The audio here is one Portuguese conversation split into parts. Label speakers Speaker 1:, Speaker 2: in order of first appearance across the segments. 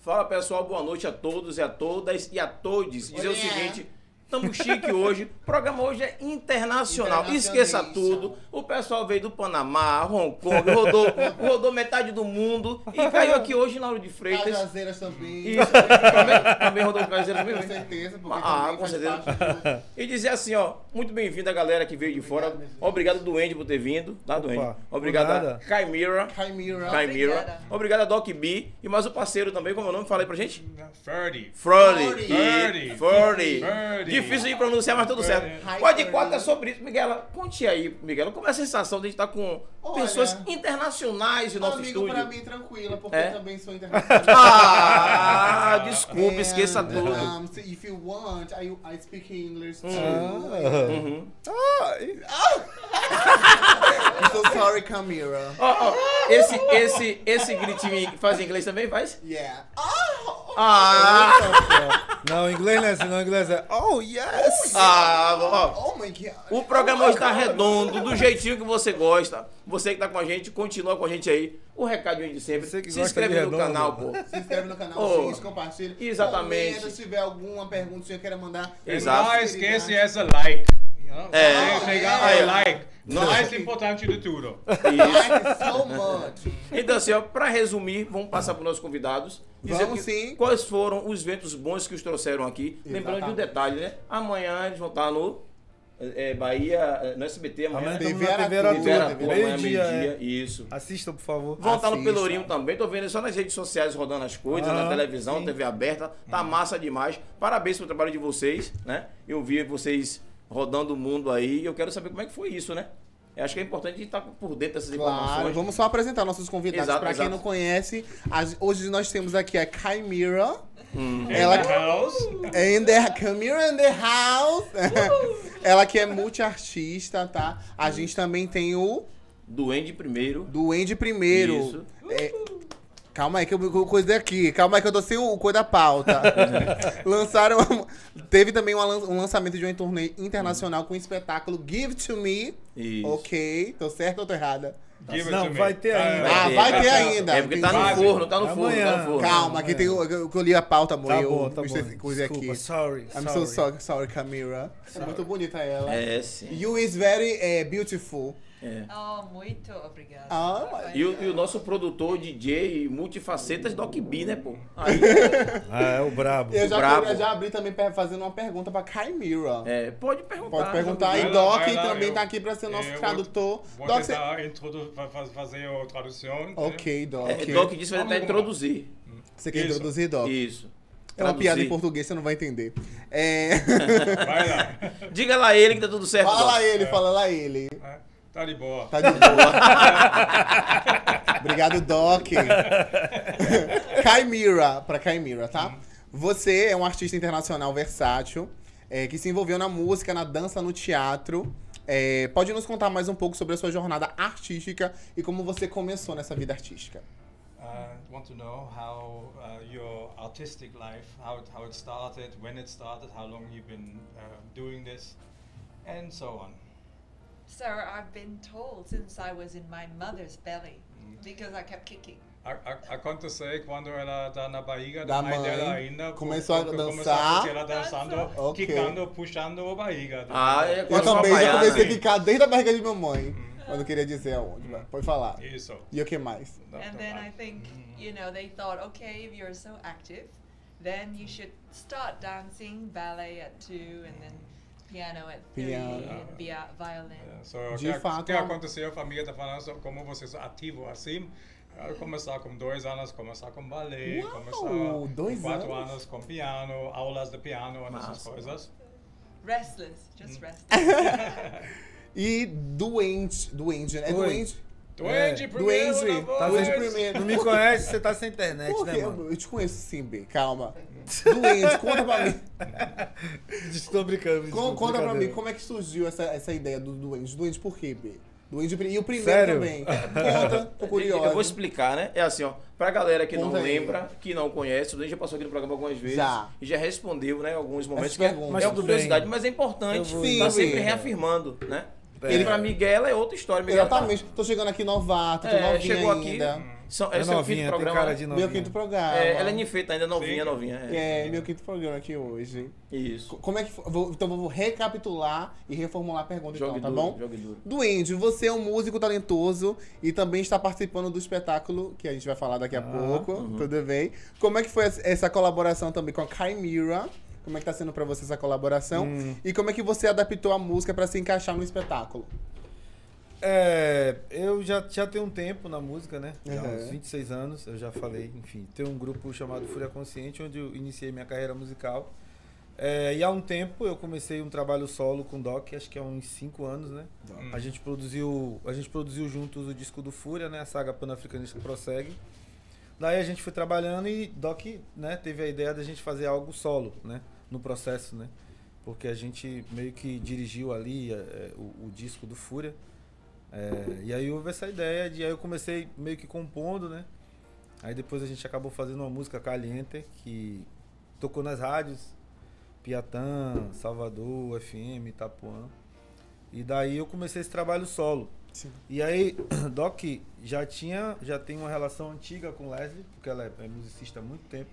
Speaker 1: Fala pessoal, boa noite a todos e a todas e a todos. Dizer o seguinte. Estamos chique hoje. O programa hoje é internacional. Esqueça tudo. O pessoal veio do Panamá, Hong Kong, rodou, rodou metade do mundo e caiu aqui hoje na hora de Freitas.
Speaker 2: Cajazeiras também.
Speaker 1: Isso, também, também rodou Cajazeiras
Speaker 2: Com
Speaker 1: mesmo.
Speaker 2: certeza, porque
Speaker 1: Ah,
Speaker 2: também
Speaker 1: com
Speaker 2: faz
Speaker 1: certeza.
Speaker 2: parte do-
Speaker 1: E dizer assim, ó, muito bem-vindo a galera que veio de fora.
Speaker 2: meu Deus.
Speaker 1: Obrigado, Duende, por ter vindo. Tá,
Speaker 3: Opa,
Speaker 1: Duende?
Speaker 3: por
Speaker 1: Obrigado a
Speaker 3: nada.
Speaker 1: Caimira.
Speaker 2: Caimira.
Speaker 1: Caimira.
Speaker 4: Obrigada.
Speaker 1: Obrigado a Doc B. E mais o parceiro também, como é o nome? Fala aí pra gente.
Speaker 5: 30.
Speaker 1: Furry.
Speaker 5: Furry.
Speaker 1: Furry.
Speaker 5: Furry.
Speaker 1: Difícil de pronunciar, mas tudo
Speaker 5: Furry.
Speaker 1: certo.
Speaker 2: Hi,
Speaker 1: Pode
Speaker 2: Furry.
Speaker 1: quatro é sobre isso. Miguela, conte aí, Miguela, como é a sensação de a gente estar com
Speaker 2: Olha.
Speaker 1: pessoas internacionais no nosso
Speaker 2: Amigo
Speaker 1: estúdio?
Speaker 2: pra mim, tranquila, porque
Speaker 1: É?
Speaker 2: eu também sou internacional.
Speaker 1: Ah, desculpa, esqueça
Speaker 2: And,
Speaker 1: tudo. Hum.
Speaker 2: Um, so if you want, I, I speak English too.
Speaker 1: Uhum.
Speaker 2: I'm Ah! so sorry, Camila.
Speaker 1: Ó, ó, esse, esse, esse gritinho que faz em inglês também faz?
Speaker 2: Yeah. Oh,
Speaker 1: Ah,
Speaker 3: Não, em inglês não é assim, não, em inglês é. Oh, yes!
Speaker 1: ah, ó.
Speaker 2: oh my god.
Speaker 1: O programa hoje tá redondo, do jeitinho que você gosta. Você que tá com a gente, continua com a gente aí. O recadinho de sempre.
Speaker 3: Você que
Speaker 1: Se
Speaker 3: gosta
Speaker 1: inscreve
Speaker 3: de
Speaker 1: no
Speaker 3: redondo.
Speaker 1: canal, pô.
Speaker 2: Se inscreve no canal,
Speaker 1: Oh,
Speaker 2: curte, compartilha.
Speaker 1: exatamente.
Speaker 2: Comenta, se tiver alguma pergunta que você queira mandar.
Speaker 1: Exato.
Speaker 5: Não Ah, esquece essa like. You know?
Speaker 1: É.
Speaker 5: Tem que pegar
Speaker 1: Aí, ó.
Speaker 5: o "Oh, like.
Speaker 1: Não.
Speaker 5: Mais importante de tudo.
Speaker 1: Isso.
Speaker 2: Thank you so much.
Speaker 1: Então, assim, ó, pra resumir, vamos passar para nossos convidados.
Speaker 2: Vamos sim.
Speaker 1: Quais foram os ventos bons que os trouxeram aqui? Lembrando de um detalhe, né? Amanhã eles vão estar no é, é, Bahia, é, no SBT
Speaker 2: Tá
Speaker 1: amanhã.
Speaker 3: Amanhã
Speaker 1: né?
Speaker 3: estamos
Speaker 2: TV
Speaker 3: na TV
Speaker 2: Aratura,
Speaker 1: Em Vera
Speaker 3: Aratura,
Speaker 1: Cruz, amanhã,
Speaker 3: meio dia.
Speaker 1: meio-dia,
Speaker 3: é.
Speaker 1: isso.
Speaker 3: Assistam, por favor.
Speaker 1: Vão estar no
Speaker 2: Assista.
Speaker 1: Pelourinho também, tô vendo só nas redes sociais rodando as coisas,
Speaker 3: Ah,
Speaker 1: na televisão,
Speaker 3: sim.
Speaker 1: TV aberta, tá massa demais. Parabéns pelo trabalho de vocês, né? Eu vi vocês rodando o mundo aí e eu quero saber como é que foi isso, né? Eu acho que é importante a gente estar por dentro dessas
Speaker 2: Claro,
Speaker 1: informações.
Speaker 2: vamos só apresentar nossos convidados.
Speaker 1: Exato,
Speaker 2: pra quem
Speaker 1: exato.
Speaker 2: não conhece, as- hoje nós temos aqui a Kaimira.
Speaker 5: Ela...
Speaker 1: Hum.
Speaker 2: Ela
Speaker 5: In the house.
Speaker 2: in the, Kaimira in the house. Ela que é multiartista, tá? A gente também tem o
Speaker 1: Duende primeiro.
Speaker 2: Duende Primeiro.
Speaker 1: Isso.
Speaker 2: É, calma aí que eu eu coisa daqui. Calma aí que eu tô sem o coisa da pauta. Lançaram. Teve também uma lan- um lançamento de um turnê internacional com o espetáculo Give to Me.
Speaker 1: Isso.
Speaker 2: Ok. Tô certo ou tô errada?
Speaker 5: Give it
Speaker 3: Não,
Speaker 5: to me.
Speaker 3: vai ter
Speaker 5: Ah,
Speaker 3: ainda.
Speaker 2: Ah, vai ter ainda.
Speaker 1: É porque tá no
Speaker 5: Quase.
Speaker 1: forno, tá no forno,
Speaker 3: Amanhã.
Speaker 1: tá no forno.
Speaker 2: Calma, que tem o eu, eu li a pauta, amor.
Speaker 3: Tá
Speaker 2: eu
Speaker 3: bom, tá bom.
Speaker 2: esqueci coisa
Speaker 3: Desculpa,
Speaker 2: aqui.
Speaker 3: sorry.
Speaker 2: I'm so sorry, sorry, Camila. É muito bonita ela.
Speaker 1: É, sim.
Speaker 2: You is very eh, beautiful.
Speaker 1: é.
Speaker 4: Oh, muito obrigada.
Speaker 2: Ah, mas-
Speaker 1: E o, e o nosso produtor, DJ, multifacetas, Doc B, né, pô? Aí,
Speaker 3: Ah, é o brabo.
Speaker 2: Eu já,
Speaker 1: brabo.
Speaker 2: eu já abri também per- fazendo uma pergunta pra Camila.
Speaker 1: é, pode perguntar.
Speaker 2: Pode perguntar.
Speaker 5: vai
Speaker 2: E
Speaker 5: lá,
Speaker 2: Doc
Speaker 5: vai lá,
Speaker 2: também
Speaker 5: eu-
Speaker 2: tá aqui pra ser nosso
Speaker 5: eu vou-
Speaker 2: tradutor.
Speaker 5: Vou
Speaker 2: Doc, você...
Speaker 5: tentar né? introdu- Ah, fa- fa- fazer a tradução. né?
Speaker 2: Ok, Doc.
Speaker 1: É, Doc disse que vai tentar
Speaker 5: Vamos lá.
Speaker 1: introduzir.
Speaker 2: Você quer
Speaker 5: Isso.
Speaker 2: introduzir, Doc?
Speaker 1: Isso.
Speaker 2: É uma piada em
Speaker 1: Traduzir.
Speaker 2: português, você não vai entender. É...
Speaker 5: Vai lá.
Speaker 1: Diga lá a ele que tá tudo certo.
Speaker 2: fala
Speaker 1: Doc.
Speaker 2: lá ele, fala lá ele.
Speaker 5: Uh, Tá de boa.
Speaker 2: Tá de boa. Obrigado, Doc. Kaimira, pra Kaimira, tá? Você é um artista internacional versátil, é, que se envolveu na música, na dança, no teatro. É, pode nos contar mais um pouco sobre a sua jornada artística e como você começou nessa vida artística.
Speaker 5: Uh, want to know how uh, your artistic life, how it, how it started, when it started, how long you've been uh, doing this, and so on.
Speaker 4: So I've been told since I was in my mother's belly
Speaker 5: Mm.
Speaker 4: because I kept kicking.
Speaker 5: A, a, aconteceu quando ela tá na barriga
Speaker 2: Da
Speaker 5: da, mãe,
Speaker 2: mãe,
Speaker 5: dela ainda.
Speaker 2: começou a
Speaker 5: porque-
Speaker 2: dançar.
Speaker 5: Começou a ela dançando,
Speaker 4: Dança.
Speaker 2: Ok.
Speaker 5: quicando, puxando a barriga.
Speaker 1: Ah, é
Speaker 2: Eu
Speaker 1: agora
Speaker 2: também já
Speaker 1: baiana,
Speaker 2: comecei a
Speaker 1: hein?
Speaker 2: ficar desde a barriga de mamãe. Mas eu queria dizer aonde, mas pode falar.
Speaker 5: Isso.
Speaker 2: E o que mais?
Speaker 5: Não,
Speaker 4: and
Speaker 5: não,
Speaker 4: then
Speaker 5: ah,
Speaker 4: I think, you know, they thought, okay, if you're so active, then
Speaker 5: Mm.
Speaker 4: you should start dancing ballet at two and then
Speaker 5: Mm.
Speaker 4: piano at three
Speaker 2: Piano.
Speaker 4: and via- violin.
Speaker 5: é, só
Speaker 2: De
Speaker 5: que,
Speaker 2: fato,
Speaker 5: O que
Speaker 2: a-
Speaker 5: aconteceu, a família tá falando sobre como você é ativo assim. eh, Começar com dois anos, começar com balé,
Speaker 2: Uau,
Speaker 5: começar
Speaker 2: dois
Speaker 5: com quatro
Speaker 2: anos.
Speaker 5: anos. com piano, aulas de piano, essas
Speaker 1: Massa.
Speaker 5: coisas.
Speaker 4: Restless, just
Speaker 5: Mm.
Speaker 4: restless.
Speaker 2: E doente, doente, né? É
Speaker 3: Oi.
Speaker 2: doente?
Speaker 5: Duende
Speaker 3: É,
Speaker 5: primeiro,
Speaker 2: duende,
Speaker 5: na voz.
Speaker 3: Tá
Speaker 2: Doente
Speaker 3: sem-
Speaker 2: primeiro.
Speaker 3: Não me conhece, você tá sem internet,
Speaker 2: Por quê?
Speaker 3: né, mano?
Speaker 2: Eu, eu te conheço sim, B. Calma. Doente, conta pra mim.
Speaker 3: Estou brincando.
Speaker 2: Con-
Speaker 3: desculpa,
Speaker 2: conta pra mim
Speaker 3: brincadeira.
Speaker 2: como é que surgiu essa, essa ideia do doente. Doente por quê, B? Doente pri- e o primeiro
Speaker 3: Sério?
Speaker 2: também. Conta, tô curiosa.
Speaker 1: Eu vou explicar, né? É assim, ó. Pra galera que não
Speaker 2: Conta aí.
Speaker 1: lembra, que não conhece, o Duende já passou aqui no programa algumas vezes.
Speaker 2: Já.
Speaker 1: E já respondeu, né? Alguns momentos.
Speaker 2: perguntas.
Speaker 1: é
Speaker 3: Mas
Speaker 1: uma
Speaker 3: tudo
Speaker 1: curiosidade,
Speaker 3: bem.
Speaker 1: mas é importante.
Speaker 2: vou-
Speaker 1: tá
Speaker 2: Sim,
Speaker 1: sempre
Speaker 2: Will.
Speaker 1: reafirmando, né?
Speaker 3: É.
Speaker 1: Ele pra Miguel é outra história. Miguel tá-
Speaker 2: Exatamente. Tô chegando aqui novato, tô
Speaker 1: É,
Speaker 2: Tipo, novinha
Speaker 1: chegou aqui.
Speaker 2: ainda.
Speaker 1: São,
Speaker 3: É
Speaker 1: esse é o quinto
Speaker 3: novinha, tem
Speaker 1: programa.
Speaker 3: cara de novinha.
Speaker 2: Meu quinto programa.
Speaker 1: É, ela é ninfeta ainda, novinha, novinha. É.
Speaker 2: É, meu quinto programa aqui hoje. Co-
Speaker 1: Isso.
Speaker 2: Como é que fo- vou, Então vou recapitular e reformular a pergunta
Speaker 1: Jogue
Speaker 2: então, tá
Speaker 1: duro,
Speaker 2: bom?
Speaker 1: jogue duro.
Speaker 2: Duende, você é um músico talentoso e também está participando do espetáculo que a gente vai falar daqui a
Speaker 3: Ah,
Speaker 2: pouco,
Speaker 3: uhum.
Speaker 2: tudo bem? Como é que foi essa- essa colaboração também com a Chimera? Como é que tá sendo pra você essa colaboração?
Speaker 3: Hum.
Speaker 2: E como é que você adaptou a música pra se encaixar no espetáculo?
Speaker 3: É, eu já, já tenho um tempo na música, né? Já há uns
Speaker 2: Uhum.
Speaker 3: 26 anos, eu já falei, enfim. Tem um grupo chamado Fúria Consciente, onde eu iniciei minha carreira musical. É, e há um tempo eu comecei um trabalho solo com o Doc, acho que há uns 5 anos, né? A gente produziu, a gente produziu juntos o disco do Fúria, né? A saga pan-africanista prossegue. Daí a gente foi trabalhando e Doc, né, teve a ideia da gente fazer algo solo, né, no processo, né? Porque a gente meio que dirigiu ali é, é, o, o disco do Fúria. É, e aí houve essa ideia de aí eu comecei meio que compondo, né? Aí depois a gente acabou fazendo uma música caliente que tocou nas rádios Piatã, Salvador, FM, Itapuã. E daí eu comecei esse trabalho solo.
Speaker 2: Sim.
Speaker 3: E aí, Doc já tinha, já tem uma relação antiga com Leslie, porque ela é, é musicista há muito tempo.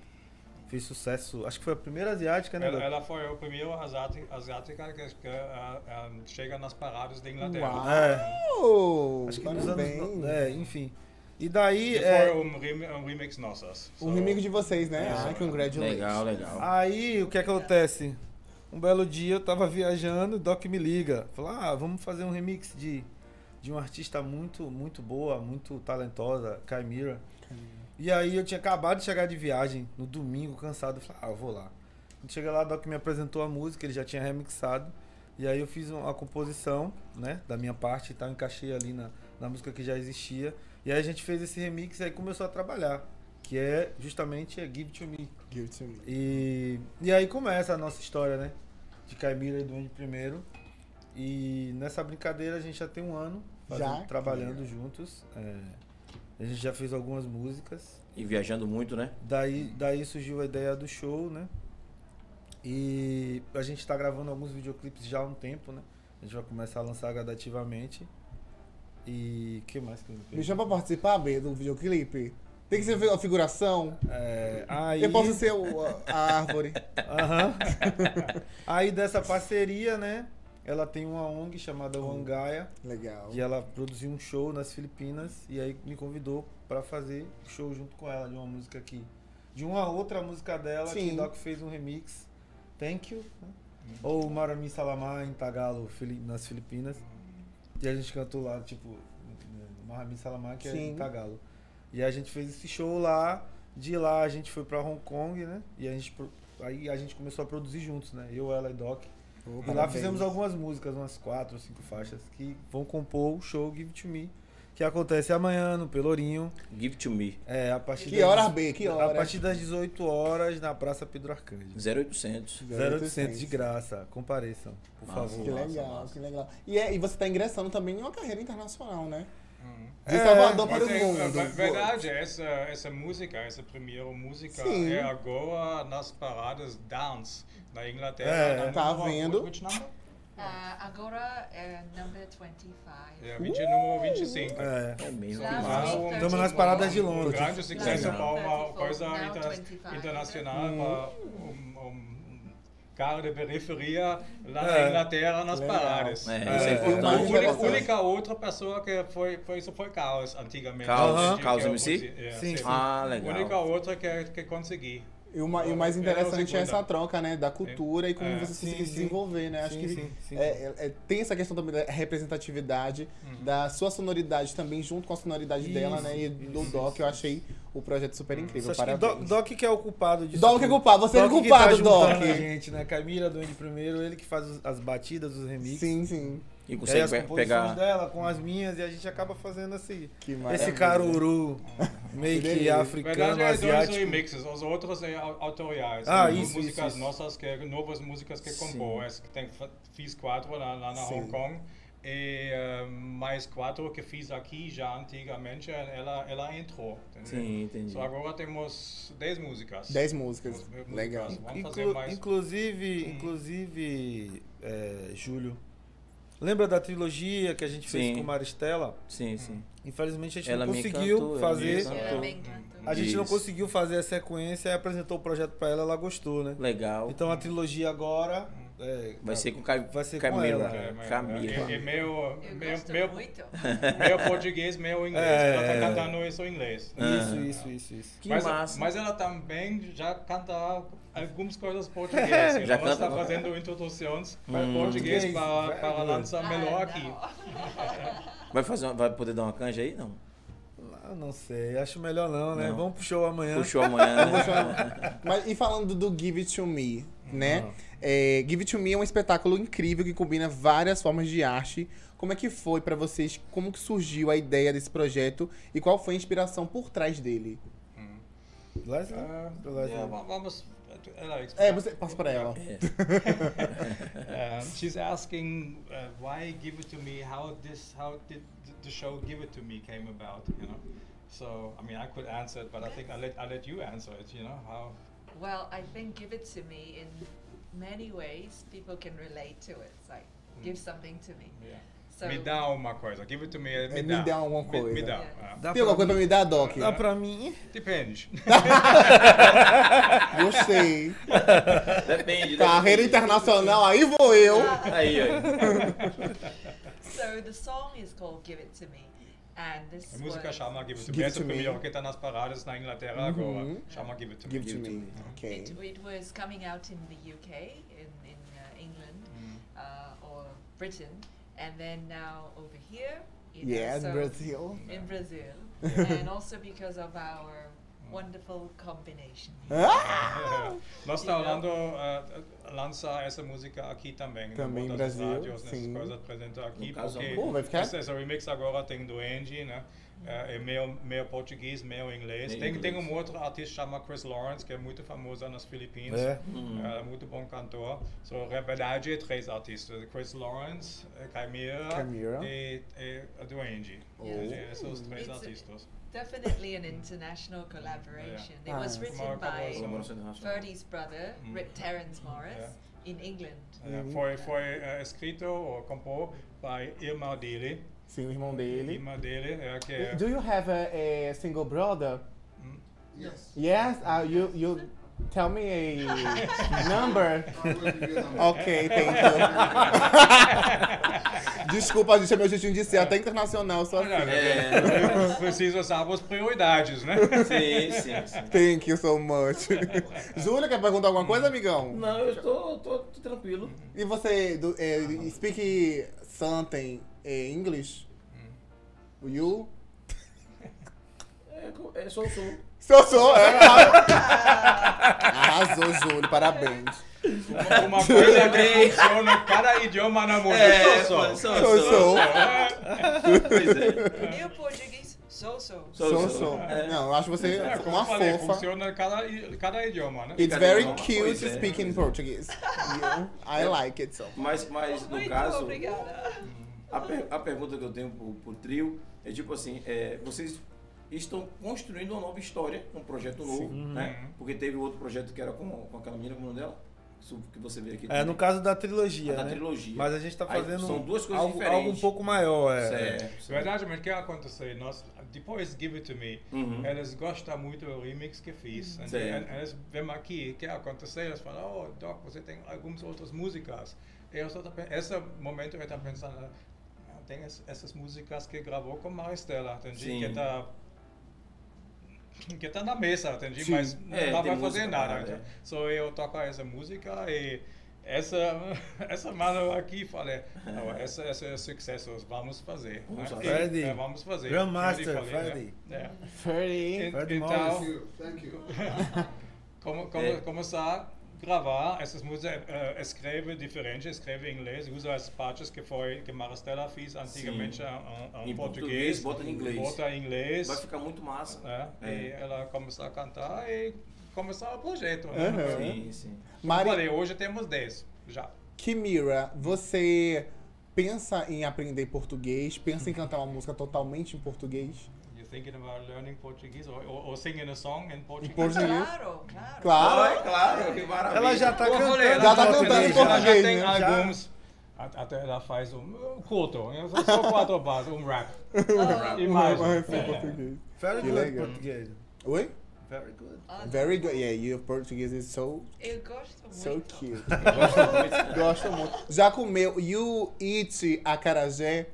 Speaker 3: Fez sucesso, acho que foi a primeira asiática, né?
Speaker 5: Ela,
Speaker 3: Doc?
Speaker 5: ela foi o primeiro asiático, asiática que, que ah, ah, chega nas paradas da Inglaterra.
Speaker 3: É,
Speaker 2: Oh,
Speaker 3: acho que nos anos.
Speaker 2: parabéns!
Speaker 3: no- É, enfim. E daí.
Speaker 5: E
Speaker 3: é,
Speaker 5: foi um, rem, um remix nossas.
Speaker 2: Um remake de vocês, né?
Speaker 5: Isso.
Speaker 2: Ai,
Speaker 3: É
Speaker 2: congratulations.
Speaker 1: Legal, legal.
Speaker 3: Aí o que acontece? Um belo dia eu tava viajando, o Doc me liga. Fala, ah, vamos fazer um remix de, de uma artista muito, muito boa, muito talentosa, Kaimira. E aí eu tinha acabado de chegar de viagem, no domingo, cansado. eu Falei, ah, eu vou lá. Quando cheguei lá, o Doc me apresentou a música, ele já tinha remixado. E aí eu fiz uma- a composição, né, da minha parte e tal, encaixei ali na, na música que já existia. E aí a gente fez esse remix e aí começou a trabalhar, que é justamente é Give To Me.
Speaker 2: Give it to me.
Speaker 3: E, e aí começa a nossa história, né? De Caimira e Duende primeiro. E nessa brincadeira a gente já tem um ano fazendo-
Speaker 2: Já?
Speaker 3: trabalhando juntos. é. a gente já fez algumas músicas.
Speaker 1: E viajando muito, né?
Speaker 3: Daí, daí surgiu a ideia do show, né? E a gente tá gravando alguns videoclipes já há um tempo, né? A gente vai começar a lançar gradativamente. E que mais que eu me
Speaker 2: Me
Speaker 3: perdi?
Speaker 2: chama pra participar, B, do videoclipe? Tem que ser a figuração?
Speaker 3: É, aí...
Speaker 2: Eu posso ser o- a- a árvore.
Speaker 3: Aham. Aí dessa parceria, né? Ela tem uma ONG chamada Wangaia.
Speaker 2: Legal.
Speaker 3: E ela produziu um show nas Filipinas e aí me convidou pra fazer show junto com ela de uma música aqui. De uma outra música dela que
Speaker 2: Sim.
Speaker 3: o Doc fez um remix. Thank you. né? Ou Marami Salamá em Tagalo, Fili- nas Filipinas. E a gente cantou lá, tipo, Marami Salamá, que é
Speaker 2: Sim.
Speaker 3: em Tagalo. E a gente fez esse show lá. De lá a gente foi pra Hong Kong, né? E a gente, pro- aí a gente começou a produzir juntos, né? Eu, ela e Doc.
Speaker 2: Oh,
Speaker 3: E lá
Speaker 2: parabéns.
Speaker 3: fizemos algumas músicas, umas quatro ou cinco faixas, que vão compor o show Give It To Me, que acontece amanhã no Pelourinho.
Speaker 1: Give to me.
Speaker 3: É, a partir
Speaker 2: Que hora, B? Que hora?
Speaker 3: A partir das 18 horas na Praça Pedro Arcanjo.
Speaker 1: 0800.
Speaker 3: 0800 de graça, compareçam, por
Speaker 1: Massa.
Speaker 3: favor.
Speaker 2: Que legal,
Speaker 1: Massa,
Speaker 2: que legal. E, é- e você tá ingressando também em uma carreira internacional, né?
Speaker 5: Uhum.
Speaker 2: De
Speaker 3: É,
Speaker 2: Salvador
Speaker 5: Mas
Speaker 2: para o
Speaker 5: é,
Speaker 2: mundo.
Speaker 5: é verdade, essa, essa música, essa primeira música
Speaker 2: Sim.
Speaker 5: é agora nas paradas dance na Inglaterra.
Speaker 3: É,
Speaker 5: na
Speaker 2: tá
Speaker 5: número-
Speaker 2: vendo?
Speaker 5: Which number?
Speaker 4: Uh, agora é number 25.
Speaker 5: É, 20, número 25.
Speaker 3: É.
Speaker 1: É mesmo.
Speaker 4: Lá
Speaker 1: que
Speaker 4: vai.
Speaker 1: massa.
Speaker 5: um-
Speaker 4: Estamos nas paradas
Speaker 3: de Londres.
Speaker 5: Um grande sucesso
Speaker 1: Legal.
Speaker 5: para uma
Speaker 4: 34,
Speaker 5: coisa
Speaker 4: now
Speaker 5: inter-
Speaker 4: 25.
Speaker 5: internacional,
Speaker 3: Hum.
Speaker 5: para um, um cara de periferia lá na
Speaker 3: É.
Speaker 5: Inglaterra nas
Speaker 2: Legal.
Speaker 5: paradas.
Speaker 1: É, isso é
Speaker 5: A
Speaker 1: importante.
Speaker 5: única,
Speaker 2: Importante.
Speaker 5: única outra pessoa que foi, foi isso foi Caos antigamente.
Speaker 1: Caos,
Speaker 5: Aham.
Speaker 1: Caos
Speaker 5: Que eu
Speaker 1: MC?
Speaker 5: conheci- é,
Speaker 3: Sim,
Speaker 5: sim.
Speaker 3: sim.
Speaker 1: Ah,
Speaker 5: A única
Speaker 1: legal.
Speaker 5: outra que, é, que consegui.
Speaker 2: E, uma- e o mais
Speaker 5: É,
Speaker 2: interessante é
Speaker 5: segunda.
Speaker 2: essa troca, né? Da cultura e como
Speaker 5: É.
Speaker 2: você
Speaker 3: Sim,
Speaker 2: conseguir
Speaker 3: sim.
Speaker 2: desenvolver, né? Acho
Speaker 3: Sim,
Speaker 2: que
Speaker 3: sim, sim.
Speaker 2: é- é- é- tem essa questão também da representatividade,
Speaker 3: Uhum.
Speaker 2: da sua sonoridade também, junto com a sonoridade
Speaker 3: Isso,
Speaker 2: dela, né? E do
Speaker 3: isso,
Speaker 2: Doc,
Speaker 3: isso,
Speaker 2: eu
Speaker 3: Uhum.
Speaker 2: achei o projeto super
Speaker 3: Só
Speaker 2: incrível.
Speaker 3: acho que
Speaker 2: Parabéns.
Speaker 3: Doc, Doc que é o culpado disso.
Speaker 2: Doc é
Speaker 3: tudo.
Speaker 2: culpado, você é
Speaker 3: Doc que
Speaker 2: culpado,
Speaker 3: tá juntando
Speaker 2: Doc.
Speaker 3: a gente, né? Camila, Duende primeiro, ele que faz os- as batidas, os remixes.
Speaker 2: Sim, sim.
Speaker 1: E
Speaker 3: E aí
Speaker 1: consegue
Speaker 3: as
Speaker 1: pe-
Speaker 3: composições
Speaker 1: pegar. é
Speaker 3: dela com as minhas e a gente acaba fazendo assim.
Speaker 2: Que
Speaker 3: Esse
Speaker 2: maravilha.
Speaker 3: caruru meio
Speaker 2: Que
Speaker 3: que
Speaker 2: delícia.
Speaker 3: africano,
Speaker 5: é dois
Speaker 3: asiático.
Speaker 5: remixes, os outros é au- autoriais.
Speaker 3: Ah,
Speaker 5: são
Speaker 3: isso,
Speaker 5: músicas
Speaker 3: isso, isso.
Speaker 5: nossas, que, novas músicas que
Speaker 3: Sim.
Speaker 5: compôs. Essa que Tem, fiz quatro lá, lá na
Speaker 2: Sim.
Speaker 5: Hong Kong e eh, mais quatro que fiz aqui já antigamente. Ela, ela entrou. entendeu?
Speaker 1: Sim, entendi.
Speaker 5: Só agora temos dez músicas.
Speaker 2: Dez músicas.
Speaker 5: Vamos- vamos-
Speaker 2: Legal.
Speaker 5: vamos fazer Hum.
Speaker 3: Inclu-
Speaker 5: mais.
Speaker 3: inclusive, inclusive é, Júlio, Lembra da trilogia que a gente fez
Speaker 1: Sim.
Speaker 3: com Maristela?
Speaker 1: Sim, sim.
Speaker 3: Infelizmente a gente
Speaker 1: Ela
Speaker 3: não
Speaker 1: me
Speaker 3: conseguiu
Speaker 1: encantou, ela me
Speaker 3: fazer.
Speaker 1: encantou.
Speaker 4: Ela me encantou.
Speaker 3: A gente não
Speaker 1: Isso.
Speaker 3: conseguiu fazer a sequência e apresentou o projeto pra ela, ela gostou, né?
Speaker 1: Legal.
Speaker 3: Então a trilogia agora
Speaker 5: Hum.
Speaker 3: é,
Speaker 1: vai ser com, Ca...
Speaker 3: vai ser com
Speaker 1: Camila.
Speaker 3: ela.
Speaker 5: É, mas-
Speaker 1: Camila.
Speaker 5: É, é meio,
Speaker 4: Eu
Speaker 5: meio,
Speaker 4: gosto
Speaker 5: meio,
Speaker 4: muito.
Speaker 5: meio português, meio inglês.
Speaker 3: É.
Speaker 5: Ela tá cantando isso em inglês.
Speaker 3: Isso,
Speaker 1: Ah.
Speaker 3: isso, isso, isso.
Speaker 1: Que
Speaker 5: mas,
Speaker 1: massa.
Speaker 5: mas ela também já canta algumas coisas portuguesas. assim,
Speaker 1: Já
Speaker 5: ela
Speaker 1: canta- Hum.
Speaker 5: está fazendo introduções para
Speaker 3: Português,
Speaker 5: português para,
Speaker 3: velho.
Speaker 5: para lançar melhor
Speaker 4: Ah,
Speaker 5: aqui.
Speaker 1: Vai, fazer uma- vai poder dar uma canja aí? Não.
Speaker 3: Ah, não sei, acho melhor não, né?
Speaker 1: Não.
Speaker 3: Vamos pro show amanhã.
Speaker 1: Puxou amanhã, né?
Speaker 2: Mas e falando do Give It To Me, né? É, Give It To Me é um espetáculo incrível que combina várias formas de arte. Como é que foi pra vocês? Como que surgiu a ideia desse projeto? E qual foi a inspiração por trás dele?
Speaker 3: Leslie?
Speaker 5: Ah,
Speaker 3: Pro Leslie.
Speaker 5: yeah, va- vamos. ela explica.
Speaker 2: É, você passa pra ela.
Speaker 5: Um, she's asking uh, why give it to me how this how did th- the show give it to me came about you know so i mean i could answer it but i think i let i let you answer it you know how
Speaker 4: Well, I think give it to me in many ways. People can relate to it. It's like give something to me.
Speaker 5: yeah
Speaker 4: So
Speaker 5: me dá uma coisa give it to me é
Speaker 2: É,
Speaker 5: me,
Speaker 2: me
Speaker 5: dá
Speaker 2: dá alguma
Speaker 5: me, me
Speaker 2: coisa.
Speaker 5: dá
Speaker 4: Yeah.
Speaker 5: ah,
Speaker 3: Dá
Speaker 2: Tem alguma coisa pra
Speaker 3: pra mim?
Speaker 2: me dar, Doc?
Speaker 3: Dá pra mim?
Speaker 5: depende
Speaker 2: Gostei.
Speaker 1: Depende.
Speaker 2: Carreira internacional, aí vou eu.
Speaker 1: Aí, ó.
Speaker 4: so the song is called Give It to Me, and this
Speaker 5: a música
Speaker 4: was-
Speaker 5: chama give it to
Speaker 2: Give
Speaker 5: me
Speaker 2: It
Speaker 5: essa
Speaker 2: To Me.
Speaker 5: primeira que tá nas paradas na Inglaterra agora chama give it to
Speaker 2: Give
Speaker 5: me
Speaker 2: It To Me.
Speaker 4: It,
Speaker 2: Ok.
Speaker 4: it was coming out in the UK, in, in uh, England,
Speaker 5: Hmm. Mhm.
Speaker 4: uh, or Britain, and then now over here. you know,
Speaker 2: Yeah,
Speaker 4: so-
Speaker 2: in Brazil.
Speaker 4: In Brazil. and also because of our wonderful combination.
Speaker 2: Ah!
Speaker 5: É. Nós está falando uh, lançar essa música aqui também.
Speaker 2: Também
Speaker 5: no
Speaker 2: no Brasil,
Speaker 5: rádios, nessas
Speaker 2: sim.
Speaker 5: coisas apresentar aqui.
Speaker 1: No caso,
Speaker 5: porque
Speaker 2: Pô, vai ficar?
Speaker 5: Esse, esse remix agora tem do Angie, né? É é meio, meio português, meio inglês.
Speaker 1: Meio
Speaker 5: Tem, tem
Speaker 1: inglês.
Speaker 5: um outro artista chamado Chris Lawrence, que é muito famoso nas Filipinas.
Speaker 3: É.
Speaker 1: Hum.
Speaker 5: É, muito bom cantor. So, na verdade, é três artistas: Chris Lawrence, eh, Chimera,
Speaker 2: Chimera.
Speaker 5: e, e a do Angie.
Speaker 2: Oh.
Speaker 5: É, Esses três
Speaker 4: It's-
Speaker 5: artistas.
Speaker 4: Definitely an international collaboration. It was
Speaker 2: Ah.
Speaker 4: written
Speaker 5: Marco
Speaker 4: by
Speaker 1: é
Speaker 5: Polo.
Speaker 4: Ferdy's brother,
Speaker 5: Mm.
Speaker 4: Rick Terence Morris, in England.
Speaker 5: É,
Speaker 2: Uhum.
Speaker 5: foi foi eh, escrito ou compor by Irma Dele.
Speaker 2: Sim, o irmão dele.
Speaker 5: Irmã dele é a que é.
Speaker 2: Do you have a, a single brother?
Speaker 5: Hum.
Speaker 6: Yes.
Speaker 2: Yes, uh, you you tell me a number.
Speaker 6: I will give you a number.
Speaker 2: Ok, thank you. Desculpa, gente, é meu jeitinho de ser até internacional, só assim.
Speaker 1: É,
Speaker 5: Eu Preciso saber as prioridades, né?
Speaker 1: sim, sim, sim.
Speaker 2: Thank you so much. Júlia, quer perguntar alguma coisa, amigão?
Speaker 1: Não, eu tô, tô, tô tranquilo.
Speaker 2: E você, do, eh, speak something eh, English? You?
Speaker 1: É, co- é, sou, sou.
Speaker 2: Sou, sou, é claro. Arrasou, Júlio, parabéns.
Speaker 5: Uma- Uma coisa é que funciona em cada idioma na
Speaker 1: É,
Speaker 5: música. só. É, só.
Speaker 2: Sou, sou.
Speaker 1: Pois é.
Speaker 4: Eu português, so so.
Speaker 2: Sou, sou. Não, eu acho você
Speaker 5: É, como
Speaker 2: uma
Speaker 5: eu falei,
Speaker 2: fofa.
Speaker 5: funciona em cada, i- cada idioma, né?
Speaker 2: It's
Speaker 1: Cada
Speaker 2: very
Speaker 1: idioma,
Speaker 2: cute
Speaker 1: pois é.
Speaker 2: speaking Portuguese. Yeah, I like it so.
Speaker 1: Mas, mas no
Speaker 4: Muito
Speaker 1: caso,
Speaker 4: obrigada.
Speaker 1: a, per- a pergunta que eu tenho pro, pro trio é tipo assim, é, vocês estão construindo uma nova história, um projeto novo,
Speaker 3: Uhum.
Speaker 1: né? Porque teve outro projeto que era com, com aquela menina, como é o nome dela? Isso Que você vê aqui.
Speaker 3: É,
Speaker 1: também.
Speaker 3: no caso da trilogia.
Speaker 1: A da
Speaker 3: né?
Speaker 1: trilogia.
Speaker 3: Mas a gente tá
Speaker 1: Aí
Speaker 3: fazendo
Speaker 1: são duas coisas
Speaker 3: algo,
Speaker 1: diferentes.
Speaker 3: algo um pouco maior, é.
Speaker 1: Certo, certo.
Speaker 5: Verdade, mas o que aconteceu? Nós, depois Give It To Me,
Speaker 1: Uhum.
Speaker 5: eles gostam muito do remix que fiz. E-
Speaker 1: Certo.
Speaker 5: e- Eles vêm aqui, o que aconteceu? Eles falam, oh, Doc, você tem algumas outras músicas. Eu só tô, pen- esse momento eu estou pensando, "Ah, tem es- essas músicas que gravou com Maristela, entendi?
Speaker 1: Sim.
Speaker 5: Que está que tá na mesa, entendi?
Speaker 2: Sim.
Speaker 5: Mas
Speaker 1: É, tem
Speaker 5: não vai fazer
Speaker 1: música é.
Speaker 5: nada.
Speaker 1: parada,
Speaker 5: então. Só eu toco essa música e essa, essa mano aqui falei, "Não, essa, essa é sucesso, vamos fazer.
Speaker 1: Vamos
Speaker 5: né?
Speaker 1: fazer.
Speaker 5: E-
Speaker 3: Friday.
Speaker 5: é, vamos fazer.
Speaker 3: Grandmaster,
Speaker 5: Eu lhe falei,
Speaker 3: Friday.
Speaker 5: né? É.
Speaker 2: Pretty.
Speaker 5: En-
Speaker 3: Friday
Speaker 6: Thank
Speaker 5: Então,
Speaker 6: you. Thank you.
Speaker 5: como, como,
Speaker 1: É.
Speaker 5: começar a gravar essas músicas, eh, escreve diferente, escreve em inglês, usa as partes que foi que Maristela fez antigamente em, em,
Speaker 1: Em
Speaker 5: em
Speaker 1: português,
Speaker 5: um português,
Speaker 1: bota em inglês.
Speaker 5: bota em inglês,
Speaker 1: Vai ficar muito massa.
Speaker 5: né?
Speaker 1: É.
Speaker 5: E ela começou a cantar e começar o projeto. Né?
Speaker 2: Uhum.
Speaker 1: Sim, sim.
Speaker 5: Como
Speaker 2: Mari,
Speaker 5: falei, hoje temos 10 já.
Speaker 2: Kimira, você pensa em aprender português? Pensa em cantar uma música totalmente em português?
Speaker 5: You thinking about learning Portuguese or, or, or singing a song in Portuguese?
Speaker 2: português?
Speaker 4: Claro, claro.
Speaker 2: Claro.
Speaker 1: Ah, é claro, que maravilha.
Speaker 3: Ela já tá
Speaker 5: Eu
Speaker 3: cantando.
Speaker 5: falei,
Speaker 2: Já tá
Speaker 5: ela
Speaker 2: cantando em
Speaker 5: ela já
Speaker 2: português,
Speaker 5: tem
Speaker 2: né?
Speaker 5: alguns. At- Até ela faz um um culto, né? só, só quatro bases, um rap.
Speaker 4: Oh,
Speaker 5: Imagem.
Speaker 2: Vai, foi
Speaker 5: É.
Speaker 2: Um português.
Speaker 3: Very
Speaker 2: Que
Speaker 3: good
Speaker 2: legal.
Speaker 3: português.
Speaker 2: Oi?
Speaker 3: Very good.
Speaker 4: awesome.
Speaker 2: Very good. Yeah, your Portuguese is so,
Speaker 4: Eu gosto
Speaker 2: so
Speaker 4: muito.
Speaker 2: cute. Gosto muito. Já comeu? You eat acarajé?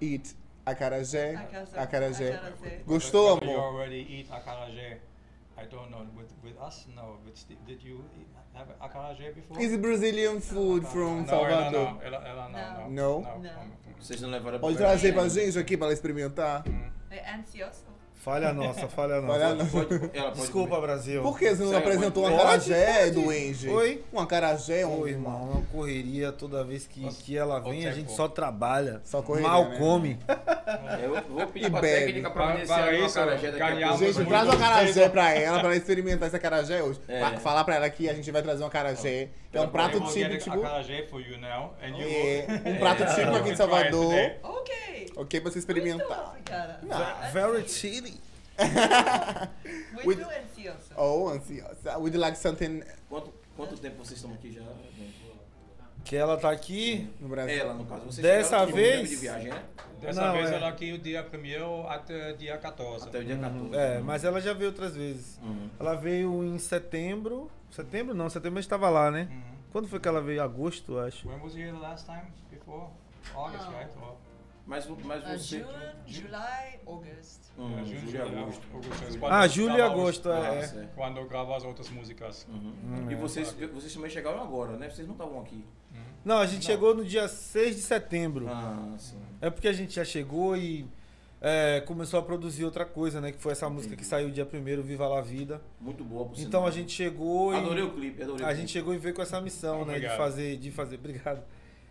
Speaker 2: Eat acarajé?
Speaker 4: Acarajé.
Speaker 2: Acarajé.
Speaker 4: Acarajé.
Speaker 2: Gostou,
Speaker 5: Whether You
Speaker 2: amor?
Speaker 5: already eat acarajé. I don't know. With, with us? No. With Steve, did you eat, have acarajé before?
Speaker 2: Is Brazilian food from
Speaker 5: no,
Speaker 2: Salvador?
Speaker 5: Ela, não, ela, ela não.
Speaker 2: Não.
Speaker 5: Não.
Speaker 4: Não.
Speaker 1: Vocês não levaram
Speaker 2: Pode
Speaker 1: pra-
Speaker 2: trazer pra gente aqui pra ela experimentar?
Speaker 4: É ansioso.
Speaker 3: Falha nossa, falha
Speaker 2: Falha
Speaker 3: nossa.
Speaker 2: nossa.
Speaker 1: Pode- ela pode
Speaker 3: Desculpa,
Speaker 1: comer.
Speaker 3: Brasil.
Speaker 2: Por que você não
Speaker 1: Sério,
Speaker 2: apresentou um
Speaker 1: pode-
Speaker 2: acarajé, duende?
Speaker 3: Oi?
Speaker 2: Um acarajé, um...
Speaker 3: Ô, irmão, é uma correria toda vez que,
Speaker 5: Nossa,
Speaker 3: que ela
Speaker 5: quanto
Speaker 3: vem, a
Speaker 5: tempo?
Speaker 3: gente só trabalha,
Speaker 2: Só correria,
Speaker 3: mal
Speaker 2: né?
Speaker 3: come.
Speaker 1: Eu vou
Speaker 2: E
Speaker 1: pedir pra
Speaker 2: bebe.
Speaker 1: técnica pra
Speaker 5: Para-
Speaker 1: ver se
Speaker 5: para
Speaker 1: ela não
Speaker 5: isso,
Speaker 1: acarajé daqui a
Speaker 5: ganhamos
Speaker 1: pouco.
Speaker 2: Gente,
Speaker 5: Muito
Speaker 2: traz um
Speaker 5: bom.
Speaker 2: acarajé pra ela, pra ela experimentar esse acarajé hoje.
Speaker 1: É.
Speaker 2: Fa- Falar pra ela que a gente vai trazer um acarajé. É um prato
Speaker 5: They will get
Speaker 2: típico, tipo...
Speaker 5: acarajé for you now, and you
Speaker 2: É,
Speaker 5: will-
Speaker 2: um prato
Speaker 5: Yeah.
Speaker 2: típico aqui em
Speaker 5: You can try it
Speaker 2: Salvador.
Speaker 5: today.
Speaker 4: Ok.
Speaker 2: Ok, pra você
Speaker 4: Muito
Speaker 2: experimentar.
Speaker 4: obrigada.
Speaker 3: Very chili.
Speaker 4: Muito ansioso.
Speaker 2: Oh, ansiosa. Would you like something
Speaker 1: Quanto, quanto tempo vocês estão aqui já?
Speaker 3: Que ela tá aqui.
Speaker 2: no Brasil?
Speaker 1: Ela, no caso. Vocês
Speaker 3: Dessa
Speaker 1: chegaram aqui no dia
Speaker 3: vez-
Speaker 1: De viagem, né?
Speaker 5: Dessa
Speaker 3: Não,
Speaker 5: vez
Speaker 3: é.
Speaker 5: ela aqui o dia 1 até dia 14.
Speaker 1: Até o dia Uhum. 14.
Speaker 3: É, mas ela já veio outras vezes.
Speaker 1: Uhum.
Speaker 3: Ela veio em setembro. Setembro não, setembro a gente tava lá, né?
Speaker 5: Uhum.
Speaker 3: Quando foi que ela veio? Agosto, eu acho.
Speaker 5: When was you here the last time? Before? August,
Speaker 4: Oh.
Speaker 5: right? Or,
Speaker 1: Mas, vo- mas
Speaker 4: Uh,
Speaker 1: você.
Speaker 4: June, July, August.
Speaker 1: Hum,
Speaker 5: uh,
Speaker 1: julho e
Speaker 5: July,
Speaker 1: agosto.
Speaker 5: August.
Speaker 1: Julho.
Speaker 5: Quando
Speaker 3: Ah, julho e
Speaker 5: grava os-
Speaker 3: agosto, é.
Speaker 1: certo.
Speaker 5: Quando grava as outras músicas.
Speaker 1: Uhum. E vocês, vocês também chegaram agora, né? Vocês não estavam aqui.
Speaker 3: Não, a gente chegou no dia 6 de setembro.
Speaker 1: Ah, sim.
Speaker 3: É porque a gente já chegou e é, começou a produzir outra coisa, né? Que foi essa música
Speaker 1: Uhum.
Speaker 3: que saiu dia 1 Viva la Vida.
Speaker 1: Muito boa por
Speaker 3: Então
Speaker 1: sinal.
Speaker 3: a gente chegou e.
Speaker 1: Adorei o clipe, adorei o
Speaker 3: A gente
Speaker 1: clipe.
Speaker 3: chegou e veio com essa missão, né? De
Speaker 5: Obrigado.
Speaker 3: fazer, de fazer, obrigado.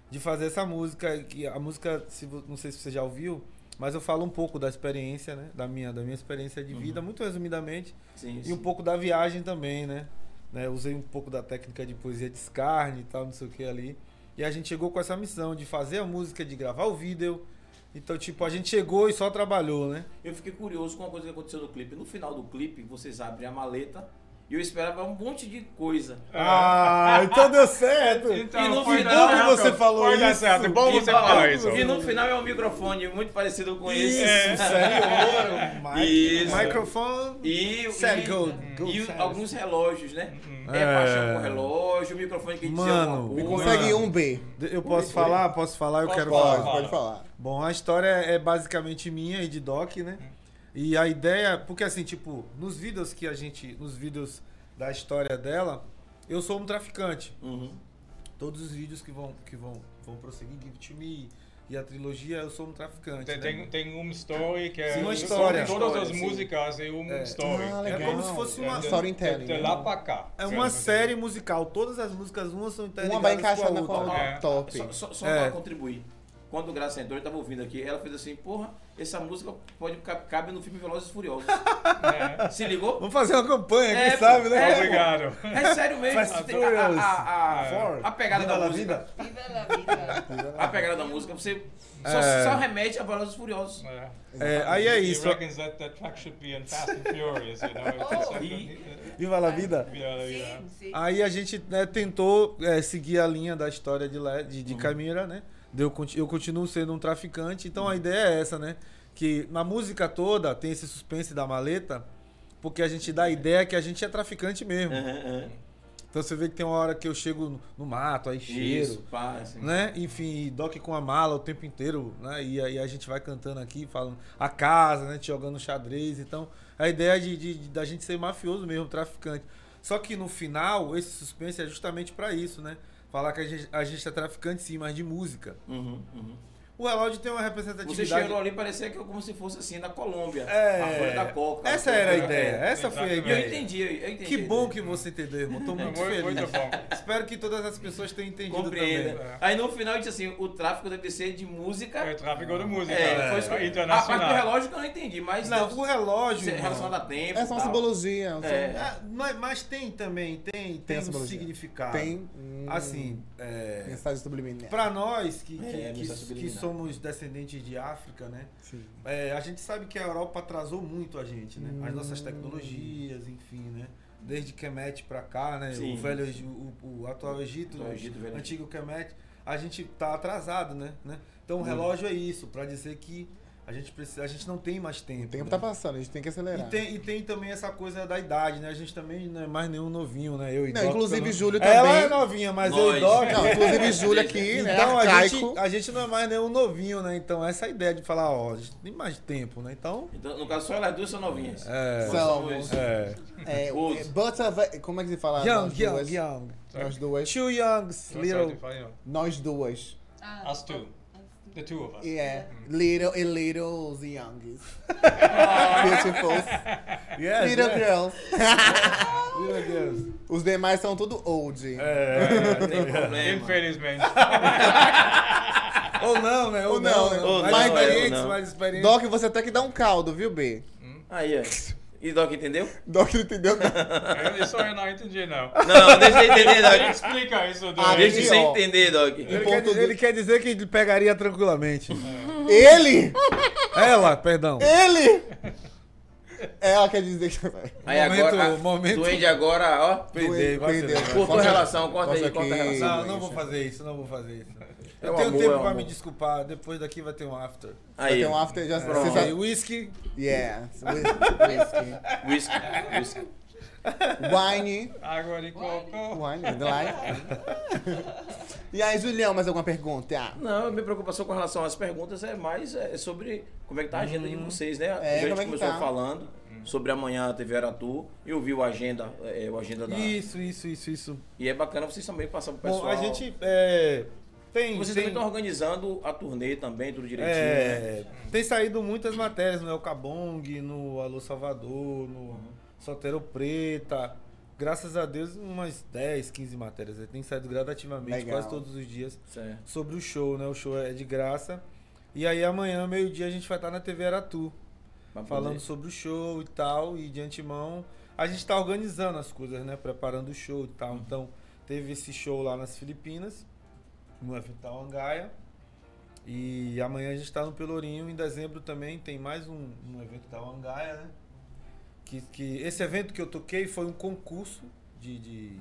Speaker 3: De fazer essa música, que a música, se, vo- não sei se você já ouviu, mas eu falo um pouco da experiência, né? Da minha, da minha experiência
Speaker 1: Uhum.
Speaker 3: de vida, muito resumidamente,
Speaker 1: Sim,
Speaker 3: e
Speaker 1: sim.
Speaker 3: um pouco da viagem também, né? né? eu Usei um pouco da técnica de poesia de escarne e tal, não sei o que ali. E a gente chegou com essa missão de fazer a música, de gravar o vídeo. Então, tipo, a gente chegou e só trabalhou, né?
Speaker 1: Eu fiquei curioso com uma coisa que aconteceu no clipe. No final do clipe, vocês abrem a maleta e eu esperava um monte de coisa.
Speaker 3: Ah, então deu certo!
Speaker 1: E no
Speaker 5: foi
Speaker 1: final
Speaker 5: dar
Speaker 3: que você
Speaker 5: certo.
Speaker 3: falou
Speaker 5: Foi dar
Speaker 3: isso,
Speaker 5: certo. Bom
Speaker 1: e,
Speaker 5: você
Speaker 1: fala-
Speaker 5: falar isso.
Speaker 1: e no final é um microfone muito parecido com
Speaker 3: Isso,
Speaker 1: esse.
Speaker 3: sério ouro, mic-
Speaker 1: Isso.
Speaker 3: microfone.
Speaker 1: E, e,
Speaker 3: Sério, gold, gold,
Speaker 1: e
Speaker 3: sério.
Speaker 1: alguns relógios, né?
Speaker 5: Hum.
Speaker 1: É,
Speaker 3: É.
Speaker 1: paixão com relógio, o microfone que dizia
Speaker 3: Mano,
Speaker 1: alguma
Speaker 3: me
Speaker 1: coisa.
Speaker 2: Consegue um B.
Speaker 3: Eu posso falar? Posso falar? Eu
Speaker 5: Pode
Speaker 3: quero
Speaker 5: falar.
Speaker 2: Pode,
Speaker 3: falar.
Speaker 2: pode falar.
Speaker 3: Bom, a história é basicamente minha e de Doc, né? E a ideia, porque assim, tipo, nos vídeos que a gente, nos vídeos da história dela, eu sou um traficante.
Speaker 1: Uhum.
Speaker 3: Todos os vídeos que vão que vão vão prosseguir Give to Me e a trilogia, eu sou um traficante.
Speaker 5: Tem,
Speaker 3: né?
Speaker 5: tem, tem uma story que é.
Speaker 3: Sim, uma
Speaker 5: to-
Speaker 3: história.
Speaker 5: Todas as
Speaker 1: Sim.
Speaker 5: músicas é uma
Speaker 3: É.
Speaker 5: story.
Speaker 2: Ah,
Speaker 3: é
Speaker 2: legal.
Speaker 3: como se fosse uma
Speaker 5: É,
Speaker 2: storytelling,
Speaker 5: De
Speaker 2: né?
Speaker 5: lá pra cá.
Speaker 3: é uma série musical, todas as músicas umas são interligadas
Speaker 2: Uma vai
Speaker 3: Tá com a
Speaker 2: encaixar na
Speaker 3: outra.
Speaker 2: cola.
Speaker 5: É.
Speaker 2: Top.
Speaker 1: Só, só, só
Speaker 3: É.
Speaker 1: pra contribuir. Quando o Graça entrou, eu tava ouvindo aqui, ela fez assim, porra, essa música pode, ca- cabe no filme Velozes e Furiosos.
Speaker 5: É.
Speaker 1: Se ligou?
Speaker 3: Vamos fazer uma campanha,
Speaker 1: É,
Speaker 3: quem sabe, né?
Speaker 1: é.
Speaker 5: Obrigado.
Speaker 1: É sério mesmo.
Speaker 3: Faz
Speaker 1: Tem
Speaker 3: Furious.
Speaker 1: a, a, a-
Speaker 3: É.
Speaker 1: a pegada
Speaker 3: Viva
Speaker 1: da
Speaker 3: la
Speaker 1: música.
Speaker 3: vida.
Speaker 4: Viva la vida.
Speaker 1: A pegada da música, você só,
Speaker 3: É.
Speaker 1: só remete a Velozes e Furiosos.
Speaker 5: É.
Speaker 3: É, aí é
Speaker 5: He
Speaker 3: isso.
Speaker 5: reckons that that track should be in Fast and Furious, you know. It's
Speaker 4: Oh.
Speaker 5: a-
Speaker 1: E-
Speaker 3: Viva la vida!
Speaker 5: Yeah, yeah.
Speaker 4: Sim, sim.
Speaker 3: Aí a gente né, tentou é, seguir a linha da história de, Le- de, de Camila, né? De Eu, conti- eu continuo sendo um traficante, então a ideia é essa, né? Que na música toda tem esse suspense da maleta, porque a gente dá a ideia que a gente é traficante mesmo.
Speaker 1: Aham, aham.
Speaker 3: Então você vê que tem uma hora que eu chego no, no mato, aí cheiro,
Speaker 1: Isso, pá, assim.
Speaker 3: né? Enfim, e Doc com a mala o tempo inteiro, né? E aí a gente vai cantando aqui, falando a casa, né? Jogando xadrez. Então, a ideia de, de- de- da gente ser mafioso mesmo, traficante. Só que no final, esse suspense é justamente pra isso, né? Falar que a gente, a gente é traficante sim, mas de música.
Speaker 1: Uhum, uhum.
Speaker 3: O relógio tem uma
Speaker 1: Você
Speaker 3: representatividade.
Speaker 1: cheirou ali, parecia que eu- como se fosse assim na Colômbia.
Speaker 3: É.
Speaker 1: A folha da coca.
Speaker 3: Essa era a
Speaker 1: É.
Speaker 3: ideia, essa foi a
Speaker 1: E eu
Speaker 3: ideia.
Speaker 1: entendi, eu entendi.
Speaker 3: Que bom
Speaker 1: entendi.
Speaker 3: que você entendeu, irmão. Tô muito
Speaker 5: Muito, muito
Speaker 3: feliz.
Speaker 5: bom.
Speaker 3: Espero que todas as pessoas tenham entendido
Speaker 1: Compreenda.
Speaker 3: também.
Speaker 5: É.
Speaker 1: né? Aí no final eu disse assim: o tráfico deve ser de música.
Speaker 5: É tráfego de música. né?
Speaker 1: É, foi isso que eu- A parte do
Speaker 5: internacional.
Speaker 1: relógio que eu não entendi, mas
Speaker 3: Não, o relógio.
Speaker 1: deve ser
Speaker 3: irmão,
Speaker 1: relacionado a tempo.
Speaker 2: Essa é
Speaker 3: tá.
Speaker 2: uma
Speaker 1: tal.
Speaker 2: simbologia.
Speaker 1: É.
Speaker 3: Ah, mas, mas tem também, tem, tem,
Speaker 2: a
Speaker 3: um
Speaker 2: simbologia.
Speaker 3: significado.
Speaker 2: Tem hum,
Speaker 3: Assim, é,
Speaker 2: mensagem né? subliminar.
Speaker 3: para nós que, que,
Speaker 1: É,
Speaker 3: que-
Speaker 1: mensagem
Speaker 3: que
Speaker 1: subliminar.
Speaker 3: somos descendentes de África, né?
Speaker 2: Sim.
Speaker 3: É, a gente sabe que a Europa atrasou muito a gente, né? As nossas tecnologias, enfim, né? Desde Kemet pra cá, né?
Speaker 1: Sim.
Speaker 3: O velho, Egi- o, o atual Egito,
Speaker 1: Atual Egito,
Speaker 3: o
Speaker 1: velho
Speaker 3: antigo Kemet. a gente tá atrasado, né? né? Então
Speaker 1: Hum.
Speaker 3: o relógio é isso, para dizer que a gente precisa, a gente não tem mais tempo.
Speaker 2: O tempo
Speaker 3: né?
Speaker 2: tá passando, a gente tem que acelerar.
Speaker 3: E tem, e tem também essa coisa da idade, né? A gente também não é mais nenhum novinho, né? Eu e
Speaker 2: Não,
Speaker 3: Doc,
Speaker 2: inclusive
Speaker 3: pelo-
Speaker 2: Júlio
Speaker 3: Ela
Speaker 2: também.
Speaker 3: é novinha, mas eu
Speaker 1: Nós.
Speaker 3: e Doc. é,
Speaker 2: Não, inclusive Júlio aqui, né?
Speaker 3: Então a
Speaker 2: arcaico.
Speaker 3: gente, a gente não é mais nenhum novinho, né? Então essa ideia de falar, ó, a gente tem mais tempo, né? Então.
Speaker 1: Então, no caso, só elas duas são novinhas.
Speaker 3: É.
Speaker 2: São,
Speaker 1: Nós.
Speaker 3: É.
Speaker 2: É, o- é,
Speaker 1: Outro.
Speaker 2: Butterve- Como é que se fala?
Speaker 3: Young,
Speaker 2: nós duas.
Speaker 3: young, young.
Speaker 2: Nós duas.
Speaker 3: Two youngs,
Speaker 5: That's how I
Speaker 3: little.
Speaker 5: define it.
Speaker 2: Nós duas.
Speaker 4: Ah,
Speaker 5: Us two. The two of us.
Speaker 2: Yeah.
Speaker 3: Uhum.
Speaker 2: Little and little the youngest. Beautifuls.
Speaker 3: Yes,
Speaker 2: Little
Speaker 3: yes.
Speaker 2: girls.
Speaker 3: Little girls.
Speaker 2: Os demais são tudo old.
Speaker 3: É.
Speaker 1: Não tem
Speaker 5: In
Speaker 1: problema.
Speaker 5: fairness, man.
Speaker 3: Ou não, né? Ou,
Speaker 2: Ou
Speaker 3: não,
Speaker 2: não,
Speaker 3: né?
Speaker 1: ou
Speaker 3: mais
Speaker 1: não,
Speaker 3: experientes,
Speaker 1: ou não.
Speaker 3: mais experientes.
Speaker 2: Doc, você até que dá um caldo, viu, B?
Speaker 1: Aí, ó. E Doc entendeu?
Speaker 2: Doc não entendeu nada.
Speaker 5: Eu só eu não entendi, não.
Speaker 1: Não, deixa eu entender, Doc.
Speaker 5: Explica isso.
Speaker 2: Ah,
Speaker 5: Doc.
Speaker 1: Deixa
Speaker 2: Aqui,
Speaker 1: você
Speaker 2: ó.
Speaker 1: entender, Doc.
Speaker 3: Ele,
Speaker 2: Em
Speaker 3: quer,
Speaker 2: português.
Speaker 3: ele quer dizer que ele pegaria tranquilamente.
Speaker 2: Ele!
Speaker 3: Ela, perdão.
Speaker 2: Ele! É, Ela quer dizer que.
Speaker 1: Aí
Speaker 3: Momento- um
Speaker 1: agora, ah,
Speaker 3: momento.
Speaker 1: doente agora, ó.
Speaker 3: Peidei, vai
Speaker 2: Peidei.
Speaker 3: peidar.
Speaker 1: Cortou
Speaker 2: Corta-
Speaker 1: a relação, corta aí,
Speaker 2: corta
Speaker 1: corta a
Speaker 2: aqui.
Speaker 1: relação.
Speaker 3: Não, não vou fazer isso, não vou fazer isso. Eu
Speaker 1: um
Speaker 3: tenho
Speaker 1: amor,
Speaker 3: tempo
Speaker 1: é um
Speaker 3: pra me
Speaker 1: amor.
Speaker 3: desculpar, depois daqui vai ter um after.
Speaker 1: Aí,
Speaker 2: Tem um after já.
Speaker 1: Pronto.
Speaker 2: Você
Speaker 3: Aí,
Speaker 2: sabe...
Speaker 3: whisky,
Speaker 2: Yeah. Whisky.
Speaker 1: whisky, whisky.
Speaker 2: Wine.
Speaker 5: Água de coco.
Speaker 2: Wine. Life. E aí, Julião, mais alguma pergunta? Ah.
Speaker 1: Não, minha preocupação com relação às perguntas é mais é, sobre como é que tá a agenda de
Speaker 3: Uhum.
Speaker 1: vocês, né?
Speaker 2: É,
Speaker 1: a gente
Speaker 2: como é que
Speaker 1: começou
Speaker 2: tá?
Speaker 1: falando sobre amanhã a TV Aratu, eu vi o agenda, é, o agenda da... E...
Speaker 3: Isso, isso, isso, isso.
Speaker 1: é bacana vocês também passar pro pessoal.
Speaker 3: Bom, a gente é, tem.
Speaker 1: Vocês
Speaker 3: tem,
Speaker 1: também estão organizando a turnê também, tudo direitinho, né?
Speaker 3: é, tem saído muitas matérias no El Cabong, no Alô Salvador, no Sotero Preta. Graças a Deus, umas 10, 15 matérias. né? Tem saído gradativamente,
Speaker 2: Legal.
Speaker 3: quase todos os dias.
Speaker 1: Certo.
Speaker 3: sobre o show, né? O show é de graça. E aí amanhã, meio-dia, a gente vai estar na TV Aratu,
Speaker 1: Pra poder-
Speaker 3: falando sobre o show e tal. E de antemão, a gente está organizando as coisas, né? Preparando o show e tal. Então, teve esse show lá nas Filipinas, no Evental Angaia. E amanhã a gente está no Pelourinho. Em dezembro também tem mais um, um evento da Wangaia, né? Que, que esse evento que eu toquei foi um concurso de, de,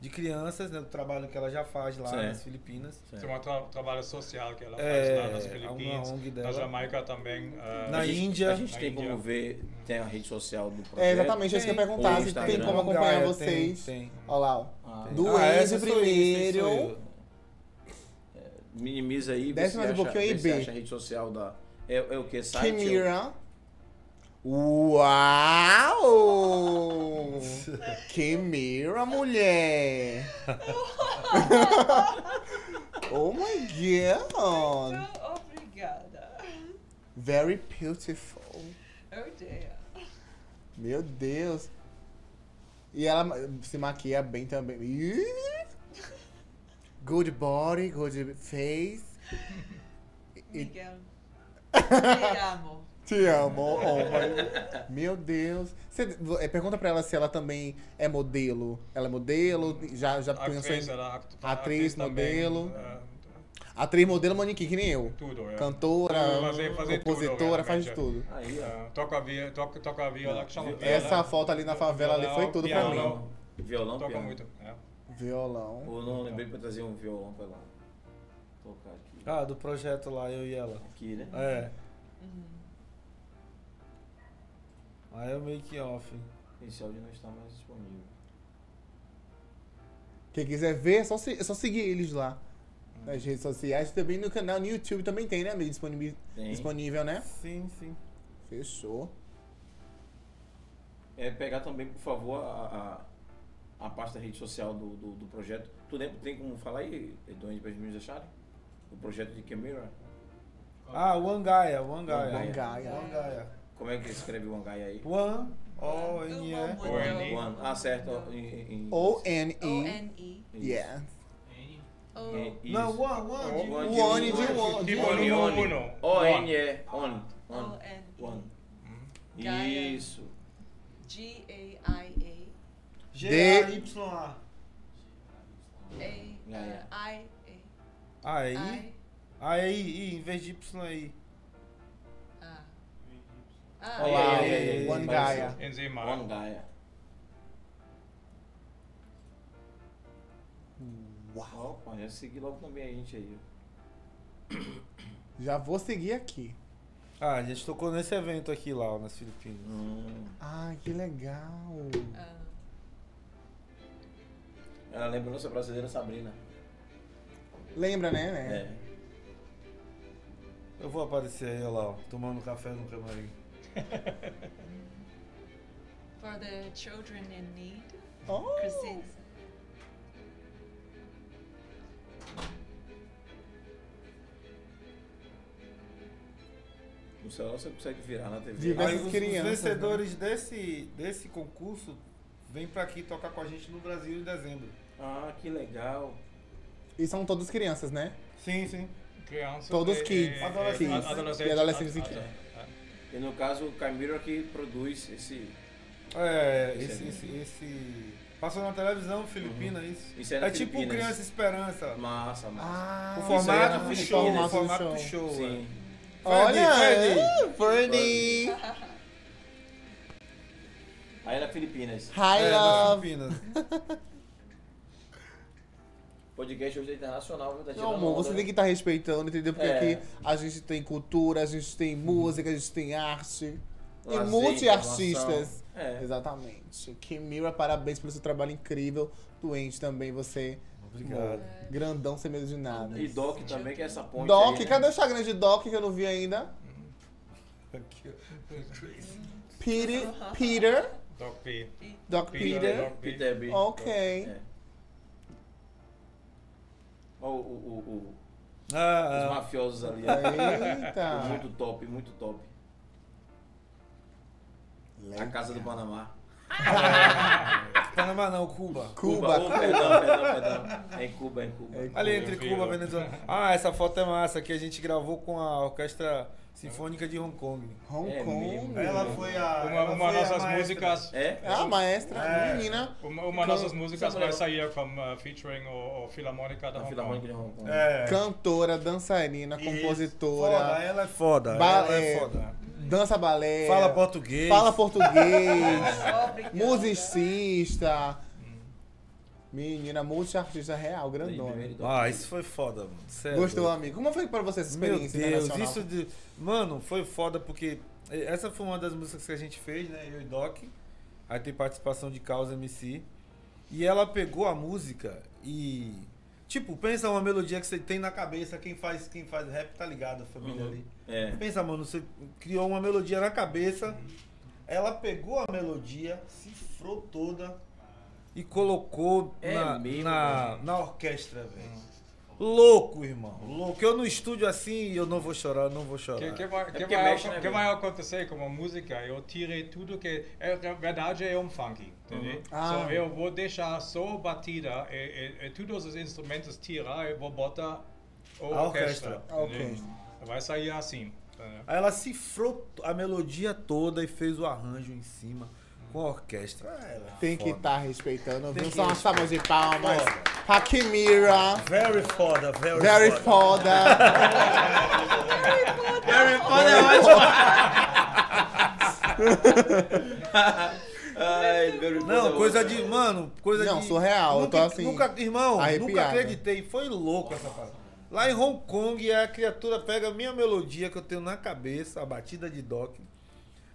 Speaker 3: de crianças, né? Do trabalho que ela já faz lá
Speaker 1: Certo.
Speaker 3: nas Filipinas.
Speaker 5: Tem um tra trabalho social que ela faz
Speaker 3: É,
Speaker 5: lá nas
Speaker 3: há uma
Speaker 5: Filipinas,
Speaker 3: ONG
Speaker 5: na
Speaker 3: dela.
Speaker 5: Jamaica também. ah,
Speaker 3: Na
Speaker 1: A gente-
Speaker 3: Índia.
Speaker 1: A gente
Speaker 5: Na
Speaker 1: tem como
Speaker 5: Índia.
Speaker 1: ver, tem a rede social do projeto.
Speaker 2: É exatamente isso que eu ia
Speaker 3: Tem.
Speaker 2: perguntar.
Speaker 1: Ou
Speaker 2: Se tem
Speaker 1: Instagram.
Speaker 2: como acompanhar
Speaker 3: Gaia,
Speaker 2: vocês.
Speaker 3: Tem, tem.
Speaker 2: Olha lá, ó.
Speaker 1: Ah,
Speaker 3: tem.
Speaker 2: Do Enzo
Speaker 3: esse sou eu, esse sou
Speaker 2: primeiro.
Speaker 3: eu.
Speaker 1: É, Minimiza aí, vê
Speaker 2: Desce
Speaker 1: se
Speaker 2: mais um
Speaker 1: acha,
Speaker 2: pouquinho aí,
Speaker 1: vê se
Speaker 2: B.
Speaker 1: acha a rede social da... É, é o que? Site?
Speaker 2: Kimira. Uau! Kimira, mulher! oh my god!
Speaker 4: Muito obrigada.
Speaker 2: Very beautiful.
Speaker 4: Oh dear.
Speaker 2: Meu Deus. E ela se maquia bem também. Ih! Good body, good face. E-
Speaker 4: Miguel. Te amo.
Speaker 2: Te amo, oh my- Meu Deus. Você- é, pergunta pra ela se ela também é modelo. Ela é modelo, já, já pensou
Speaker 5: Atriz,
Speaker 2: em...
Speaker 5: ela act-
Speaker 2: atriz,
Speaker 5: também,
Speaker 2: modelo.
Speaker 5: ah,
Speaker 2: Atriz, modelo, manequim, que nem eu.
Speaker 5: tudo, é.
Speaker 2: Cantora,
Speaker 5: Fazer- fazer tudo,
Speaker 2: compositora, faz de
Speaker 5: realmente.
Speaker 2: tudo.
Speaker 1: Aí, ó.
Speaker 5: Ah, toca a viola, toca, toca a viola, que chama
Speaker 2: Essa
Speaker 5: viola.
Speaker 2: foto ali na favela ali foi tudo pra
Speaker 5: Violão.
Speaker 2: mim.
Speaker 1: Violão,
Speaker 5: Toca
Speaker 1: piano.
Speaker 5: muito. é.
Speaker 2: Violão.
Speaker 1: Ou não, lembrei pra trazer um violão pra lá. Tocar aqui.
Speaker 3: Ah, do projeto lá, eu e ela.
Speaker 1: Aqui, né?
Speaker 3: É. Aí é o make-off.
Speaker 2: É.
Speaker 1: Esse áudio não está mais disponível.
Speaker 2: Quem quiser ver, é só, se- é só seguir eles lá. Nas redes sociais, também no canal no YouTube também tem, né, amigo? Disponível,
Speaker 1: Tem.
Speaker 2: disponível né?
Speaker 3: Sim, sim.
Speaker 2: Fechou.
Speaker 1: É, pegar também, por favor, a, a, a parte da rede social do, do, do projeto. Tu lembra, tem como falar aí, Edonde, pra meninos acharem? O projeto de Camera?
Speaker 3: Ah, Wangaia, Wangaia.
Speaker 1: Wangaia.
Speaker 2: Gaia.
Speaker 3: Wangaia.
Speaker 1: Como é que escreve o Angai aí?
Speaker 3: One, O-N-E.
Speaker 5: O-N-E.
Speaker 1: One. Ah, certo. ó, Em, em,
Speaker 2: O-N-E.
Speaker 4: O-N-E.
Speaker 1: isso.
Speaker 2: Yeah.
Speaker 4: O-
Speaker 1: É, isso.
Speaker 3: Não, One, One.
Speaker 1: One,
Speaker 2: O One de One.
Speaker 5: Tipo,
Speaker 1: One,
Speaker 5: One,
Speaker 1: One.
Speaker 5: Uno.
Speaker 1: O-N-E. On. On. One.
Speaker 4: O-N-E. Oh, Gaia.
Speaker 1: Isso.
Speaker 4: G-A-I-A.
Speaker 3: G-A-Y-A.
Speaker 4: A-
Speaker 1: Gaia.
Speaker 4: I- A-
Speaker 3: Aí,
Speaker 4: I-
Speaker 3: aí, I, em vez de Y, aí.
Speaker 4: Ah.
Speaker 2: Olha
Speaker 4: Ah.
Speaker 2: lá,
Speaker 1: Ei, ei, ei,
Speaker 2: One
Speaker 1: ei,
Speaker 2: Gaia.
Speaker 5: Enzima.
Speaker 1: um On Gaia.
Speaker 2: Uau!
Speaker 1: Opa, já segui logo também a gente aí.
Speaker 2: Já vou seguir aqui.
Speaker 3: Ah, a gente tocou nesse evento aqui lá, nas Filipinas.
Speaker 1: Hum.
Speaker 2: Ah, que legal.
Speaker 4: Ah,
Speaker 1: Ela lembra nossa brasileira Sabrina.
Speaker 2: Lembra, né?
Speaker 1: É.
Speaker 3: Eu vou aparecer aí, olha lá, ó, tomando café no camarim.
Speaker 4: for the children in need,
Speaker 2: Oh.
Speaker 4: Christine.
Speaker 1: No celular você consegue virar na TV.
Speaker 2: Diversas
Speaker 3: Aí os, os
Speaker 2: crianças,
Speaker 3: vencedores desse, desse concurso vêm pra aqui tocar com a gente no Brasil em dezembro.
Speaker 1: Ah, que legal.
Speaker 2: E são todas crianças, né?
Speaker 3: Sim, sim.
Speaker 5: Crianças
Speaker 2: Todos
Speaker 5: e-
Speaker 2: kids,
Speaker 5: e-
Speaker 2: adolescentes.
Speaker 5: ad- adolescentes,
Speaker 2: E adolescentes
Speaker 5: ad-
Speaker 2: e-
Speaker 5: ad-
Speaker 1: E no caso, o Camilo é que produz esse.
Speaker 3: É,
Speaker 1: Isso
Speaker 3: esse,
Speaker 1: é
Speaker 3: esse, esse- Passou na televisão, Filipina,
Speaker 6: Uhum.
Speaker 3: isso.
Speaker 1: Isso é na
Speaker 3: é tipo
Speaker 1: Filipinas.
Speaker 3: Criança Esperança.
Speaker 1: Massa, massa.
Speaker 2: Ah,
Speaker 6: é
Speaker 3: o
Speaker 1: isso aí era né? na
Speaker 3: formato do
Speaker 1: Filipinas.
Speaker 3: show, o
Speaker 6: né?
Speaker 2: Formato do
Speaker 3: formato
Speaker 2: show.
Speaker 3: do show.
Speaker 1: Sim.
Speaker 3: é.
Speaker 2: Olha,
Speaker 3: Ferdi, Ferdi.
Speaker 2: é, Ferdi.
Speaker 1: Aí na Filipinas.
Speaker 2: Hi,
Speaker 3: É, das
Speaker 2: love.
Speaker 3: Filipinas.
Speaker 1: Podcast hoje é internacional, viu? Tá
Speaker 2: Não,
Speaker 1: tirando
Speaker 2: amor,
Speaker 1: onda.
Speaker 2: você tem que estar respeitando, entendeu? Porque
Speaker 1: É.
Speaker 2: aqui a gente tem cultura, a gente tem música, a gente tem arte.
Speaker 1: Lazer,
Speaker 2: e multi-artistas.
Speaker 1: informação. É.
Speaker 2: Exatamente. Kimira, parabéns pelo seu trabalho incrível. Doente também, você.
Speaker 3: Obrigado.
Speaker 2: Amor, Grandão, sem medo de nada.
Speaker 1: E Doc também, que é essa ponte.
Speaker 2: Doc,
Speaker 1: aí, né?
Speaker 2: cadê o Instagram de Doc que eu não vi ainda?
Speaker 3: tá Aqui, ó.
Speaker 2: Peter, Peter,
Speaker 5: Doc P.
Speaker 2: Doc
Speaker 5: Peter,
Speaker 2: Peter.
Speaker 5: Doc P.
Speaker 1: Peter B.
Speaker 2: Ok.
Speaker 1: É. Ó, o, o, o- os
Speaker 3: Ah, ah.
Speaker 1: mafiosos ali.
Speaker 2: Eita.
Speaker 1: Muito top, muito top. A Casa do Panamá.
Speaker 3: Panamá não, Cuba.
Speaker 2: Cuba.
Speaker 1: Oh, perdão, perdão, perdão. É em Cuba, é em Cuba.
Speaker 2: É.
Speaker 3: Ali
Speaker 5: Meu
Speaker 3: entre
Speaker 5: filho.
Speaker 3: Cuba e Venezuela. Ah, essa foto é massa, que a gente gravou com a Orquestra Sinfônica de Hong Kong.
Speaker 2: Hong
Speaker 1: É
Speaker 2: Kong.
Speaker 1: mesmo.
Speaker 6: Ela foi a.
Speaker 5: Uma,
Speaker 6: ela
Speaker 5: uma
Speaker 6: foi a
Speaker 5: nossas
Speaker 6: maestra.
Speaker 5: músicas.
Speaker 1: É?
Speaker 2: Ah, maestra,
Speaker 6: É.
Speaker 2: menina.
Speaker 5: Uma, uma nossas músicas
Speaker 1: Samuel.
Speaker 5: vai sair com uh, featuring o, o Filarmônica da
Speaker 1: Na
Speaker 5: Hong
Speaker 1: Filarmônica
Speaker 5: Kong.
Speaker 1: de Hong Kong.
Speaker 6: É.
Speaker 2: Cantora, dançarina,
Speaker 6: Isso.
Speaker 2: compositora.
Speaker 3: Foda, ela é foda.
Speaker 2: Ba-
Speaker 3: ela é
Speaker 2: é.
Speaker 3: foda.
Speaker 2: Dança balé.
Speaker 3: Fala português.
Speaker 2: Fala português.
Speaker 4: Obrigada.
Speaker 2: musicista. Menina, multi-artista real, grandona.
Speaker 1: Primeiro Doc.
Speaker 3: Ah, isso foi foda, mano. é Sério.
Speaker 2: Gostou, amigo? Como foi pra você essa
Speaker 3: Meu
Speaker 2: experiência
Speaker 3: Deus,
Speaker 2: internacional?
Speaker 3: isso de. Mano, foi foda porque essa foi uma das músicas que a gente fez, né? Eu e Doc. Aí tem participação de Causa MC. E ela pegou a música e. Tipo, pensa uma melodia que você tem na cabeça. Quem faz, quem faz rap tá ligado, a família ali.
Speaker 1: É.
Speaker 3: Pensa, mano, você criou uma melodia na cabeça. Ela pegou a melodia, cifrou toda e colocou
Speaker 1: É
Speaker 3: na,
Speaker 1: mesmo,
Speaker 3: na, na orquestra, velho. Louco, irmão. Louco. Eu no estúdio assim, eu não vou chorar, eu não vou chorar.
Speaker 1: é
Speaker 5: Que, que, vai, que,
Speaker 1: porque
Speaker 5: vai,
Speaker 1: mexe, né,
Speaker 5: que
Speaker 1: velho?
Speaker 5: vai acontecer como música? Eu tirei tudo que. É, na verdade, é um funk, entendeu?
Speaker 2: Ah.
Speaker 5: So, eu vou deixar só batida, e, e, e todos os instrumentos tirar, eu vou botar a
Speaker 3: A
Speaker 5: orquestra.
Speaker 3: orquestra.
Speaker 2: A
Speaker 5: entendeu? Vai sair assim. entendeu?
Speaker 3: Aí ela cifrou a melodia toda e fez o arranjo em cima com a orquestra.
Speaker 2: Tem que estar respeitando,
Speaker 3: Tem
Speaker 2: viu?
Speaker 3: que
Speaker 2: Só uma
Speaker 3: respeitar.
Speaker 2: salva de palmas.
Speaker 3: Foda.
Speaker 2: Hakimira.
Speaker 3: Very foda, very,
Speaker 2: Very foda.
Speaker 1: Harry Potter é ótimo. Ai, Harry Potter é
Speaker 3: Não, coisa
Speaker 1: ótimo.
Speaker 3: de. Mano, coisa
Speaker 2: Não,
Speaker 3: de.
Speaker 2: surreal, eu
Speaker 3: Nunca,
Speaker 2: tô assim,
Speaker 3: Nunca, irmão, nunca
Speaker 2: arrepiado.
Speaker 3: acreditei. Foi louco essa parada. Lá em Hong Kong, a criatura pega a minha melodia que eu tenho na cabeça, a batida de Doc.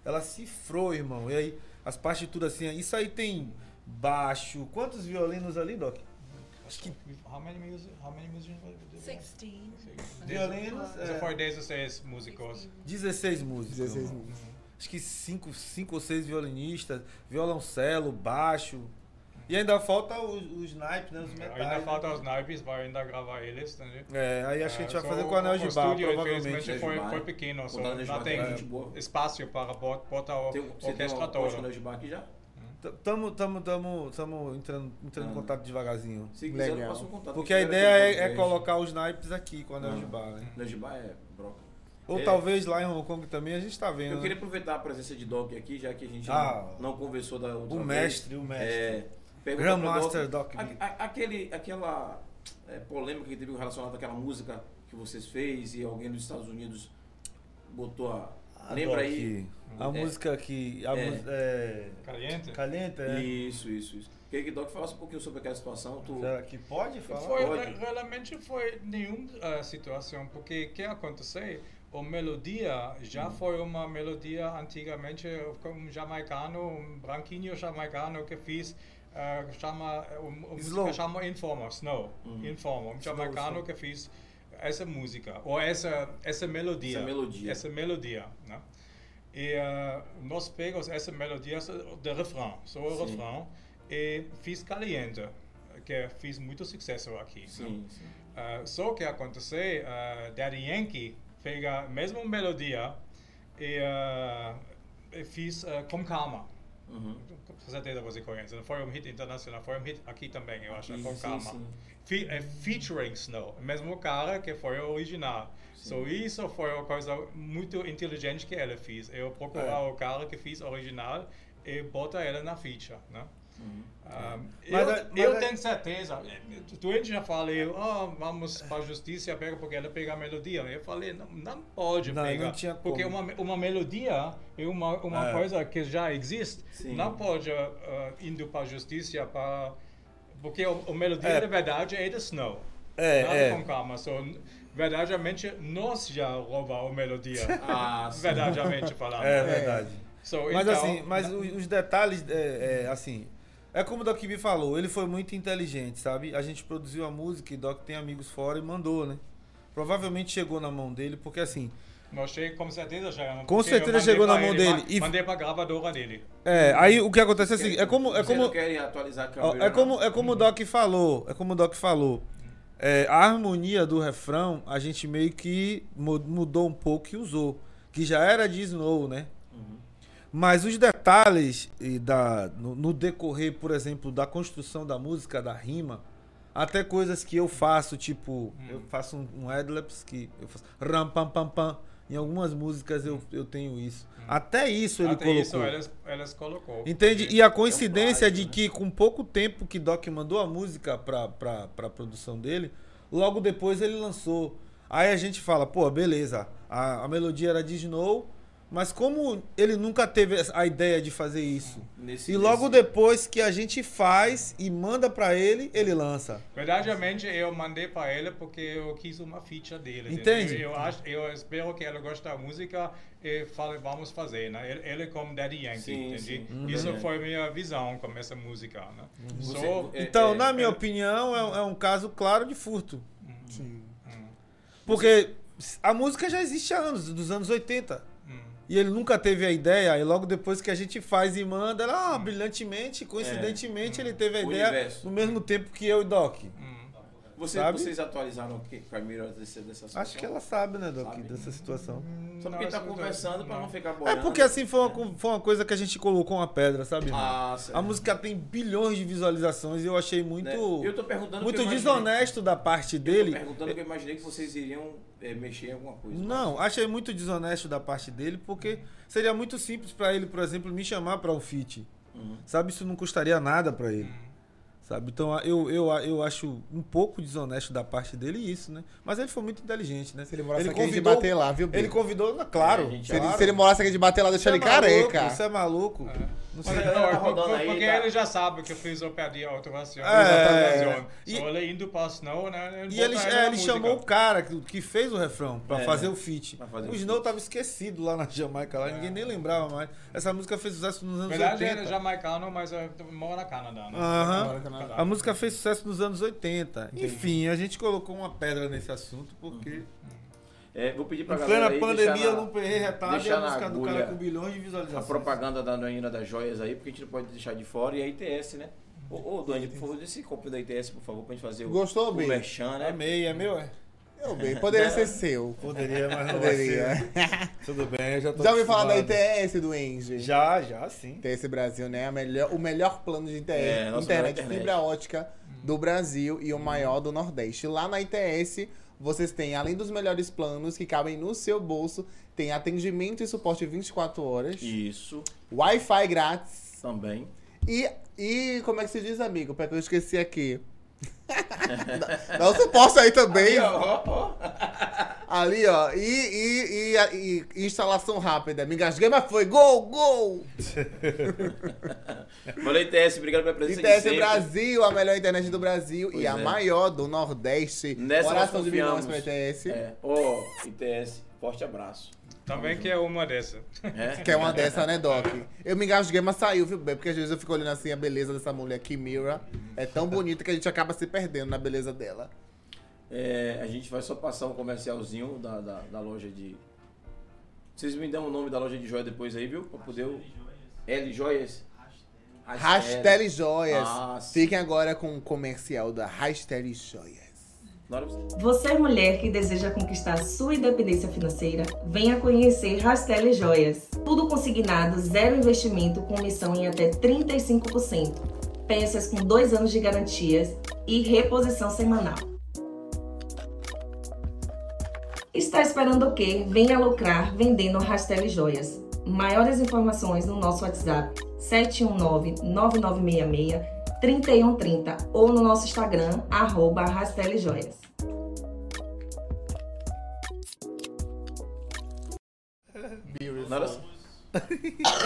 Speaker 3: Ela cifrou, irmão. E aí, as partituras assim, isso aí tem baixo. Quantos violinos ali, Doc? Acho que
Speaker 5: How many music? How many musicians? were there?
Speaker 4: Sixteen.
Speaker 5: Six.
Speaker 3: Violinos,
Speaker 5: So
Speaker 3: é.
Speaker 5: for 16 músicos.
Speaker 3: 16 músicos.
Speaker 2: 16
Speaker 3: irmão.
Speaker 2: minutos.
Speaker 3: acho que cinco, cinco ou seis violinistas, violoncelo, baixo. E ainda falta os, os naipes, né? Os metais.
Speaker 5: Ainda falta os naipes, vai ainda gravar eles, entendeu?
Speaker 3: É, aí acho que a gente
Speaker 5: É,
Speaker 3: vai
Speaker 5: só
Speaker 3: fazer com
Speaker 5: o-
Speaker 3: o anel de
Speaker 5: o
Speaker 3: bar,
Speaker 5: estúdio,
Speaker 3: provavelmente.
Speaker 5: infelizmente,
Speaker 1: Anel de
Speaker 5: foi,
Speaker 1: bar.
Speaker 5: foi pequeno, só
Speaker 1: Botar anel de bar
Speaker 5: não
Speaker 1: tem
Speaker 5: tem
Speaker 1: gente boa.
Speaker 5: espaço para bot- botar a
Speaker 1: Tem, um- você tem
Speaker 5: orquestra
Speaker 1: uma né? posta
Speaker 5: toda.
Speaker 1: de bar aqui já?
Speaker 3: T- Tamo, tamo, tamo, tamo entrando, entrando em
Speaker 1: Ah.
Speaker 3: contato devagarzinho.
Speaker 1: Se quiser,
Speaker 2: Legal.
Speaker 1: eu passo o contato.
Speaker 3: Porque a
Speaker 1: Espero
Speaker 3: ideia
Speaker 1: que
Speaker 3: é,
Speaker 1: eu
Speaker 3: é
Speaker 1: veja.
Speaker 3: colocar os naipes aqui com o anel
Speaker 1: tipo, Ah.
Speaker 3: de bar, né?
Speaker 1: Anel de bar é broca.
Speaker 3: Ou
Speaker 1: É.
Speaker 3: talvez lá em Hong Kong também a gente tá vendo.
Speaker 1: Eu
Speaker 3: né?
Speaker 1: queria aproveitar a presença de Doc aqui, já que a gente
Speaker 3: Ah,
Speaker 1: não, não conversou da outra
Speaker 3: O
Speaker 1: vez.
Speaker 3: mestre, o mestre.
Speaker 1: É, pergunta
Speaker 3: Grandmaster
Speaker 1: pro
Speaker 3: Doc.
Speaker 1: A- a- aquele, aquela é, polêmica que teve relacionada àquela música que vocês fez e alguém dos Estados Unidos botou a, Lembra
Speaker 3: Doc,
Speaker 1: aí?
Speaker 3: A música que. A
Speaker 1: É.
Speaker 3: mus- é,
Speaker 5: Caliente?
Speaker 3: Caliente, é.
Speaker 1: Isso, isso, isso. Queria que Doc falasse um pouquinho sobre aquela situação. Tu...
Speaker 3: Será que pode falar?
Speaker 5: Foi,
Speaker 1: Pode.
Speaker 5: re- realmente foi nenhuma ah, situação, porque o que aconteceu, a melodia já foi uma melodia antigamente, com um jamaicano, um branquinho jamaicano que fez, ah, chama, um, um
Speaker 3: Slow.
Speaker 5: música chama Informer, Snow, Informer, um jamaicano que fez essa música, ou essa, essa melodia.
Speaker 1: Essa melodia.
Speaker 5: Essa melodia, né? E ah, nós pegamos essa melodia é de refrão, só o refrão, e fiz Caliente, que fiz muito sucesso aqui. né?
Speaker 1: Sim, sim.
Speaker 5: Ah, só que aconteceu, ah, Daddy Yankee pega a mesma melodia e, ah, e fiz ah, Com Calma.
Speaker 1: Uhum.
Speaker 5: Com certeza você conhece. Não Foi um hit internacional, foi um hit aqui também, eu acho,
Speaker 1: Sim,
Speaker 5: Com
Speaker 1: sim,
Speaker 5: Calma.
Speaker 1: sim.
Speaker 5: Fe- eh, featuring Snow, o mesmo cara que foi o original. So, isso foi uma coisa muito inteligente que ela fez. Eu procurar
Speaker 3: É.
Speaker 5: o cara que fez o original e bota ela na ficha, né? Ah,
Speaker 3: É. Mas
Speaker 5: eu,
Speaker 3: a- mas
Speaker 5: eu
Speaker 3: a-
Speaker 5: tenho certeza. é, Tu- Tu antes já falei, "Ah, vamos para a justiça pega porque ela pega a melodia. Eu falei, não, não pode
Speaker 3: Não,
Speaker 5: pegar,
Speaker 3: não tinha
Speaker 5: porque
Speaker 3: como.
Speaker 5: uma, uma melodia é uma, uma
Speaker 3: É.
Speaker 5: coisa que já existe.
Speaker 1: Sim.
Speaker 5: Não pode ah, indo para a justiça para porque o, o melodia
Speaker 3: É.
Speaker 5: de verdade é de Snow.
Speaker 3: É,
Speaker 5: Nada
Speaker 3: é.
Speaker 5: com calma. So, verdadeiramente nós já roubamos a melodia.
Speaker 1: Ah, sim.
Speaker 5: verdadeiramente falando.
Speaker 3: É verdade.
Speaker 5: So,
Speaker 3: Mas
Speaker 5: então,
Speaker 3: assim, mas os, os detalhes, é, é, assim, é como o Doc B falou, ele foi muito inteligente, sabe? A gente produziu a música e Doc tem amigos fora e mandou, né? Provavelmente chegou na mão dele, porque assim,
Speaker 5: Nós che- com certeza chegamos.
Speaker 3: Com
Speaker 5: porque eu
Speaker 3: certeza
Speaker 5: mandei
Speaker 3: chegou na
Speaker 5: pra
Speaker 3: mão
Speaker 5: ele,
Speaker 3: dele
Speaker 5: ma-
Speaker 3: e-
Speaker 5: Mandei pra gravadora dele.
Speaker 3: é, aí o que acontece é assim, é como, é
Speaker 1: Vocês
Speaker 3: como,
Speaker 1: não querem atualizar a
Speaker 3: Ó,
Speaker 1: câmera.
Speaker 3: É como, é como o Doc falou, é como o Doc falou. É, a harmonia do refrão, a gente meio que mu- mudou um pouco e usou. Que já era de Snow, né?
Speaker 5: Uhum.
Speaker 3: Mas os detalhes e da, no, no decorrer, por exemplo, da construção da música, da rima, até coisas que eu faço, tipo,
Speaker 5: Uhum.
Speaker 3: eu faço um, um adlibs que eu faço ram pam pam pam. Em algumas músicas eu, eu tenho isso. Até isso Então ele
Speaker 5: Uhum. Até
Speaker 3: colocou.
Speaker 5: isso elas, elas colocou.
Speaker 3: Entende? E a coincidência de que com pouco tempo que Doc mandou a música pra, pra, pra produção dele, logo depois ele lançou. Aí a gente fala, pô, beleza, a, a melodia era de Snow, mas como ele nunca teve essa- a ideia de fazer isso?
Speaker 1: Nesse-
Speaker 3: E logo
Speaker 1: nesse-
Speaker 3: depois que a gente faz e manda pra ele, ele lança.
Speaker 5: Verdadeiramente eu mandei para ela porque eu quis uma ficha dele.
Speaker 3: Entende?
Speaker 5: entendeu? Eu, acho, eu espero que ela goste da música e fale, vamos fazer, né? Ele, ele como Daddy Yankee,
Speaker 1: Sim,
Speaker 5: entende?
Speaker 1: sim. Uhum.
Speaker 5: Isso
Speaker 1: Verdade.
Speaker 5: foi minha visão com essa música, né?
Speaker 1: Você-
Speaker 5: So,
Speaker 1: é-
Speaker 3: Então,
Speaker 1: é-
Speaker 3: na minha
Speaker 1: é- Uhum.
Speaker 3: opinião, é, é um caso claro de furto.
Speaker 2: Sim.
Speaker 3: Porque a música já existe há anos, dos anos 80.
Speaker 5: hum.
Speaker 3: E ele nunca teve a ideia, e logo depois que a gente faz e manda, ela, ah, brilhantemente, coincidentemente, ele teve
Speaker 1: Hum. É.
Speaker 3: a
Speaker 1: O Hum.
Speaker 3: ideia
Speaker 1: universo.
Speaker 3: no mesmo tempo que eu e Doc.
Speaker 5: hum.
Speaker 1: Você-
Speaker 3: sabe?
Speaker 1: Vocês atualizaram o que, Camila, desse- dessa situação?
Speaker 3: Acho que ela sabe, né, Doc,
Speaker 1: Sabe.
Speaker 3: dessa situação.
Speaker 1: Só porque
Speaker 5: Não,
Speaker 1: tá
Speaker 5: isso não-
Speaker 1: conversando pra não
Speaker 5: não.
Speaker 1: ficar
Speaker 3: É
Speaker 1: boiando.
Speaker 3: porque assim foi uma, co- foi uma coisa que a gente colocou uma pedra, sabe? irmão?
Speaker 1: Ah, certo.
Speaker 3: a música tem bilhões de visualizações e eu achei muito.
Speaker 1: Né? Eu tô perguntando
Speaker 3: muito
Speaker 1: porque eu imaginei-
Speaker 3: desonesto da parte
Speaker 1: Tô
Speaker 3: dele.
Speaker 1: perguntando que eu imaginei que vocês iriam é, mexer em alguma coisa.
Speaker 3: Não, achei muito desonesto da parte dele, porque seria muito simples pra ele, por exemplo, me chamar pra um feat. Sabe, isso não custaria nada pra ele. Sabe? Então a- eu, eu, a- eu acho um pouco desonesto da parte dele isso, né? Mas ele foi muito inteligente, né?
Speaker 2: Se ele morasse aqui, a gente bater lá, viu, Bi?
Speaker 3: Ele convidou, na- claro.
Speaker 1: É, gente,
Speaker 3: claro.
Speaker 2: Se, ele, se ele morasse aqui de bater lá,
Speaker 3: Isso
Speaker 2: deixa
Speaker 3: é
Speaker 2: ele
Speaker 3: maluco,
Speaker 2: careca.
Speaker 3: Isso é maluco. Não sei.
Speaker 5: Mas,
Speaker 1: Ela
Speaker 5: não,
Speaker 1: tá
Speaker 5: é por-
Speaker 1: rodando
Speaker 5: por-
Speaker 1: aí,
Speaker 5: porque
Speaker 1: tá?
Speaker 5: ele já sabe que eu fiz o perdi a autovação.
Speaker 3: É,
Speaker 5: E,
Speaker 3: e-
Speaker 5: so, ele indo para Snow, né?
Speaker 3: E ele,
Speaker 5: bota
Speaker 3: é,
Speaker 5: na
Speaker 3: ele
Speaker 5: música.
Speaker 3: chamou o cara que, que fez o refrão pra
Speaker 1: É,
Speaker 3: fazer o feat.
Speaker 1: pra fazer
Speaker 3: o
Speaker 1: o
Speaker 3: Snow
Speaker 1: feat.
Speaker 3: tava esquecido lá na Jamaica, lá, ninguém nem lembrava mais. Essa música fez sucesso nos anos
Speaker 5: Na verdade, ele
Speaker 3: 80.
Speaker 5: é jamaicano, mas eh, mora na Canadá, né?
Speaker 3: Aham.
Speaker 2: Mora no Canadá.
Speaker 3: A música fez sucesso nos anos 80. Enfim, a gente colocou uma pedra nesse assunto porque.
Speaker 1: É, vou pedir pra
Speaker 3: Em
Speaker 1: galera
Speaker 3: plena
Speaker 1: aí
Speaker 3: pandemia
Speaker 1: deixar
Speaker 3: eu
Speaker 1: na-
Speaker 3: não perrei retardo e
Speaker 1: deixar
Speaker 3: a
Speaker 1: na
Speaker 3: música do
Speaker 1: agulha
Speaker 3: cara com bilhões de
Speaker 1: a
Speaker 3: visualizações.
Speaker 1: propaganda da Doenina das Joias aí, porque a gente não pode deixar de fora, e a ITS, né? Ô, ô Duane, por favor, dê esse copo da ITS, por favor, pra gente fazer o,
Speaker 2: Gostou,
Speaker 1: o
Speaker 2: Bi?
Speaker 1: merchan,
Speaker 3: É
Speaker 1: né?
Speaker 3: meio, é meu, é?
Speaker 2: Eu, Bi, Poderia
Speaker 1: Não.
Speaker 2: ser seu.
Speaker 3: Poderia, mas não vai
Speaker 2: Poderia.
Speaker 3: ser. Tudo bem, eu já tô.
Speaker 2: Já ouviu falar da
Speaker 3: acostumado.
Speaker 2: ITS, do Engie?
Speaker 3: Já, já, sim.
Speaker 2: ITS Brasil, né? A melhor, o melhor plano de ITS,
Speaker 1: É, nosso melhor
Speaker 2: internet,
Speaker 1: internet.
Speaker 2: fibra ótica do Brasil e o maior do Nordeste. Lá na ITS, vocês têm, além dos melhores planos que cabem no seu bolso, tem atendimento e suporte 24 horas,
Speaker 1: Isso,
Speaker 2: Wi-Fi grátis
Speaker 1: também.
Speaker 2: e, e como é que se diz, amigo? Porque eu esqueci aqui. dá, dá um suporte aí também.
Speaker 1: Ó, ó, ó.
Speaker 2: Ali, ó. E, e, e, e- e instalação rápida. Me engasguei, mas foi. Gol, gol!
Speaker 1: Valeu, ITS, obrigado pela presença de
Speaker 2: ITS
Speaker 1: Assim, sempre.
Speaker 2: é Brasil, a melhor internet do Brasil
Speaker 1: Pois
Speaker 2: e a
Speaker 1: é.
Speaker 2: maior do Nordeste.
Speaker 1: Nessa
Speaker 2: Oração
Speaker 1: nós
Speaker 2: de milhões pra
Speaker 1: confiamos.
Speaker 2: ITS.
Speaker 1: É. Ó, ITS, forte abraço.
Speaker 5: Também que é uma dessa.
Speaker 1: É.
Speaker 2: Que é uma dessa, né, Doc? Eu me engasguei, mas saiu, viu, bem? Porque às vezes eu fico olhando assim a beleza dessa mulher aqui, Mira. É tão bonita que a gente acaba se perdendo na beleza dela.
Speaker 1: É, a gente vai só passar um comercialzinho da, da, da loja de. Vocês me dão o nome da loja de joia depois aí, viu? Pra poder. eu- L Joias? Hashtag.
Speaker 2: Rastele Joias.
Speaker 1: Ah, sim.
Speaker 2: Fiquem agora com o comercial da Rastele Joias.
Speaker 1: Na hora você-
Speaker 6: Você, é mulher que deseja conquistar sua independência financeira, venha conhecer Rastelli Joias. Tudo consignado, zero investimento, com missão em até 35%. Peças com dois anos de garantias e reposição semanal. Está esperando o quê? Venha lucrar vendendo Rastelli Joias. Maiores informações no nosso WhatsApp 719-9966-3130 ou no nosso Instagram, arroba Rastelli Joias.
Speaker 1: na hora você-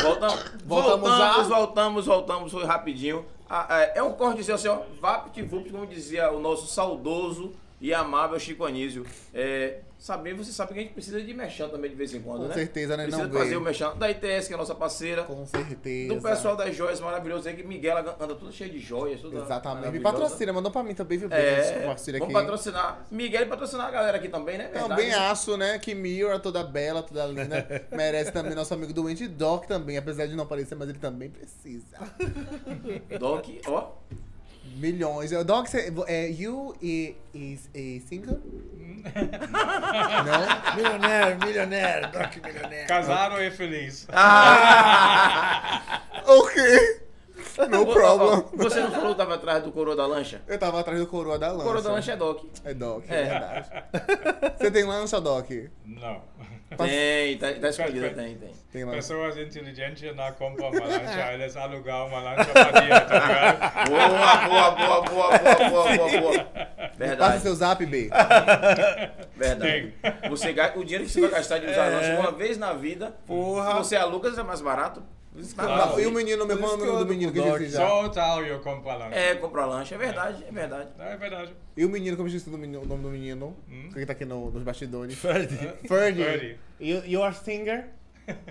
Speaker 1: Voltamos,
Speaker 2: Voltamos
Speaker 1: assim. voltamos,
Speaker 2: a-
Speaker 1: voltamos, voltamos, foi rapidinho. Ah, é, é um corte assim, ó, VaptVupt, como dizia o nosso saudoso e amável Chico Anísio. É, saber, você sabe que a gente precisa de mexão também de vez em quando,
Speaker 2: Com
Speaker 1: né?
Speaker 2: certeza, né?
Speaker 1: Precisa
Speaker 2: Não
Speaker 1: fazer
Speaker 2: veio.
Speaker 1: o mexão da ITS, que é a nossa parceira.
Speaker 2: Com certeza.
Speaker 1: Do pessoal das joias maravilhoso aí, que Miguel anda tudo cheio de joias. Tudo
Speaker 2: Exatamente. Me
Speaker 1: maravilhosa.
Speaker 2: patrocina, mandou pra mim também, viu?
Speaker 1: É,
Speaker 2: Beijo, compartilha
Speaker 1: vamos
Speaker 2: aqui.
Speaker 1: patrocinar. Miguel e patrocinar a galera aqui também, né? Verdade,
Speaker 2: Também
Speaker 1: né?
Speaker 2: acho, né, que Mira, toda bela, toda linda, merece também nosso amigo doente Doc também, apesar de não aparecer, mas ele também precisa.
Speaker 1: Doc, ó.
Speaker 2: Milhões. O Doc, cê, é, you i- is a single? não?
Speaker 3: Milionário, milionário, Doc milionário.
Speaker 5: Casado é feliz.
Speaker 2: Ok. No
Speaker 1: Ó,
Speaker 2: problem.
Speaker 1: ó, Você não falou que tava atrás do coroa da lancha?
Speaker 2: Eu tava atrás do coroa da lancha.
Speaker 1: O coroa da lancha é Doc.
Speaker 2: É Doc, é,
Speaker 1: É.
Speaker 2: verdade. Você tem lancha, Doc?
Speaker 5: Não.
Speaker 1: Tem, tá, tá escondida, tem, tem.
Speaker 2: Tem lancha.
Speaker 5: Pessoas inteligentes não compram uma
Speaker 2: É.
Speaker 5: lancha, eles alugam uma lancha pra dia, tá ligado?
Speaker 1: Boa, boa, boa, boa, boa, boa, boa, boa.
Speaker 2: Passa
Speaker 1: Verdade,
Speaker 2: seu zap, B.
Speaker 5: Ah,
Speaker 1: verdade. Você, ga- o dinheiro que você vai gastar de
Speaker 2: É.
Speaker 1: usar lancha uma vez na vida,
Speaker 3: Porra.
Speaker 1: se você aluga, é mais barato.
Speaker 5: Claro.
Speaker 2: Ah, E o menino, meu
Speaker 3: Por
Speaker 2: irmão, é o
Speaker 3: isso que
Speaker 2: nome
Speaker 3: eu
Speaker 2: do
Speaker 3: ando
Speaker 2: menino que
Speaker 3: com
Speaker 2: eu
Speaker 3: Doc.
Speaker 2: esqueci já.
Speaker 5: Só o Tauro compra lancha.
Speaker 1: É, comprar lancha, é verdade, é verdade.
Speaker 5: Não, é verdade.
Speaker 2: E o menino, como eu esqueci do menino- o nome do menino, que tá aqui no- nos bastidores.
Speaker 3: Hum?
Speaker 2: Ah,
Speaker 3: Ferdi.
Speaker 2: Ferdy.
Speaker 5: Ferdy.
Speaker 2: You, you are singer?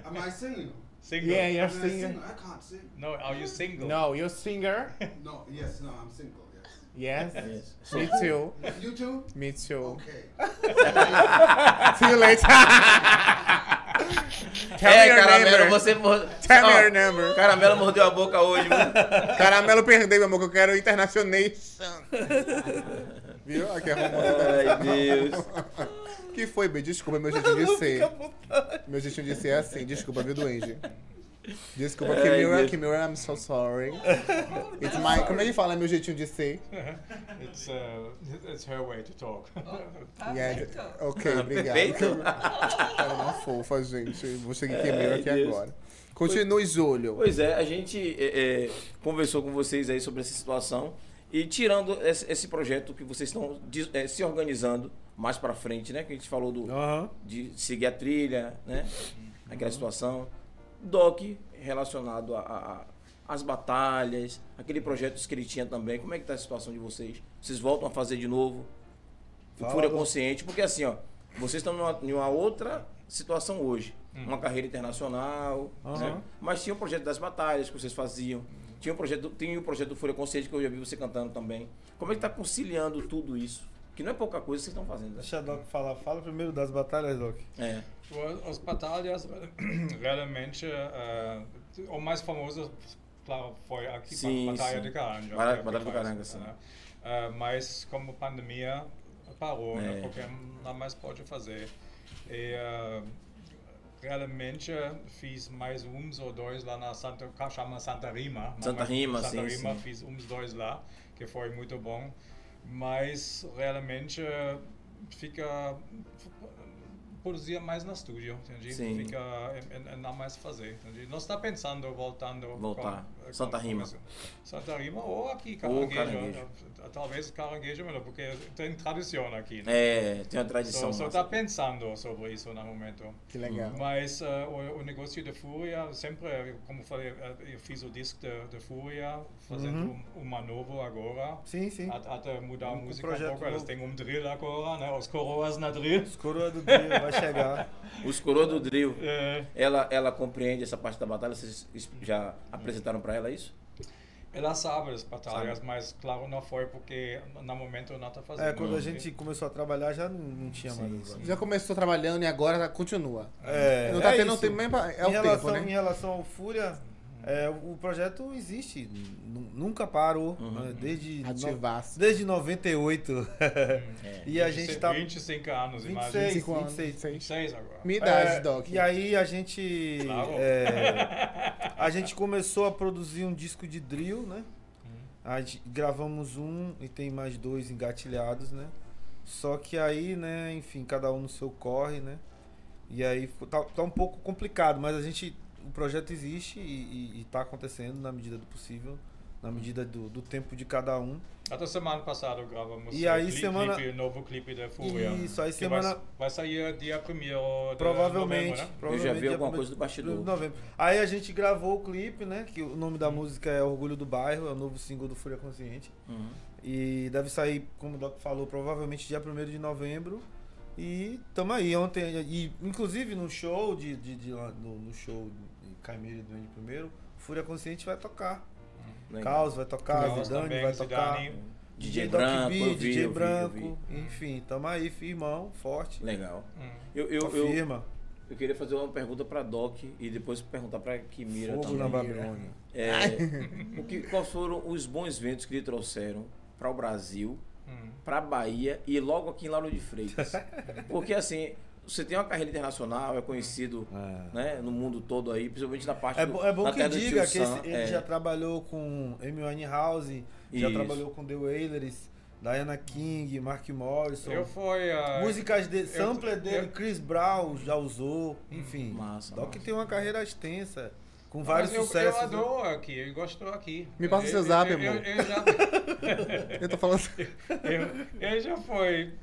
Speaker 7: Am I singing?
Speaker 5: Single.
Speaker 1: Ah,
Speaker 7: Am I singing? I can't sing.
Speaker 5: No, are you single?
Speaker 2: you're singer?
Speaker 7: No, yes, no, I'm single, yes.
Speaker 2: Yes.
Speaker 1: Yes.
Speaker 2: Me too.
Speaker 7: You too?
Speaker 2: Me too.
Speaker 7: Okay.
Speaker 2: See you later. Tell me
Speaker 1: é,
Speaker 2: your
Speaker 1: caramelo,
Speaker 2: number.
Speaker 1: você mordeu.
Speaker 2: Tell me your number.
Speaker 1: Caramelo mordeu a boca hoje, viu?
Speaker 2: Caramelo perdeu, meu amor, que eu quero internacionation. Viu? Aqui é romance.
Speaker 1: Ai, Deus.
Speaker 2: Que foi, B? Desculpa, meu jeitinho de ser. Meu jeitinho de ser é assim. Desculpa, viu, Duende? Desculpa,
Speaker 3: É,
Speaker 1: Ai,
Speaker 2: Kimura,
Speaker 1: Deus.
Speaker 2: Kimura, I'm so sorry. It's
Speaker 4: Oh,
Speaker 2: my... Como é que fala meu jeitinho de ser?
Speaker 5: It's, uh, it's her way to talk.
Speaker 2: Yes.
Speaker 4: Perfeito.
Speaker 2: é
Speaker 3: Ah,
Speaker 2: Ok, obrigado.
Speaker 1: Perfeito.
Speaker 2: Ela é uma fofa, gente. Vou seguir
Speaker 3: É,
Speaker 2: Kimura
Speaker 1: Ai,
Speaker 2: aqui
Speaker 1: Deus.
Speaker 2: agora. Continue, Júlio.
Speaker 1: Pois é, a gente é, é, conversou com vocês aí sobre essa situação e tirando esse, esse projeto que vocês estão de- é, se organizando mais pra frente, né? Que a gente falou do,
Speaker 3: Aham.
Speaker 1: de seguir a trilha, né? Aquela situação. Doc relacionado às a, a- às batalhas, aquele projeto que ele tinha também. Como é que tá a situação de vocês? Vocês voltam a fazer de novo? O
Speaker 3: Fala,
Speaker 1: Fúria
Speaker 3: Doc.
Speaker 1: Consciente, porque assim, ó, vocês estão numa, numa outra situação hoje. Uma carreira internacional,
Speaker 3: Aham.
Speaker 1: né? Mas tinha o projeto das batalhas que vocês faziam. Tinha o projeto, tinha o projeto do Fúria Consciente que eu já vi você cantando também. Como é que tá conciliando tudo isso? Que não é pouca coisa que vocês estão fazendo. né?
Speaker 3: Deixa a Doc falar. Fala primeiro das batalhas, Doc.
Speaker 1: É.
Speaker 5: Well, As batalhas, realmente, eh, o mais famoso, claro, foi aqui,
Speaker 1: Sim,
Speaker 5: a Batalha
Speaker 1: sim.
Speaker 5: de Caranja.
Speaker 1: Bata-
Speaker 5: que
Speaker 1: Batalha de
Speaker 5: faz,
Speaker 1: Caranja, sim.
Speaker 5: né? Eh, mas como a pandemia parou, né?
Speaker 1: É.
Speaker 5: porque não mais pode fazer. E, eh, realmente, fiz mais uns ou dois lá na Santa, chama Santa Rima.
Speaker 1: Santa
Speaker 5: Mas-
Speaker 1: Rima,
Speaker 5: Santa
Speaker 1: sim,
Speaker 5: Rima,
Speaker 1: sim.
Speaker 5: fiz uns dois lá, que foi muito bom. Mas realmente eh, fica produzir mais no estúdio, é, entende?
Speaker 1: Sim.
Speaker 5: Fica eh, eh, não mais fazer, entende? Nós está pensando voltando
Speaker 1: Voltar.
Speaker 5: com-
Speaker 1: Santa Rima.
Speaker 5: Santa Rima ou aqui,
Speaker 1: Ou
Speaker 5: caranguejo.
Speaker 1: caranguejo.
Speaker 5: né? Talvez caranguejo melhor, porque tem tradição aqui, né?
Speaker 1: É, tem uma tradição.
Speaker 5: Só, só tá
Speaker 1: massa.
Speaker 5: está pensando sobre isso no momento.
Speaker 2: Que legal.
Speaker 5: Mas eh, o, o negócio de Fúria, sempre, eh, como falei, eh, eu fiz o disco de, de Fúria, fazendo um- uma nova agora.
Speaker 3: Sim, Uhum. sim.
Speaker 5: Hat- Até mudar a
Speaker 3: Um
Speaker 5: música um
Speaker 3: projeto
Speaker 5: pouco, eles
Speaker 3: novo.
Speaker 5: têm um drill agora, né? Os coroas na drill.
Speaker 3: Os coroa do Dio vai chegar.
Speaker 1: Os coroas do drill.
Speaker 5: Eh,
Speaker 1: Ela, ela compreende essa parte da batalha? Vocês es- já apresentaram pra ela isso?
Speaker 5: ela sabe as batalhas, mas claro, não foi porque no momento não está fazendo.
Speaker 3: É, quando a gente começou a trabalhar já não, não tinha mais. agora.
Speaker 2: Já começou trabalhando e agora tá- continua.
Speaker 3: É,
Speaker 2: Não tá
Speaker 3: é
Speaker 2: tendo
Speaker 3: isso.
Speaker 2: tempo mesmo pra- é
Speaker 3: em
Speaker 2: o tempo,
Speaker 3: relação,
Speaker 2: né?
Speaker 3: Em relação ao Fúria, é, o projeto existe, nu- nunca parou,
Speaker 2: Uhum.
Speaker 3: né? desde, no,
Speaker 2: Ativaço.
Speaker 3: desde 98. e a gente tá
Speaker 5: 25 anos, imagina.
Speaker 3: 26,
Speaker 2: 25 anos.
Speaker 3: 26.
Speaker 5: 26 agora.
Speaker 2: Minha idade,
Speaker 3: É,
Speaker 2: Doc.
Speaker 3: e aí a gente
Speaker 5: Claro.
Speaker 3: é, a gente começou a produzir um disco de drill, né?
Speaker 1: Uhum.
Speaker 3: A gente- gravamos um e tem mais dois engatilhados, né? Só que aí, né, enfim, cada um no seu corre, né? E aí ficou- tá, tá um pouco complicado, mas a gente. O projeto existe e, e, e tá acontecendo na medida do possível, na medida do, do tempo de cada um.
Speaker 5: Até semana passada gravamos
Speaker 3: E aí,
Speaker 5: o clipe,
Speaker 3: semana-
Speaker 5: clipe, novo clipe da Fúria.
Speaker 3: Isso, aí
Speaker 5: que
Speaker 3: semana-
Speaker 5: Vai, vai sair dia 1 de
Speaker 3: Provavelmente.
Speaker 5: novembro, né?
Speaker 1: Eu
Speaker 3: provavelmente é
Speaker 1: já vi
Speaker 3: dia
Speaker 1: alguma
Speaker 3: primeiro-
Speaker 1: coisa do
Speaker 3: de
Speaker 1: bastidor.
Speaker 3: novembro. Aí a gente gravou o clipe, né? Que o nome da música é Orgulho do Bairro, é o novo single do Fúria Consciente.
Speaker 1: Uhum.
Speaker 3: E deve sair, como o Doc falou, provavelmente dia 1 de novembro. E tamo aí. Ontem, e, inclusive no show de, de- de lá- no, no show de Caimiro e Duende primeiro, Fúria Consciente vai tocar.
Speaker 1: Legal.
Speaker 3: Caos vai tocar,
Speaker 5: Nós
Speaker 3: Zidane
Speaker 5: também,
Speaker 3: vai tocar.
Speaker 5: Zidane.
Speaker 1: DJ
Speaker 3: Doc
Speaker 1: Branco,
Speaker 3: B,
Speaker 1: eu vi,
Speaker 3: DJ
Speaker 1: eu vi,
Speaker 3: Branco,
Speaker 1: eu
Speaker 3: enfim, tamo aí, firmão, forte.
Speaker 1: Legal.
Speaker 5: Hum.
Speaker 1: Eu, eu, eu,
Speaker 3: firma,
Speaker 1: eu queria fazer uma pergunta pra Doc e depois perguntar pra Kimira
Speaker 3: fogo na
Speaker 1: também.
Speaker 3: Babilônia.
Speaker 1: É, o que, quais foram os bons ventos que lhe trouxeram para o Brasil,
Speaker 5: hum.
Speaker 1: para a Bahia e logo aqui em Lauro de Freitas? Porque assim, você tem uma carreira internacional, é conhecido né, no mundo todo aí, principalmente na parte
Speaker 3: É,
Speaker 1: do,
Speaker 3: bo- é bom
Speaker 1: na
Speaker 3: que
Speaker 1: terra do
Speaker 3: diga
Speaker 1: tio
Speaker 3: que esse-
Speaker 1: Sam,
Speaker 3: ele
Speaker 1: é.
Speaker 3: já trabalhou com Amy Winehouse, já
Speaker 1: Isso.
Speaker 3: trabalhou com The Wailers, Diana King, Mark Morrison.
Speaker 5: Eu fui. ah,
Speaker 3: Músicas de
Speaker 5: eu-
Speaker 3: sampler dele,
Speaker 5: eu-
Speaker 3: Chris Brown já usou, enfim.
Speaker 1: Hum, massa,
Speaker 3: Doc
Speaker 1: massa.
Speaker 3: tem uma carreira extensa, com vários
Speaker 5: Mas eu,
Speaker 3: sucessos. né?
Speaker 5: Eu adoro aqui, eu gosto aqui.
Speaker 2: né? Me passa
Speaker 5: Eu-
Speaker 2: seu zap,
Speaker 5: eu, eu,
Speaker 2: amor.
Speaker 5: eu, já,
Speaker 2: Eu tô falando.
Speaker 5: eu, eu já fui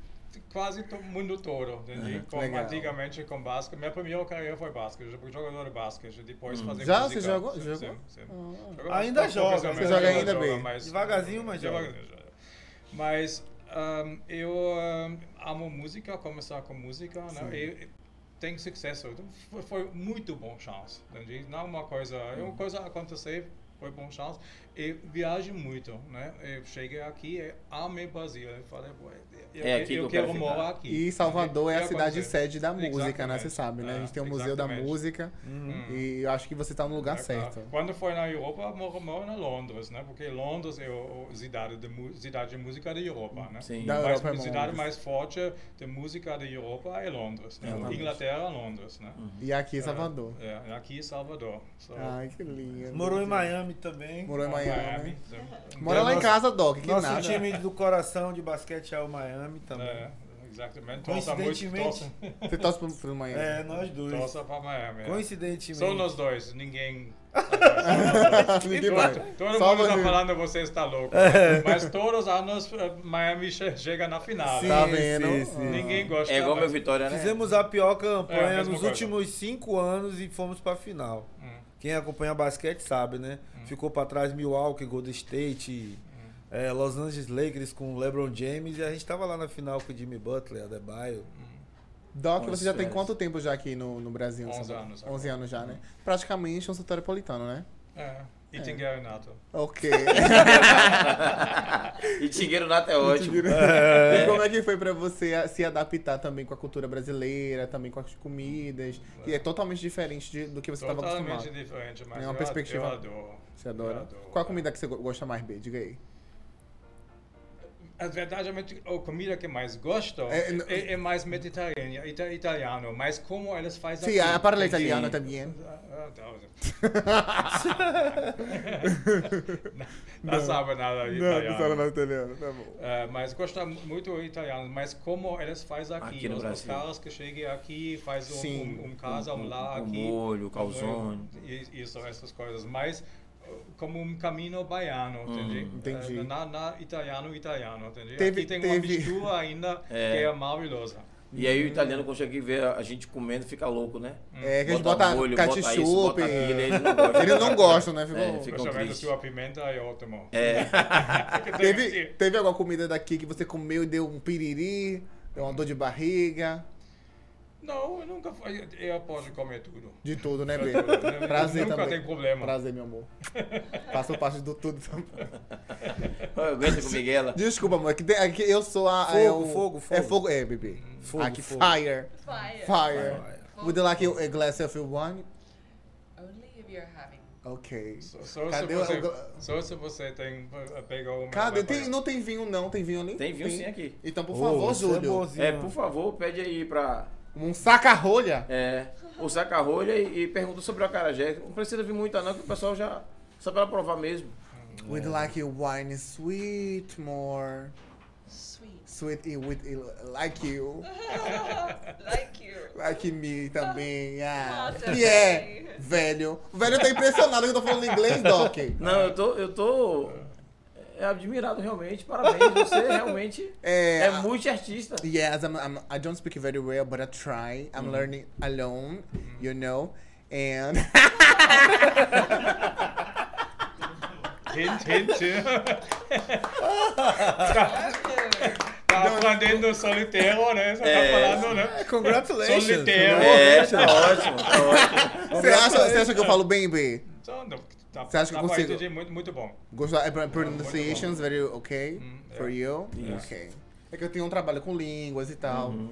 Speaker 5: quase o mundo todo, entende? Como
Speaker 2: Ah, legal.
Speaker 5: antigamente com basquete. Minha primeira carreira foi basquete, eu fui jogador de basquete, depois fazer
Speaker 2: Hum. Já?
Speaker 5: música.
Speaker 2: Você jogou?
Speaker 5: Sim,
Speaker 2: Jogou?
Speaker 5: sim, sim.
Speaker 2: Ah.
Speaker 5: Jogava
Speaker 3: Ainda
Speaker 5: pouco,
Speaker 3: joga,
Speaker 5: poucas
Speaker 3: você
Speaker 5: vezes,
Speaker 2: joga
Speaker 5: joga,
Speaker 2: ainda
Speaker 5: joga,
Speaker 2: bem.
Speaker 5: mas-
Speaker 3: Devagarzinho, mas joga.
Speaker 5: Devagarzinho, joga. Mas ahm, eu ahm, amo música, começar com música, né? E e tem sucesso. Então, foi- Foi muito bom chance, entende? Não uma coisa, é
Speaker 1: Uhum.
Speaker 5: uma coisa acontecer, foi bom chance. E viajo muito, né? Eu cheguei aqui, e amei Brasil, eu falei, "Pô, eu,
Speaker 1: É aqui que
Speaker 5: eu,
Speaker 1: eu
Speaker 5: quero
Speaker 1: quero ficar."
Speaker 5: morar aqui.
Speaker 2: E Salvador é a
Speaker 5: Eu
Speaker 2: cidade
Speaker 5: acontecer.
Speaker 2: sede da música, né?
Speaker 5: Exatamente.
Speaker 2: Você sabe, né? A gente
Speaker 5: Ah,
Speaker 2: tem o
Speaker 3: É,
Speaker 2: Museu da
Speaker 5: exatamente.
Speaker 2: Música.
Speaker 3: Uhum.
Speaker 2: E eu acho que você tá no lugar
Speaker 5: É,
Speaker 2: certo.
Speaker 5: claro. Quando foi na Europa, moro, moro na Londres, né? Porque Londres é a cidade de, mu- cidade de música da Europa, né?
Speaker 1: Sim.
Speaker 2: Da
Speaker 5: Mas
Speaker 2: Europa é
Speaker 5: a
Speaker 2: bom.
Speaker 5: cidade mais forte de música da Europa é Londres, né?
Speaker 2: Exatamente.
Speaker 5: Inglaterra, Londres,
Speaker 1: Uhum.
Speaker 5: né?
Speaker 2: E aqui em Salvador.
Speaker 5: É, aqui em Salvador. So,
Speaker 2: Ai, que
Speaker 5: Hum.
Speaker 2: lindo.
Speaker 3: Morou em Miami também.
Speaker 2: Morou
Speaker 5: Ah,
Speaker 2: em Miami.
Speaker 5: so,
Speaker 2: Mora lá em
Speaker 3: Nosso-
Speaker 5: Então,
Speaker 2: casa, Doc, que
Speaker 3: Nosso
Speaker 2: nada.
Speaker 3: time do coração de basquete é o Miami também.
Speaker 5: é, exatamente. Torça muito,
Speaker 3: Coincidentemente,
Speaker 5: torça,
Speaker 2: Você torce pro, pro Miami.
Speaker 3: é, nós dois.
Speaker 5: torça para Miami. é.
Speaker 3: Coincidentemente.
Speaker 5: Só nós dois, ninguém...
Speaker 2: Ninguém
Speaker 5: Todo,
Speaker 2: vai.
Speaker 5: todo
Speaker 2: Só
Speaker 5: mundo está
Speaker 2: você.
Speaker 5: falando você está louco.
Speaker 2: É.
Speaker 5: Mas todos os anos eh, Miami che- chega na final. né?
Speaker 3: Sim,
Speaker 2: Tá vendo?
Speaker 3: sim, sim.
Speaker 5: Ninguém gosta.
Speaker 1: É igual
Speaker 5: mas-
Speaker 1: meu Vitória, né?
Speaker 3: Fizemos a pior
Speaker 5: É, a
Speaker 3: campanha
Speaker 5: mesma
Speaker 3: nos
Speaker 5: coisa.
Speaker 3: últimos cinco anos e fomos pra final.
Speaker 5: Hum.
Speaker 3: Quem acompanha basquete sabe, né? Ficou pra trás Milwaukee, Golden State,
Speaker 5: Hum.
Speaker 3: eh, Los Angeles Lakers com LeBron James e a gente tava lá na final com o Jimmy Butler, Adebayo.
Speaker 2: Doc,
Speaker 1: Nossa,
Speaker 2: você já tem
Speaker 1: é.
Speaker 2: quanto tempo já aqui no, no Brasil?
Speaker 5: 11
Speaker 2: Salvador?
Speaker 5: anos Uhum. agora.
Speaker 2: 11 anos já, né? Praticamente um soteropolitano, né?
Speaker 5: É. E tem Guaranato.
Speaker 2: Ok.
Speaker 1: E Tigueiro Nato é ótimo.
Speaker 2: E como é que foi pra você a- se adaptar também com a cultura brasileira, também com as comidas, que é totalmente diferente de- do que você estava
Speaker 5: Totalmente
Speaker 2: acostumado?
Speaker 5: diferente, mas
Speaker 2: É uma
Speaker 5: eu,
Speaker 2: perspectiva-
Speaker 5: eu adoro.
Speaker 2: Você adora?
Speaker 5: Eu adoro.
Speaker 2: Qual a comida que você go- gosta mais, B? Diga aí.
Speaker 5: Na verdade, a met- a comida que mais gosto
Speaker 2: É,
Speaker 5: é,
Speaker 2: não-
Speaker 5: é mais mediterrânea, ita, italiano. Mas como eles fazem
Speaker 2: Sim, a parla
Speaker 5: entende?
Speaker 2: italiana também.
Speaker 5: Ah, tá. não, não sabe nada de
Speaker 2: Não, não
Speaker 5: italiano.
Speaker 2: sabe nada italiano, tá bom.
Speaker 5: É, mas gosta muito do italiano, mas como eles fazem aqui,
Speaker 1: Aqui no
Speaker 5: os, os
Speaker 1: Brasil.
Speaker 5: caras que chegam aqui fazem um,
Speaker 2: Sim,
Speaker 5: um, um casa, um, lá
Speaker 1: um
Speaker 5: aqui.
Speaker 1: molho, calzone.
Speaker 5: e- Isso, essas coisas. Mas como um caminho baiano, entende?
Speaker 1: Hum,
Speaker 2: entendi.
Speaker 5: Eh, Na, na italiano, italiano, entende?
Speaker 2: Teve-
Speaker 5: Aqui tem uma
Speaker 2: teve-
Speaker 5: mistura ainda que é maravilhosa.
Speaker 1: E aí o italiano consegue ver a gente comendo fica louco, né?
Speaker 2: É, que a gente bota,
Speaker 1: molho, bota isso,
Speaker 2: ketchup.
Speaker 1: bota aquilo, eles não gostam.
Speaker 2: Eles não gostam, né?
Speaker 1: É,
Speaker 2: Ficou-
Speaker 1: ficam
Speaker 5: Principalmente a
Speaker 1: tristes.
Speaker 5: sua pimenta é ótimo.
Speaker 1: É.
Speaker 2: Teve, teve alguma comida daqui que você comeu e deu um piriri, deu uma dor de barriga,
Speaker 5: Não, eu nunca fui. Eu posso comer tudo.
Speaker 2: de tudo, né, Bê?
Speaker 5: Eu
Speaker 2: Prazer
Speaker 5: nunca
Speaker 2: também.
Speaker 5: tem problema.
Speaker 2: Prazer, meu amor. Faço parte do tudo também.
Speaker 1: Olha, Aguenta com Miguela.
Speaker 2: Desculpa, amor, é que, tem- é que eu sou a.
Speaker 3: Fogo,
Speaker 2: é o-
Speaker 3: fogo,
Speaker 2: É
Speaker 3: fogo.
Speaker 2: fogo, é, bebê.
Speaker 1: Hum,
Speaker 3: Fogo,
Speaker 2: Aqui,
Speaker 3: fogo.
Speaker 2: fire.
Speaker 4: Fire.
Speaker 2: Fire. Would you like a glass of wine?
Speaker 4: Only if you're having.
Speaker 2: Ok.
Speaker 5: Só, só se
Speaker 2: Cadê o-
Speaker 5: você,
Speaker 2: o-
Speaker 5: só se você tem, pega uma.
Speaker 2: Cadê? Tem- não tem vinho, não. Tem vinho ali?
Speaker 1: Tem vinho sim é aqui.
Speaker 2: Então, por
Speaker 3: Ô,
Speaker 2: favor,
Speaker 3: isso é
Speaker 2: Júlio.
Speaker 3: bonzinho.
Speaker 1: É, por favor, pede aí pra
Speaker 2: um saca-rolha.
Speaker 1: é, o saca-rolha e, e pergunta sobre o acarajé. Não precisa vir muito não, que o pessoal já... Só pra provar mesmo.
Speaker 2: Would you like a wine sweet more?
Speaker 4: Sweet.
Speaker 2: Sweet e with eh, like you.
Speaker 4: like you.
Speaker 2: Like me também. Ah.
Speaker 4: Nossa,
Speaker 2: Que é,
Speaker 4: velho.
Speaker 2: velho. Velho tá impressionado que eu tô falando inglês, Doc.
Speaker 1: Não, eu tô... Eu tô é, admirado realmente. Parabéns, você realmente
Speaker 2: É,
Speaker 1: é,
Speaker 2: a-
Speaker 1: muito artista.
Speaker 2: Yes, I'm, I'm, I don't speak very well, but I try.
Speaker 1: Hum.
Speaker 2: I'm learning alone, you know. And
Speaker 5: Hint, hint.
Speaker 4: Good.
Speaker 5: tá aprendendo soliteiro, né? Você
Speaker 1: É.
Speaker 5: tá falando, né?
Speaker 3: Congratulations.
Speaker 5: Solteiro.
Speaker 1: É, tá ótimo, tá ótimo.
Speaker 2: você acha, você acha que eu falo bem, B?
Speaker 5: Então, não, tá,
Speaker 2: Você acha que eu
Speaker 5: dá pra
Speaker 2: consigo?
Speaker 5: entender muito, muito bom.
Speaker 2: Gostou? É pro- pronunciations very okay for you? Ok. É que eu tenho um trabalho com línguas e tal.
Speaker 3: Uhum.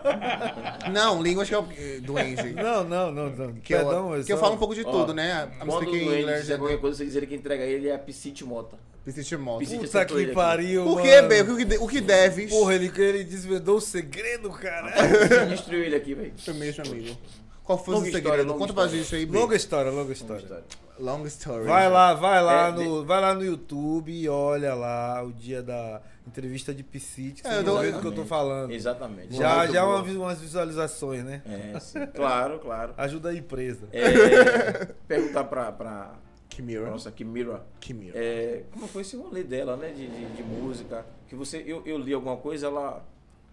Speaker 2: Não, línguas que eu. eh, Doente.
Speaker 3: Não, não, não, não.
Speaker 2: Que,
Speaker 3: Perdão,
Speaker 2: eu, que
Speaker 3: só-
Speaker 2: eu falo um pouco de
Speaker 1: Ó,
Speaker 2: tudo, né? I'm
Speaker 1: Quando o
Speaker 2: speaking
Speaker 1: doente
Speaker 3: é
Speaker 2: English.
Speaker 1: disser qualquer coisa, você dizer que entrega ele é a Piscite Mota.
Speaker 2: Piscite moto.
Speaker 1: Piscite. é
Speaker 3: Puta que pariu,
Speaker 2: Por
Speaker 3: mano.
Speaker 2: que, Bê? O que, é, de- o que deves?
Speaker 3: Porra, ele, ele desvendou o segredo, cara.
Speaker 1: Você destruiu ele aqui, velho.
Speaker 2: Seu mesmo amigo. Qual foi o
Speaker 1: Longa
Speaker 2: segredo?
Speaker 1: história, longa
Speaker 2: Conta pra
Speaker 1: história.
Speaker 2: gente aí, Bê.
Speaker 3: Longa história, longa história.
Speaker 1: História.
Speaker 2: Long story.
Speaker 3: Vai lá, vai lá,
Speaker 1: É,
Speaker 3: no, vai lá no YouTube e olha lá o dia da entrevista de Psyche, que
Speaker 2: É, eu
Speaker 3: vocês
Speaker 2: tô-
Speaker 3: vão ver do que eu tô falando.
Speaker 1: Exatamente.
Speaker 3: Já,
Speaker 1: Muito
Speaker 3: já é
Speaker 1: boa.
Speaker 3: uma, vi- umas visualizações, né?
Speaker 1: É, sim. claro, claro.
Speaker 3: Ajuda a empresa.
Speaker 1: É, perguntar pra, pra
Speaker 2: Kimira.
Speaker 1: nossa Kimira
Speaker 2: Kimira.
Speaker 1: é, como foi esse rolê dela, né? De, de, de música. Que você, eu, eu li alguma coisa, ela.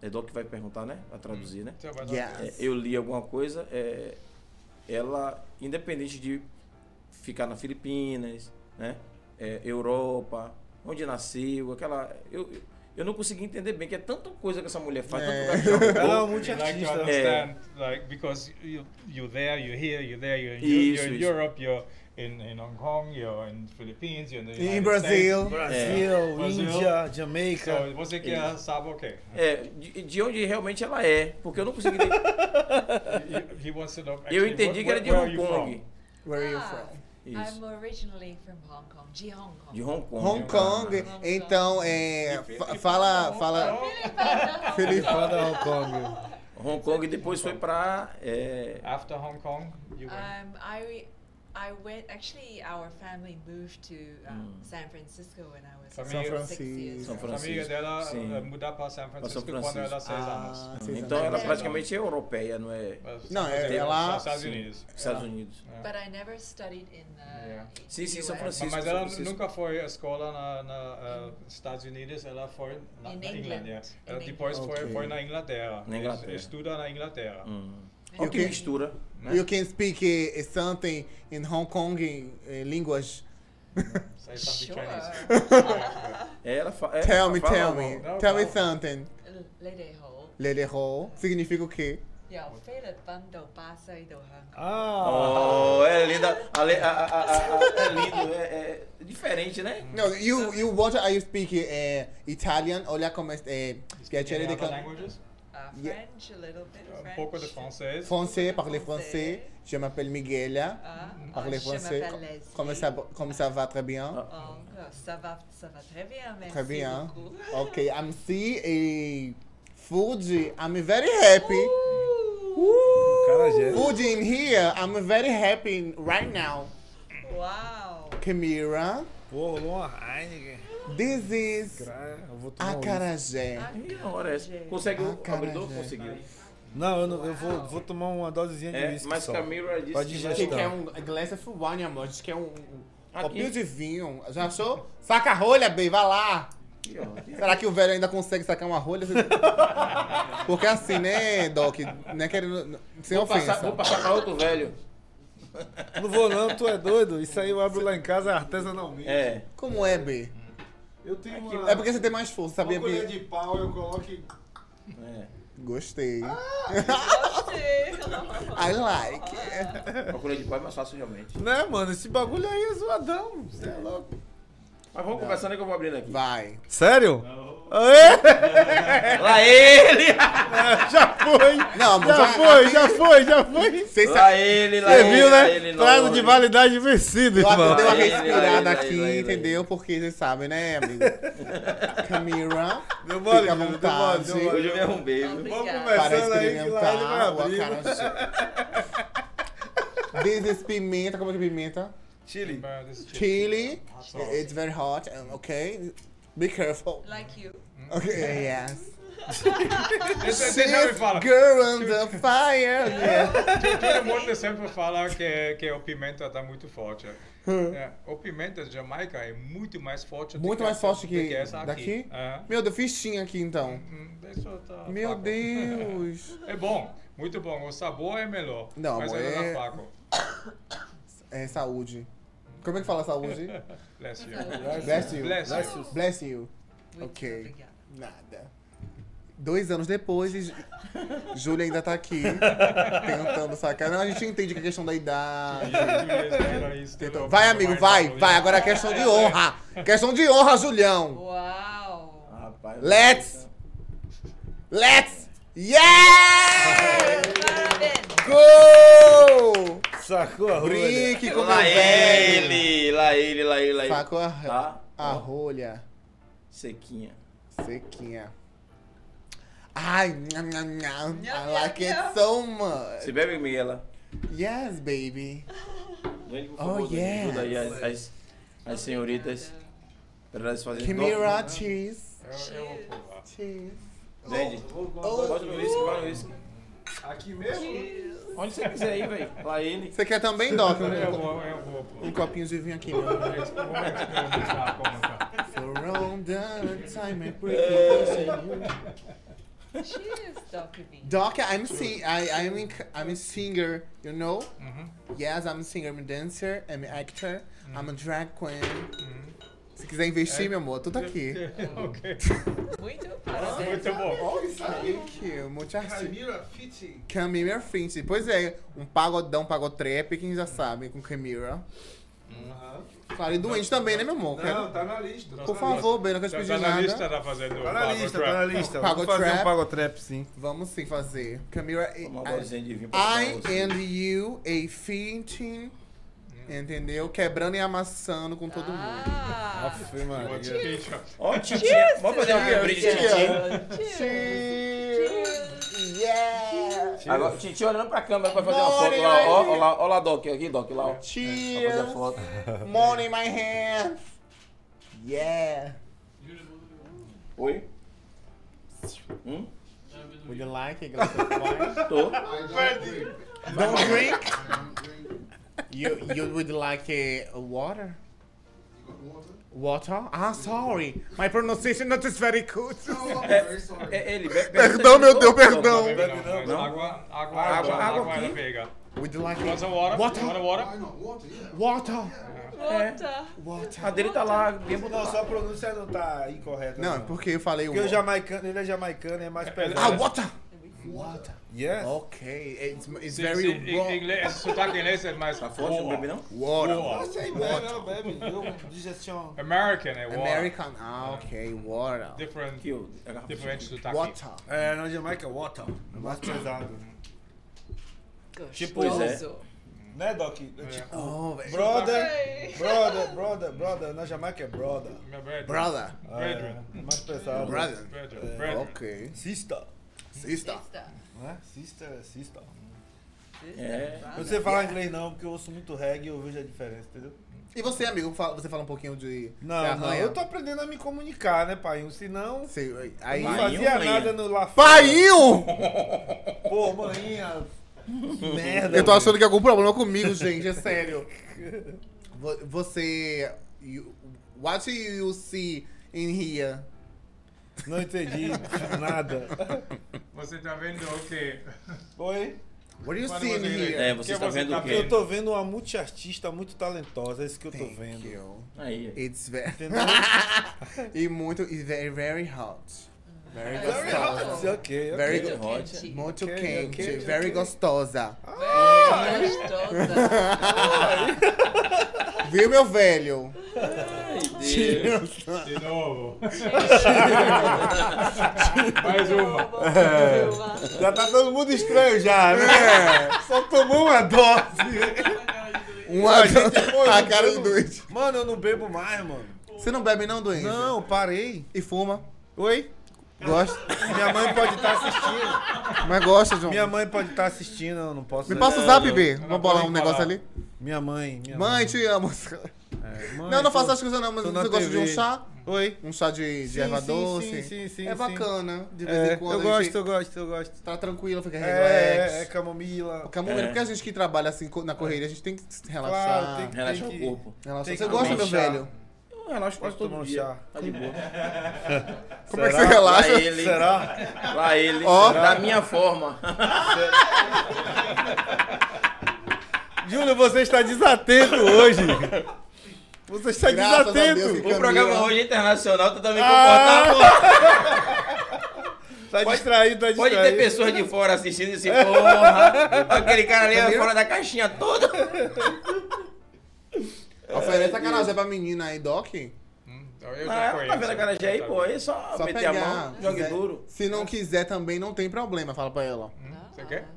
Speaker 1: É Doc que vai perguntar, né? Vai traduzir, né?
Speaker 5: Então, vai dar-
Speaker 2: Yeah.
Speaker 1: É, eu li alguma coisa, é, ela, independente de ficar na Filipinas, né? é, Europa, onde nasceu, aquela. Eu, eu não consegui entender bem, que é tanta coisa que essa mulher faz, tanto cachorro.
Speaker 3: Ela é um
Speaker 5: You like to
Speaker 3: multiartista.
Speaker 5: understand, like because you you're there, you're here, you're there, you're in,
Speaker 1: Isso,
Speaker 5: you're in
Speaker 1: isso.
Speaker 5: Europe, you're in, in Hong Kong, you're in Philippines, you're in the United
Speaker 2: Em Brasil.
Speaker 5: States.
Speaker 3: É. Brasil,
Speaker 5: Brasil.
Speaker 3: Índia, Jamaica.
Speaker 5: So, você que é, sabe o quê?
Speaker 1: É, de, de onde realmente ela é, porque eu não consegui. entender.
Speaker 5: He- He wants to know.
Speaker 1: Eu
Speaker 5: actually,
Speaker 1: entendi
Speaker 5: what-
Speaker 1: que era de
Speaker 5: where are
Speaker 1: Hong
Speaker 5: you from?
Speaker 1: Kong.
Speaker 2: Where are you
Speaker 4: Ah,
Speaker 2: from?
Speaker 1: Isso.
Speaker 4: I'm originally from Hong Kong. Ji Hong Kong.
Speaker 1: De Hong Kong. Ah.
Speaker 2: Hong Kong. Então, é. fa- Fala. fala Felipe.
Speaker 3: Fala Hong Kong.
Speaker 1: Hong Kong e depois foi pra. é,
Speaker 5: After Hong Kong, you went.
Speaker 4: Um, I I went. Actually, our family moved to um, San Francisco when I was
Speaker 5: São
Speaker 4: six
Speaker 2: Hmm. Francisco.
Speaker 4: years
Speaker 1: São
Speaker 4: old.
Speaker 5: a amiga
Speaker 1: Francisco,
Speaker 5: dela
Speaker 1: sim.
Speaker 5: eh, mudar para São Francisco,
Speaker 1: São Francisco.
Speaker 5: quando ela era seis
Speaker 2: Ah,
Speaker 5: anos.
Speaker 2: vocês
Speaker 1: então ela
Speaker 2: entenderam.
Speaker 1: praticamente é europeia, não é?
Speaker 5: Mas-
Speaker 2: Não, é-
Speaker 5: mas
Speaker 2: ela-
Speaker 5: nos Estados
Speaker 1: sim.
Speaker 5: Unidos.
Speaker 1: Estados Unidos.
Speaker 4: But I never studied in the.
Speaker 5: Yeah.
Speaker 1: Sim, sim, São
Speaker 4: US.
Speaker 1: Francisco.
Speaker 5: Mas ela
Speaker 1: Francisco.
Speaker 5: nunca foi à escola na, na eh, Estados Unidos, ela foi na,
Speaker 4: In
Speaker 5: na
Speaker 4: England.
Speaker 5: Inglaterra.
Speaker 4: In
Speaker 5: Ela depois foi,
Speaker 2: Ok.
Speaker 5: foi na Inglaterra.
Speaker 1: Na Inglaterra.
Speaker 5: Es- Estuda na Inglaterra. né?
Speaker 1: Hum.
Speaker 2: E
Speaker 1: Olha
Speaker 2: o
Speaker 1: que
Speaker 2: quê?
Speaker 1: mistura.
Speaker 2: You can speak eh, something in Hong Kong eh, línguas.
Speaker 5: Say something
Speaker 4: Sure.
Speaker 5: Chinese.
Speaker 1: É, Ela fa- é,
Speaker 2: Tell
Speaker 1: fa-
Speaker 2: me,
Speaker 1: fala
Speaker 2: tell
Speaker 1: alguma-
Speaker 2: me.
Speaker 5: não,
Speaker 2: Tell me
Speaker 5: não.
Speaker 2: something.
Speaker 4: Lady Ho.
Speaker 2: Lady Hall. Significa o quê?
Speaker 4: Yeah, Philip Bando Pasa Ido Hong Kong.
Speaker 3: Ah,
Speaker 1: Oh, é linda. A, le- a, a, a, a- é lindo, é, é diferente, né?
Speaker 2: No, you, you, what are you speaking? Eh, Italian? Olha como é. Eh, piacere
Speaker 5: Any
Speaker 2: de
Speaker 5: other
Speaker 2: can...
Speaker 5: languages?
Speaker 4: Uh,
Speaker 2: Yeah.
Speaker 4: French, a little bit of
Speaker 5: Um
Speaker 4: French.
Speaker 5: pouco de francês.
Speaker 2: Français, parler français. Je m'appelle Miguela.
Speaker 4: Ah, ah,
Speaker 2: Parler
Speaker 4: je
Speaker 2: français.
Speaker 4: m'appelle Leslie.
Speaker 2: Como ça, comme ça va très bien?
Speaker 1: Ah.
Speaker 4: Oh, ça va, ça va très bien, merci
Speaker 2: Très bien.
Speaker 4: beaucoup.
Speaker 2: Ok, I'm see a food. I'm very happy.
Speaker 1: Uh!
Speaker 2: Woo!
Speaker 3: cara, gente.
Speaker 2: Food in here. I'm very happy right now.
Speaker 4: Wow.
Speaker 2: Kimira,
Speaker 3: Pô, rolou uma Heineken.
Speaker 2: this is
Speaker 3: Cara, eu vou
Speaker 1: Ah,
Speaker 3: tomar um
Speaker 2: acarajé.
Speaker 1: Ih, na hora é essa. Conseguiu?
Speaker 2: Ah,
Speaker 1: Abridor?
Speaker 2: caralho.
Speaker 1: Conseguiu.
Speaker 3: uísque. Não, eu, não, eu vou, vou tomar uma dosezinha de
Speaker 1: É,
Speaker 3: uísque
Speaker 1: mas
Speaker 3: só.
Speaker 1: Camila
Speaker 3: Pra
Speaker 1: disse que
Speaker 3: digestão.
Speaker 2: é
Speaker 1: vai-
Speaker 2: um glass of wine, amor. Diz que é um,
Speaker 1: Aqui.
Speaker 2: Copinho de vinho. Já achou? Saca a rolha, bem, vai lá.
Speaker 1: Aqui, ó.
Speaker 2: Será que o velho ainda consegue sacar uma rolha? Porque assim, né, Doc? Né, querendo, sem
Speaker 1: Vou
Speaker 2: ofensa.
Speaker 1: passar, vou passar pra outro velho.
Speaker 3: Não vou não, tu é doido. Isso aí eu abro lá em casa artesanalmente.
Speaker 1: É.
Speaker 2: Como é, B?
Speaker 3: Eu tenho uma,
Speaker 2: É Ah, porque você tem mais força,
Speaker 3: uma
Speaker 2: sabia,
Speaker 3: colher
Speaker 2: B?
Speaker 3: de pau, eu coloco e...
Speaker 1: é.
Speaker 2: Gostei.
Speaker 4: Gostei.
Speaker 2: Ah, I like.
Speaker 1: Procura de pau é mais fácil realmente.
Speaker 3: Né, mano? Esse bagulho aí é zoadão. Você é louco.
Speaker 1: Mas vamos conversando aí que eu vou abrindo aqui.
Speaker 2: Vai.
Speaker 3: Sério? Aê!
Speaker 1: Lá ele!
Speaker 3: Já foi!
Speaker 2: Não, amor,
Speaker 3: Já
Speaker 2: vai-
Speaker 3: foi, já foi, já foi!
Speaker 2: Vocês
Speaker 1: Lá ele, lá
Speaker 3: Você
Speaker 1: ele,
Speaker 3: viu,
Speaker 1: lá
Speaker 3: né?
Speaker 1: ele,
Speaker 3: Prazo
Speaker 1: não,
Speaker 3: de
Speaker 1: ele.
Speaker 3: validade vencido,
Speaker 2: Eu até
Speaker 3: irmão.
Speaker 2: dei uma
Speaker 1: Vai, vai,
Speaker 2: respirada
Speaker 1: vai,
Speaker 2: aqui,
Speaker 1: vai, vai.
Speaker 2: entendeu? Porque vocês sabem, né, amigo? Camila,
Speaker 3: Deu mole,
Speaker 2: fica à
Speaker 3: Júlio, deu mole,
Speaker 2: vontade.
Speaker 3: deu mole.
Speaker 1: Hoje um eu me arrumei, viu?
Speaker 3: Vamos
Speaker 4: Obrigada.
Speaker 2: para
Speaker 3: começando aí que lá ele vai
Speaker 2: experimentar o
Speaker 3: abrir.
Speaker 2: acarajé. This is pimenta, como é que é pimenta?
Speaker 3: Chile.
Speaker 5: Remember this chili.
Speaker 2: Chili.
Speaker 5: Hot sauce.
Speaker 2: It's very hot, um, okay? Be careful.
Speaker 4: Like you.
Speaker 2: Okay, yes.
Speaker 5: Esse, esse sempre
Speaker 2: This
Speaker 5: fala.
Speaker 2: girl on the fire. Yeah.
Speaker 5: Todo mundo um sempre fala que, que o pimenta tá muito forte. É, o pimenta de Jamaica é muito mais forte do
Speaker 2: Muito
Speaker 5: que
Speaker 2: mais
Speaker 5: essa-
Speaker 2: forte
Speaker 5: do
Speaker 2: que
Speaker 5: essa
Speaker 2: daqui?
Speaker 5: É.
Speaker 2: Meu Deus, fichinha aqui então.
Speaker 5: Hum, isso tá
Speaker 2: Meu
Speaker 5: fraco.
Speaker 2: Deus.
Speaker 5: É bom, muito bom. O sabor é melhor.
Speaker 2: Não,
Speaker 5: mas
Speaker 2: amor,
Speaker 5: ainda tá
Speaker 2: é-
Speaker 5: fraco.
Speaker 2: É saúde. Como é que fala saúde?
Speaker 5: Bless you.
Speaker 2: Bless you.
Speaker 5: Bless,
Speaker 3: Bless
Speaker 5: you.
Speaker 3: you.
Speaker 2: Bless you.
Speaker 4: Muito
Speaker 2: Ok.
Speaker 4: obrigada.
Speaker 2: Nada. Dois anos depois, e Ju- Júlia ainda tá aqui, tentando sacar. Não, a gente entende que é questão da idade. Tentou- Vai, amigo, vai, vai. Agora é questão de honra. Questão de honra, Julião.
Speaker 4: Uau.
Speaker 2: Ah,
Speaker 1: Rapaz,
Speaker 2: Let's. Let's. Yeah!
Speaker 4: Parabéns.
Speaker 2: Go!
Speaker 3: Sacou a né? rolha.
Speaker 2: Brinque com o
Speaker 1: Lá
Speaker 2: é velho. ah,
Speaker 1: ele, lá ele, lá ele, lá ele.
Speaker 2: Sacou a,
Speaker 1: Tá?
Speaker 2: a
Speaker 1: Ó,
Speaker 2: rolha
Speaker 1: Sequinha.
Speaker 2: sequinha. Ai, nham, nham, nham.
Speaker 4: Nham,
Speaker 2: I like it
Speaker 4: nham, nham.
Speaker 2: so much.
Speaker 1: Você bebe, Miguela?
Speaker 2: Yes, baby.
Speaker 1: Dani, por
Speaker 2: Oh,
Speaker 1: favor, Dani,
Speaker 2: yes.
Speaker 1: ajuda aí as, as, as senhoritas para elas fazerem...
Speaker 2: Kimira, cheese.
Speaker 5: Eu, eu vou provar.
Speaker 2: Cheese.
Speaker 1: Dani, bota no uísque, vai no uísque.
Speaker 3: Aqui mesmo?
Speaker 1: Onde você quiser aí, velho. Lá ele.
Speaker 2: Você quer também, Doc?
Speaker 5: Eu
Speaker 2: Um,
Speaker 5: vou, eu vou provar.
Speaker 2: um copinho de vinho aqui, meu amor.
Speaker 5: Vamos experimentar como tá.
Speaker 2: For round the time I break my heart.
Speaker 4: Cheers, Dr. Bean.
Speaker 2: Doc, I'm sing I I'm in, I'm a singer, you know?
Speaker 5: Uhum.
Speaker 2: Yes, I'm a singer, I'm a dancer, I'm an actor, I'm a drag queen.
Speaker 5: Uhum.
Speaker 2: Se quiser investir, meu amor,
Speaker 5: É.
Speaker 2: tudo aqui.
Speaker 5: ok.
Speaker 4: Muito parabéns.
Speaker 5: Muito bom.
Speaker 2: Thank you, muito artista.
Speaker 7: Camila Fitting.
Speaker 2: Camila Finch, pois é, um pagodão, pagotrap, quem já sabe, com Camila.
Speaker 3: Aham.
Speaker 2: Claro, e doente também, né, meu amor?
Speaker 3: Não, tá na lista.
Speaker 2: Por favor, Ben, não quero te
Speaker 5: Já
Speaker 2: pedir
Speaker 5: tá na lista,
Speaker 2: nada.
Speaker 5: tá fazendo
Speaker 3: Tá na
Speaker 5: Bubble
Speaker 3: lista,
Speaker 5: Trap.
Speaker 3: tá na lista.
Speaker 2: Pago
Speaker 3: Vou fazer
Speaker 2: trap.
Speaker 3: um pagotrap, sim.
Speaker 2: Vamos sim fazer. Camila,
Speaker 1: Toma uma
Speaker 2: I,
Speaker 1: dosezinha de vinho pra
Speaker 2: I
Speaker 1: botar no
Speaker 2: and you, a fighting. Entendeu? Quebrando e amassando com todo mundo.
Speaker 4: Ah.
Speaker 3: Aff, Maria.
Speaker 5: What's the feature?
Speaker 1: Ó, titia. Vamos fazer aqui um brinde de titia.
Speaker 2: Cheers! Yeah!
Speaker 1: Agora, titia olhando pra câmera pra fazer uma foto lá. Ó, ó lá, ó lá, Doc. Aqui, Doc, lá, ó. Pra fazer a
Speaker 2: Cheers!
Speaker 1: foto.
Speaker 2: Money in my hand! Yeah!
Speaker 1: Oi? Hum?
Speaker 2: Would you like a glass of wine?
Speaker 1: Tô.
Speaker 7: I don't drink.
Speaker 2: Don't drink!
Speaker 7: I don't drink. You
Speaker 2: You, you would like a, a water?
Speaker 7: got water?
Speaker 2: Water? Ah, sorry! My pronunciation not is very good.
Speaker 7: No, I'm very sorry.
Speaker 1: É ele, bebe.
Speaker 2: Perdão, meu Deus, perdão.
Speaker 5: Bebe
Speaker 3: Não.
Speaker 5: não, mas Água,
Speaker 1: Água,
Speaker 5: água, água,
Speaker 1: água
Speaker 5: água,
Speaker 1: aqui.
Speaker 5: ela pega.
Speaker 2: Would you like
Speaker 5: You want
Speaker 2: a
Speaker 5: some water?
Speaker 2: Water.
Speaker 5: You want eh, water?
Speaker 7: Why not water? Yeah.
Speaker 2: water?
Speaker 4: Volta.
Speaker 2: Water.
Speaker 1: A dele tá lá, bem
Speaker 3: Não,
Speaker 1: bonito.
Speaker 3: sua pronúncia não tá incorreta.
Speaker 2: Não, é porque eu falei um
Speaker 3: Porque o
Speaker 2: water.
Speaker 3: jamaicano, ele é jamaicano, é mais
Speaker 2: Ah,
Speaker 3: pesado.
Speaker 2: water!
Speaker 3: Yes.
Speaker 2: Okay, it's, it's
Speaker 5: Se-
Speaker 2: very
Speaker 5: se-
Speaker 2: raw.
Speaker 5: em inglês, esse sotaque inglês é mais
Speaker 1: Tá forte, não bebe não?
Speaker 2: Water.
Speaker 5: Boa.
Speaker 3: Sei bem, ela bebe. Deu um digestão.
Speaker 5: American é water.
Speaker 2: American. Ah, ok, water.
Speaker 5: Different,
Speaker 1: Aqui, ó. a É garrafa.
Speaker 5: different sotaque.
Speaker 2: Water.
Speaker 3: É, na Jamaica é water. É mais pesado.
Speaker 1: Pois é.
Speaker 4: Gostoso.
Speaker 3: Né, Doc?
Speaker 5: É.
Speaker 2: Oh, velho.
Speaker 3: Brother,
Speaker 4: Ei.
Speaker 3: brother, brother, brother. Na Jamaica é brother.
Speaker 5: Meu brother.
Speaker 2: Brother.
Speaker 5: Brethren.
Speaker 3: É, mais pesado.
Speaker 2: Brother.
Speaker 5: Brother.
Speaker 3: É.
Speaker 5: Brother.
Speaker 2: Ok.
Speaker 3: Sister.
Speaker 2: Sister.
Speaker 4: Está.
Speaker 3: Né? Sister é sister.
Speaker 1: É.
Speaker 3: Eu não sei falar inglês não, porque eu ouço muito reggae e eu vejo a diferença, entendeu?
Speaker 2: E você, amigo, fala- você fala um pouquinho de.
Speaker 3: Não,
Speaker 2: você
Speaker 3: não.
Speaker 2: arranha?
Speaker 3: Eu tô aprendendo a me comunicar, né, pai? Senão...
Speaker 2: Você,
Speaker 3: Eu
Speaker 2: aí.
Speaker 3: não
Speaker 1: Painho,
Speaker 3: fazia
Speaker 1: maninha.
Speaker 3: nada no lá fora.
Speaker 2: Paiu!
Speaker 3: Pô, maninha. que Merda.
Speaker 2: Eu tô
Speaker 3: velho.
Speaker 2: achando que é algum problema comigo, gente, é sério. é Vo- Você. You, what do you see in here?
Speaker 3: Não entendi nada.
Speaker 5: Você tá vendo o quê?
Speaker 3: Oi?
Speaker 2: What do you
Speaker 5: Quando
Speaker 2: see in
Speaker 5: você vê-
Speaker 2: here?
Speaker 1: É, você
Speaker 5: Que
Speaker 1: tá
Speaker 5: você
Speaker 1: vendo
Speaker 5: tá
Speaker 1: o quê?
Speaker 3: Eu tô vendo uma multiartista muito talentosa, é isso que eu tô
Speaker 2: Thank
Speaker 3: vendo.
Speaker 2: you.
Speaker 1: Aí, aí.
Speaker 2: It's very.
Speaker 3: Entendeu?
Speaker 2: e muito. It's very, very hot. Very
Speaker 4: Very
Speaker 2: gostosa.
Speaker 4: hot.
Speaker 3: ok, ok.
Speaker 2: Very
Speaker 1: Muito
Speaker 2: good.
Speaker 1: hot.
Speaker 4: Quente.
Speaker 2: Muito
Speaker 3: Ok,
Speaker 2: quente.
Speaker 3: ok,
Speaker 2: very
Speaker 3: ok.
Speaker 2: gostosa.
Speaker 4: Gostosa.
Speaker 2: Viu, meu velho?
Speaker 1: Ai, Deus.
Speaker 5: De novo.
Speaker 4: Mais
Speaker 5: uma.
Speaker 3: Já tá todo mundo estranho já,
Speaker 2: É.
Speaker 3: né? Só tomou uma dose.
Speaker 2: Uma
Speaker 3: Pô, eu
Speaker 2: um a
Speaker 3: não
Speaker 2: cara é um do
Speaker 3: bebo-
Speaker 2: doente.
Speaker 3: Mano, eu não bebo mais, mano.
Speaker 2: Você não bebe, não, doente?
Speaker 3: Não, parei.
Speaker 2: E fuma?
Speaker 3: Oi?
Speaker 2: Gosta?
Speaker 3: Minha mãe pode estar assistindo.
Speaker 2: Mas gosta, João?
Speaker 3: Minha mãe pode estar assistindo, eu não posso. é,
Speaker 2: Me passa o zap, B.
Speaker 5: não
Speaker 2: Vamos bolar
Speaker 5: pode
Speaker 2: um negócio
Speaker 5: falar.
Speaker 2: ali.
Speaker 3: Minha mãe. Minha
Speaker 2: Mãe, te amo.
Speaker 3: É, mãe,
Speaker 2: Não, não
Speaker 3: tô-
Speaker 2: faça as coisas não, mas
Speaker 3: tô na
Speaker 2: você gosta de um
Speaker 3: TV.
Speaker 2: chá?
Speaker 3: Oi?
Speaker 2: Um chá de, de
Speaker 3: Sim,
Speaker 2: erva
Speaker 3: sim,
Speaker 2: doce?
Speaker 3: sim, sim, sim,
Speaker 2: É
Speaker 3: sim.
Speaker 2: bacana. De vez
Speaker 3: É,
Speaker 2: em quando
Speaker 3: eu
Speaker 2: a
Speaker 3: gosto,
Speaker 2: gente
Speaker 3: eu gosto, eu gosto.
Speaker 2: tá tranquilo, fica relax.
Speaker 3: É, é camomila.
Speaker 2: Camomila,
Speaker 1: É.
Speaker 2: porque a gente que trabalha assim co- na correria, a gente tem que se relaxar.
Speaker 3: Claro, tem que.
Speaker 1: Relaxa
Speaker 3: tem
Speaker 1: o
Speaker 3: que-
Speaker 1: corpo.
Speaker 2: relaxar.
Speaker 3: tem
Speaker 2: Você
Speaker 3: que
Speaker 2: gosta,
Speaker 3: tomar
Speaker 2: meu
Speaker 3: um chá.
Speaker 2: velho?
Speaker 1: Eu relaxo É, quase
Speaker 3: Tem que
Speaker 1: todo
Speaker 3: tomar um
Speaker 1: dia.
Speaker 3: chá.
Speaker 1: Tá de boa.
Speaker 2: Como é que você
Speaker 3: Será?
Speaker 2: relaxa?
Speaker 1: Lá ele.
Speaker 3: Será?
Speaker 1: Lá ele.
Speaker 2: Ó.
Speaker 1: Da minha forma.
Speaker 3: Júlio, você está desatento hoje. Você está
Speaker 2: Graças a Deus
Speaker 3: desatento.
Speaker 2: que
Speaker 1: O
Speaker 2: Camila.
Speaker 1: programa hoje é internacional, tentando me
Speaker 3: Ah!
Speaker 1: comportar. pô.
Speaker 3: Tá distraído, tá distraído.
Speaker 1: Pode ter pessoas de fora assistindo esse porra. Aquele cara ali é
Speaker 2: Camila?
Speaker 1: fora da caixinha toda.
Speaker 2: Oferece a canajé pra menina aí, Doc.
Speaker 5: Eu já
Speaker 1: Ah, tá vendo a cara de aí, pô? Aí é só,
Speaker 2: Só
Speaker 1: meter
Speaker 2: pegar.
Speaker 1: a mão, jogue
Speaker 2: Se quiser-
Speaker 1: duro.
Speaker 2: Se não quiser também, não tem problema. Fala pra ela.
Speaker 5: Você quer?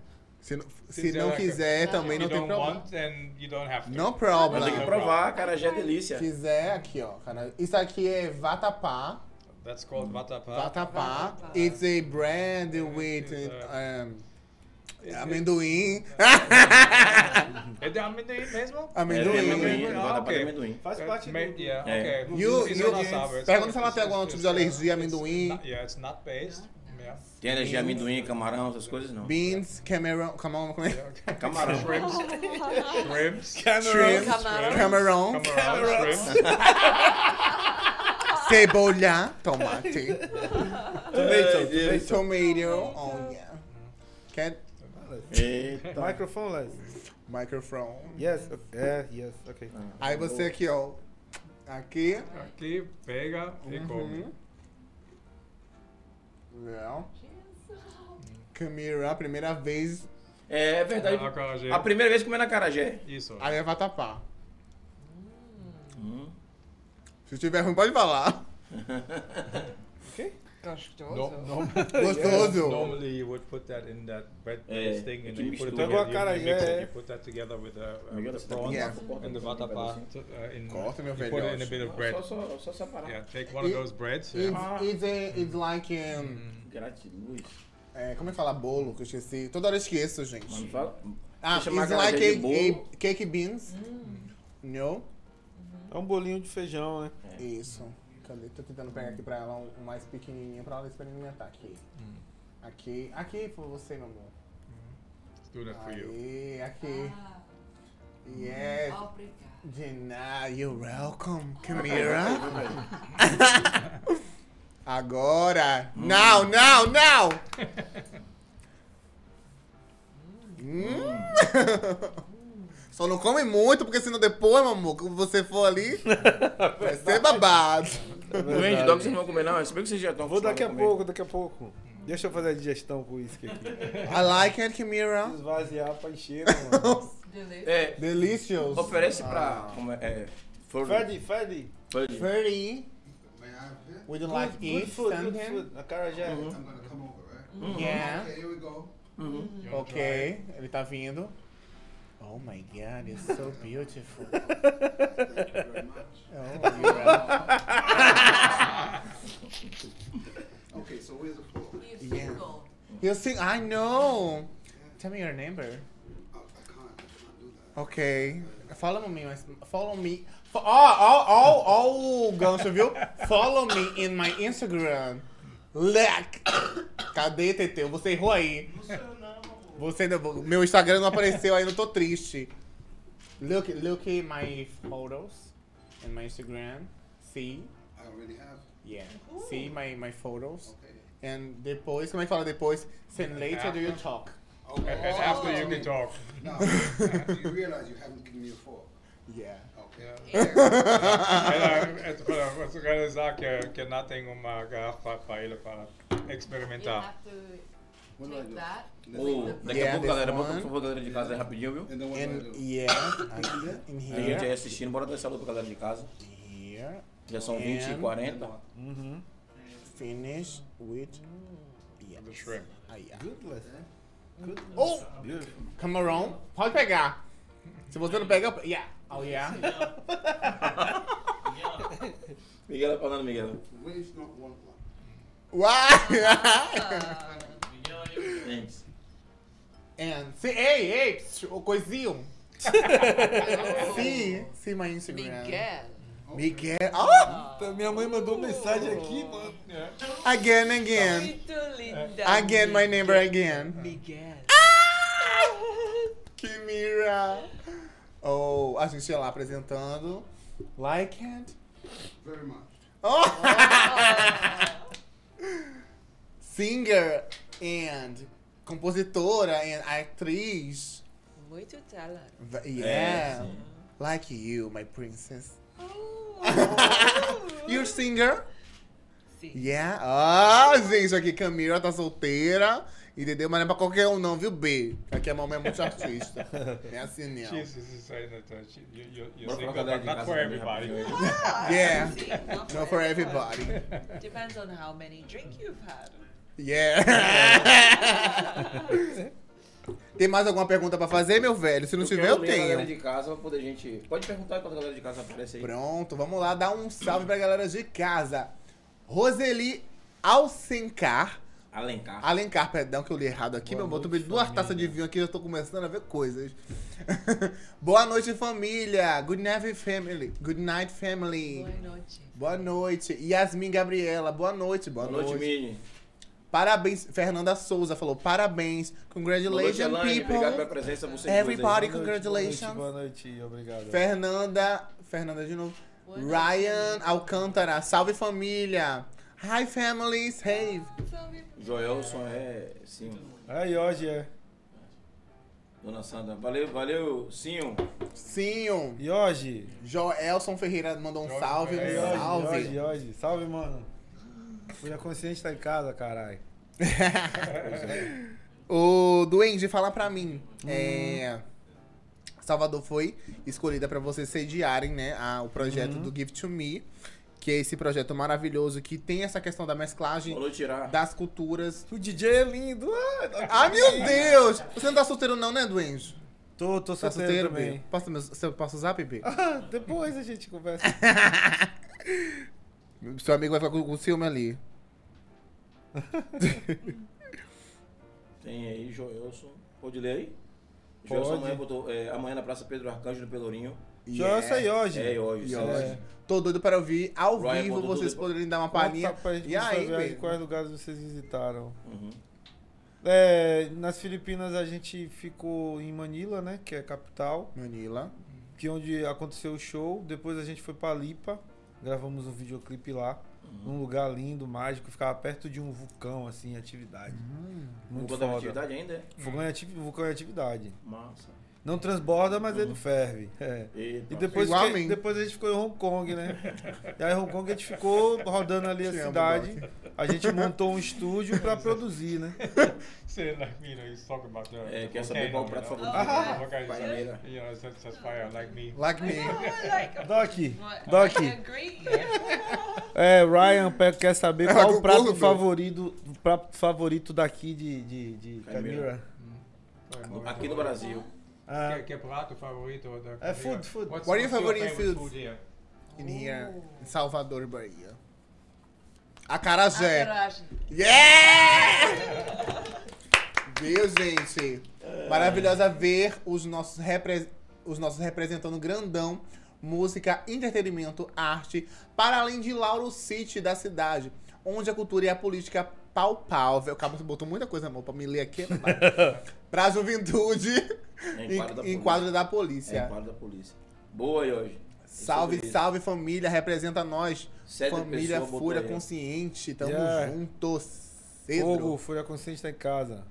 Speaker 2: Se, não- se
Speaker 5: Sincero,
Speaker 2: não
Speaker 5: cara.
Speaker 2: quiser,
Speaker 4: Não,
Speaker 2: também não
Speaker 5: You
Speaker 2: tem
Speaker 3: um
Speaker 5: don't
Speaker 2: problema.
Speaker 5: want and you don't have to.
Speaker 2: No
Speaker 1: Mas tem que
Speaker 2: problem.
Speaker 1: provar, cara, já é delícia.
Speaker 2: Quiser, aqui, ó. Cara. Isso aqui é vatapá.
Speaker 5: That's called vatapa.
Speaker 2: Vatapá.
Speaker 4: Vatapá.
Speaker 2: It's a brand with
Speaker 5: It's
Speaker 2: um, amendoim.
Speaker 5: É de amendoim mesmo?
Speaker 1: É,
Speaker 2: Amendoim.
Speaker 1: tem
Speaker 5: amendoim.
Speaker 1: amendoim, ele
Speaker 5: Ah,
Speaker 1: bota pra
Speaker 5: ok.
Speaker 1: amendoim.
Speaker 3: Faz parte
Speaker 5: Ma-
Speaker 3: do...
Speaker 5: yeah,
Speaker 1: É.
Speaker 5: okay.
Speaker 2: You-
Speaker 5: It's
Speaker 2: you-
Speaker 5: not sour, it's-
Speaker 2: Pergunta se ela
Speaker 5: it's-
Speaker 2: tem algum
Speaker 5: it's-
Speaker 2: tipo de
Speaker 5: it's-
Speaker 2: alergia a
Speaker 5: it's
Speaker 2: amendoim.
Speaker 5: not- Yeah, it's not based. Yeah.
Speaker 1: Tem energia amendoim, camarão, essas coisas não.
Speaker 2: Beans, camarão, camarão, como é?
Speaker 1: Camarão.
Speaker 5: Shrimps. Shrimps.
Speaker 2: Shrimp,
Speaker 4: Camarão.
Speaker 2: camarão,
Speaker 5: Camarão. Shrimps.
Speaker 2: cebolha, tomate, Eh,
Speaker 3: Tomato, tomato.
Speaker 2: tomato, onion. Can
Speaker 1: Eita.
Speaker 3: Microphone, Leslie.
Speaker 2: microphone.
Speaker 3: Yes, é, yes, ok.
Speaker 2: Aí você aqui, ó. Aqui.
Speaker 5: Aqui, pega e
Speaker 1: Uhum.
Speaker 5: come.
Speaker 2: Yeah. Camira, primeira vez,
Speaker 1: É verdade.
Speaker 5: Acarajé.
Speaker 1: A primeira vez comendo acarajé.
Speaker 5: Isso.
Speaker 2: aí é vatapá.
Speaker 1: Hum.
Speaker 2: Se tiver ruim, pode falar.
Speaker 5: No,
Speaker 4: Gostoso.
Speaker 5: no,
Speaker 2: Gostoso.
Speaker 5: normally you would put that in that wet
Speaker 1: É,
Speaker 5: paste thing
Speaker 1: que
Speaker 5: and then you put it
Speaker 1: mistura.
Speaker 5: together, you,
Speaker 3: Agora,
Speaker 5: you mix
Speaker 3: cara,
Speaker 5: it,
Speaker 3: é-
Speaker 5: you put that together with the, uh, with
Speaker 1: Agora
Speaker 5: the
Speaker 1: você tá
Speaker 5: prawn
Speaker 2: Yeah.
Speaker 5: and the vatapa, uh, in,
Speaker 2: Corta, meu
Speaker 5: you
Speaker 2: velho,
Speaker 5: put
Speaker 2: eu
Speaker 5: it in a
Speaker 2: acho.
Speaker 5: bit of bread.
Speaker 1: Só, só, só separar.
Speaker 5: Yeah, take one of
Speaker 2: It-
Speaker 5: those breads.
Speaker 2: It's,
Speaker 5: Yeah.
Speaker 2: it's, a- it's like. um,
Speaker 1: Gratiluz.
Speaker 2: é, como é que fala bolo? Que eu esqueci. Toda hora eu esqueço, gente.
Speaker 1: Mas me fala.
Speaker 2: Ah,
Speaker 1: Deixa eu marcar
Speaker 2: it's
Speaker 1: na
Speaker 2: like
Speaker 1: agenda de
Speaker 2: a,
Speaker 1: bolo. Hum.
Speaker 2: a cake beans. No?
Speaker 3: É um bolinho de feijão, né?
Speaker 2: Isso. Cadê? Tô tentando pegar aqui pra ela um um mais pequenininho pra ela experimentar aqui.
Speaker 1: Hum.
Speaker 2: Aqui. Aqui foi você, meu amor.
Speaker 5: Do that for you.
Speaker 2: Aí, aqui.
Speaker 4: Ah,
Speaker 2: Yes. Dina, you're welcome, Camila. Agora. Now, now, now! Hum. Só não come muito, porque senão depois, meu amor, quando você for ali, vai ser babado.
Speaker 1: Não vende dog, vocês não vão comer, não. Se bem que vocês já estão
Speaker 3: Vou daqui a
Speaker 1: acostumados
Speaker 3: pouco, daqui a pouco. Deixa eu fazer a digestão com isso aqui.
Speaker 2: I like it, Camila.
Speaker 3: Esvaziar pra encher, mano.
Speaker 1: comer.
Speaker 4: Delícia.
Speaker 1: É,
Speaker 2: Delicious.
Speaker 1: oferece pra. Como é? é for-
Speaker 3: Fede, fede.
Speaker 1: for-
Speaker 2: Pretty.
Speaker 7: May I have it?
Speaker 2: Would you like
Speaker 3: Good
Speaker 2: it?
Speaker 3: food, good
Speaker 2: something?
Speaker 3: food. A cara já... é.
Speaker 7: I'm gonna come over,
Speaker 2: Mm-hmm.
Speaker 7: right?
Speaker 2: Yeah.
Speaker 7: Okay, here we go.
Speaker 1: Uhum.
Speaker 5: You wanna try it?
Speaker 2: Ok, ele tá vindo. Oh my god, it's so beautiful.
Speaker 7: Thank you very much.
Speaker 2: Oh, you're welcome.
Speaker 7: Okay, so where's the floor?
Speaker 2: Yeah. You sing, I know. Tell me your number.
Speaker 7: I Oh, I can't, I can't do
Speaker 2: Ok.
Speaker 7: that.
Speaker 2: Follow me, mas- follow me. Fo- oh, Ó, ó, ó, ó o oh, gancho, viu? Follow me in my Instagram. Leck. Cadê, Teteu? Você errou aí. Você não, meu Instagram não apareceu ainda, eu tô triste. Look, look at my photos and my Instagram. See,
Speaker 7: I already have.
Speaker 2: yeah, see my, my photos.
Speaker 7: Okay.
Speaker 2: And depois, como é que fala depois? Send later, do you talk?
Speaker 7: Oh, Okay.
Speaker 5: And after you can talk.
Speaker 7: Now, do you realize you haven't given me a four?
Speaker 2: Yeah.
Speaker 7: Okay.
Speaker 3: Ah.
Speaker 5: Ela, é, tu fala, eu quero dizer que, que não tem uma garrafa para ele para
Speaker 4: You
Speaker 5: experimentar.
Speaker 4: have to
Speaker 7: What do I
Speaker 4: take
Speaker 7: do?
Speaker 4: that.
Speaker 7: And then
Speaker 1: Ô,
Speaker 7: what do
Speaker 1: daqui
Speaker 2: Yeah,
Speaker 1: a pouco,
Speaker 2: this
Speaker 1: galera, bota
Speaker 2: one.
Speaker 1: por favor, galera de casa aí rapidinho,
Speaker 7: I
Speaker 1: viu?
Speaker 7: do? And then what do I
Speaker 2: And
Speaker 7: do?
Speaker 2: yeah, I- in
Speaker 1: A gente aí
Speaker 2: here,
Speaker 1: assistindo, bora dançar logo pra galera de casa.
Speaker 2: here,
Speaker 1: Já são 20 e
Speaker 2: And-
Speaker 1: 40.
Speaker 3: Uhum.
Speaker 2: finish with yes.
Speaker 5: The shrimp.
Speaker 2: Aí, ah.
Speaker 3: Goodless, né?
Speaker 2: Oh,
Speaker 3: Beautiful.
Speaker 2: camarão, pode pegar. Se você não pega, yeah. Oh yeah.
Speaker 1: Miguel tá falando, Miguel.
Speaker 7: Waves not one one.
Speaker 2: Uau!
Speaker 4: Ah.
Speaker 1: Gente.
Speaker 2: And see, hey, hey, pss, o coisinho. see, see my Instagram.
Speaker 4: Miguel.
Speaker 2: Miguel. Oh,
Speaker 3: Minha mãe mandou mensagem aqui, mano.
Speaker 2: again, again.
Speaker 4: Muito linda.
Speaker 2: Again, my number again.
Speaker 4: Miguel.
Speaker 2: Kimira. Oh, a gente ia lá apresentando. Like it.
Speaker 7: Very much.
Speaker 2: Oh. Singer and compositora and atriz.
Speaker 4: Muito talento.
Speaker 2: V-
Speaker 1: É,
Speaker 2: Yeah.
Speaker 1: sim.
Speaker 2: like you, my princess.
Speaker 4: Oh.
Speaker 2: You're singer?
Speaker 4: Sim.
Speaker 2: Yeah. Ah, gente, aqui Camila tá solteira. Entendeu? Mas não é pra qualquer um, não, viu, B? Aqui a mamãe é muito artista. Não é assim, não.
Speaker 5: She's, she's saying that uh, she, you, you, you're
Speaker 1: Bora pra
Speaker 5: single,
Speaker 1: galera
Speaker 5: but
Speaker 1: de
Speaker 5: not
Speaker 1: casa
Speaker 5: for
Speaker 1: também
Speaker 5: everybody.
Speaker 1: rapidinho aí.
Speaker 2: Yeah.
Speaker 4: Sim,
Speaker 1: Tipo,
Speaker 2: Not
Speaker 1: é,
Speaker 2: for everybody.
Speaker 4: Depends on how many drink you've had.
Speaker 1: É.
Speaker 2: Yeah. Tem mais alguma pergunta pra fazer, meu velho? Se não tiver, eu
Speaker 1: quero ler a galera
Speaker 2: tenho.
Speaker 1: de casa pra poder gente. Pode perguntar enquanto a galera de casa aparece aí.
Speaker 2: Pronto, vamos lá dar um salve pra galera de casa. Roseli Alcencar.
Speaker 1: Alencar.
Speaker 2: Alencar, perdão que eu li errado aqui,
Speaker 3: Boa
Speaker 2: meu amor.
Speaker 3: noite,
Speaker 2: Tomei duas
Speaker 3: família.
Speaker 2: taças de vinho aqui, já tô começando a ver coisas. Boa noite, família. Good night, family. Good night, family.
Speaker 4: Boa noite.
Speaker 2: Boa noite. Yasmin Gabriela, boa noite. Boa,
Speaker 1: Boa noite,
Speaker 2: noite.
Speaker 1: Mini.
Speaker 2: Parabéns. Fernanda Souza falou parabéns.
Speaker 1: Boa noite,
Speaker 2: Congratulations,
Speaker 1: Elaine. Obrigado pela
Speaker 2: people.
Speaker 1: presença. Você
Speaker 2: Everybody,
Speaker 3: Boa noite,
Speaker 2: congratulations.
Speaker 3: Boa noite, boa noite, obrigado.
Speaker 2: Fernanda. Fernanda de novo.
Speaker 4: Boa noite.
Speaker 2: Ryan Alcântara. Salve, família. Hi, families. Hey.
Speaker 4: Salve.
Speaker 1: Joelson é. Sim.
Speaker 3: Aí, hoje é.
Speaker 1: Dona Sandra. Valeu, valeu, sim.
Speaker 2: Sim.
Speaker 3: E hoje?
Speaker 2: Joelson Ferreira mandou um
Speaker 5: Joelson
Speaker 2: salve.
Speaker 5: Ferreira.
Speaker 2: Um salve.
Speaker 3: é, Jorge, Jorge. Salve, mano. Fúria Consciente tá em casa, caralho.
Speaker 2: Ô, Duende, fala pra mim. É, Salvador foi escolhida pra vocês sediarem, né? a- o
Speaker 3: Uhum.
Speaker 2: projeto do Give to Me. Que é esse projeto maravilhoso que tem essa questão da mesclagem
Speaker 1: Falou tirar.
Speaker 2: das culturas.
Speaker 3: O DJ é lindo. Ah, tá-
Speaker 2: Ah, meu Deus! Você não tá solteiro não, né, Duende?
Speaker 3: Tô, tô
Speaker 2: Tá solteiro,
Speaker 3: solteiro
Speaker 2: B?
Speaker 3: também.
Speaker 2: Posso, meu, você posso usar, bebê?
Speaker 3: Ah, depois a gente conversa.
Speaker 2: Seu amigo vai ficar com, com ciúme ali.
Speaker 1: Tem aí, Joelson. Pode ler aí? Joelson amanhã botou. é, amanhã na Praça Pedro Arcanjo, no Pelourinho.
Speaker 3: Já
Speaker 2: Yeah.
Speaker 3: essa aí hoje.
Speaker 1: É, hoje.
Speaker 2: E
Speaker 1: sim.
Speaker 2: hoje. Tô doido pra ouvir ao
Speaker 1: Ryan
Speaker 2: vivo,
Speaker 1: mandou
Speaker 2: vocês
Speaker 1: tudo.
Speaker 2: poderem dar uma
Speaker 3: Conta
Speaker 2: palhinha.
Speaker 3: pra gente
Speaker 2: E aí,
Speaker 3: saber
Speaker 2: bebê?
Speaker 3: quais lugares vocês visitaram.
Speaker 1: Uhum.
Speaker 3: É, nas Filipinas a gente ficou em Manila, né? Que é a capital.
Speaker 2: Manila.
Speaker 3: que é onde aconteceu o show. Depois a gente foi pra Lipa, gravamos um videoclipe lá, num lugar lindo, mágico, ficava perto de um vulcão assim, em atividade.
Speaker 2: Hum.
Speaker 3: Muito
Speaker 1: Vou botar uma
Speaker 3: foda.
Speaker 1: atividade ainda, é?
Speaker 3: Vulcão em, ativi- vulcão em atividade.
Speaker 1: Massa.
Speaker 3: Não transborda, mas ele ferve. É.
Speaker 1: Eita.
Speaker 3: E depois,
Speaker 2: Igual a
Speaker 3: fiquei-
Speaker 2: mim.
Speaker 3: depois a gente ficou em Hong Kong, né? E aí em Hong Kong a gente ficou rodando ali a
Speaker 2: Te amo,
Speaker 3: cidade. A gente montou um estúdio pra produzir, né?
Speaker 5: Say like me, you know, you talk about the,
Speaker 1: É,
Speaker 5: the
Speaker 1: quer saber qual o prato
Speaker 5: volcano, you know?
Speaker 1: favorito?
Speaker 5: Ah,
Speaker 1: Ah,
Speaker 5: volcano,
Speaker 1: bananeira.
Speaker 5: you know, it's just- just fire like me.
Speaker 2: Like me.
Speaker 4: Oh, like,
Speaker 3: Doc,
Speaker 4: what?
Speaker 3: Doc,
Speaker 4: I agree.
Speaker 3: É, Ryan Pe- quer
Speaker 2: É,
Speaker 3: saber qual o prato
Speaker 2: Concordo.
Speaker 3: favorito, o prato favorito daqui de, de, de
Speaker 1: Camila.
Speaker 3: Camila.
Speaker 5: Eh,
Speaker 1: Aqui no Brasil.
Speaker 3: Ah,
Speaker 5: Que, é que prato favorito da
Speaker 3: É, Eh, food, food.
Speaker 5: What's,
Speaker 2: What are your
Speaker 5: what's your
Speaker 2: favorite
Speaker 5: favorite
Speaker 2: foods?
Speaker 5: food here?
Speaker 2: In here, in Salvador, Bahia. Acarajé.
Speaker 4: Acarajé.
Speaker 2: Yeah! Viu, gente? Maravilhosa ver os nossos, repre- os nossos representando grandão. Música, entretenimento, arte, para além de Lauro City da cidade, onde a cultura e a política palpável. Calma, você botou muita coisa, amor, pra me ler aqui. não dá. pra juventude
Speaker 1: É Em quadro da
Speaker 2: em- em
Speaker 1: polícia.
Speaker 2: quadro da
Speaker 1: É
Speaker 2: polícia.
Speaker 1: quadro da polícia. Boa, Yoji. É
Speaker 2: Salve,
Speaker 1: sobre isso.
Speaker 2: salve família, representa nós.
Speaker 1: Sete
Speaker 2: família
Speaker 1: pessoas botou
Speaker 2: Fúria
Speaker 1: aí, ó.
Speaker 2: Consciente, tamo
Speaker 3: Yeah.
Speaker 2: junto.
Speaker 3: Fogo,
Speaker 2: Pedro,
Speaker 3: Fúria Consciente tá em casa.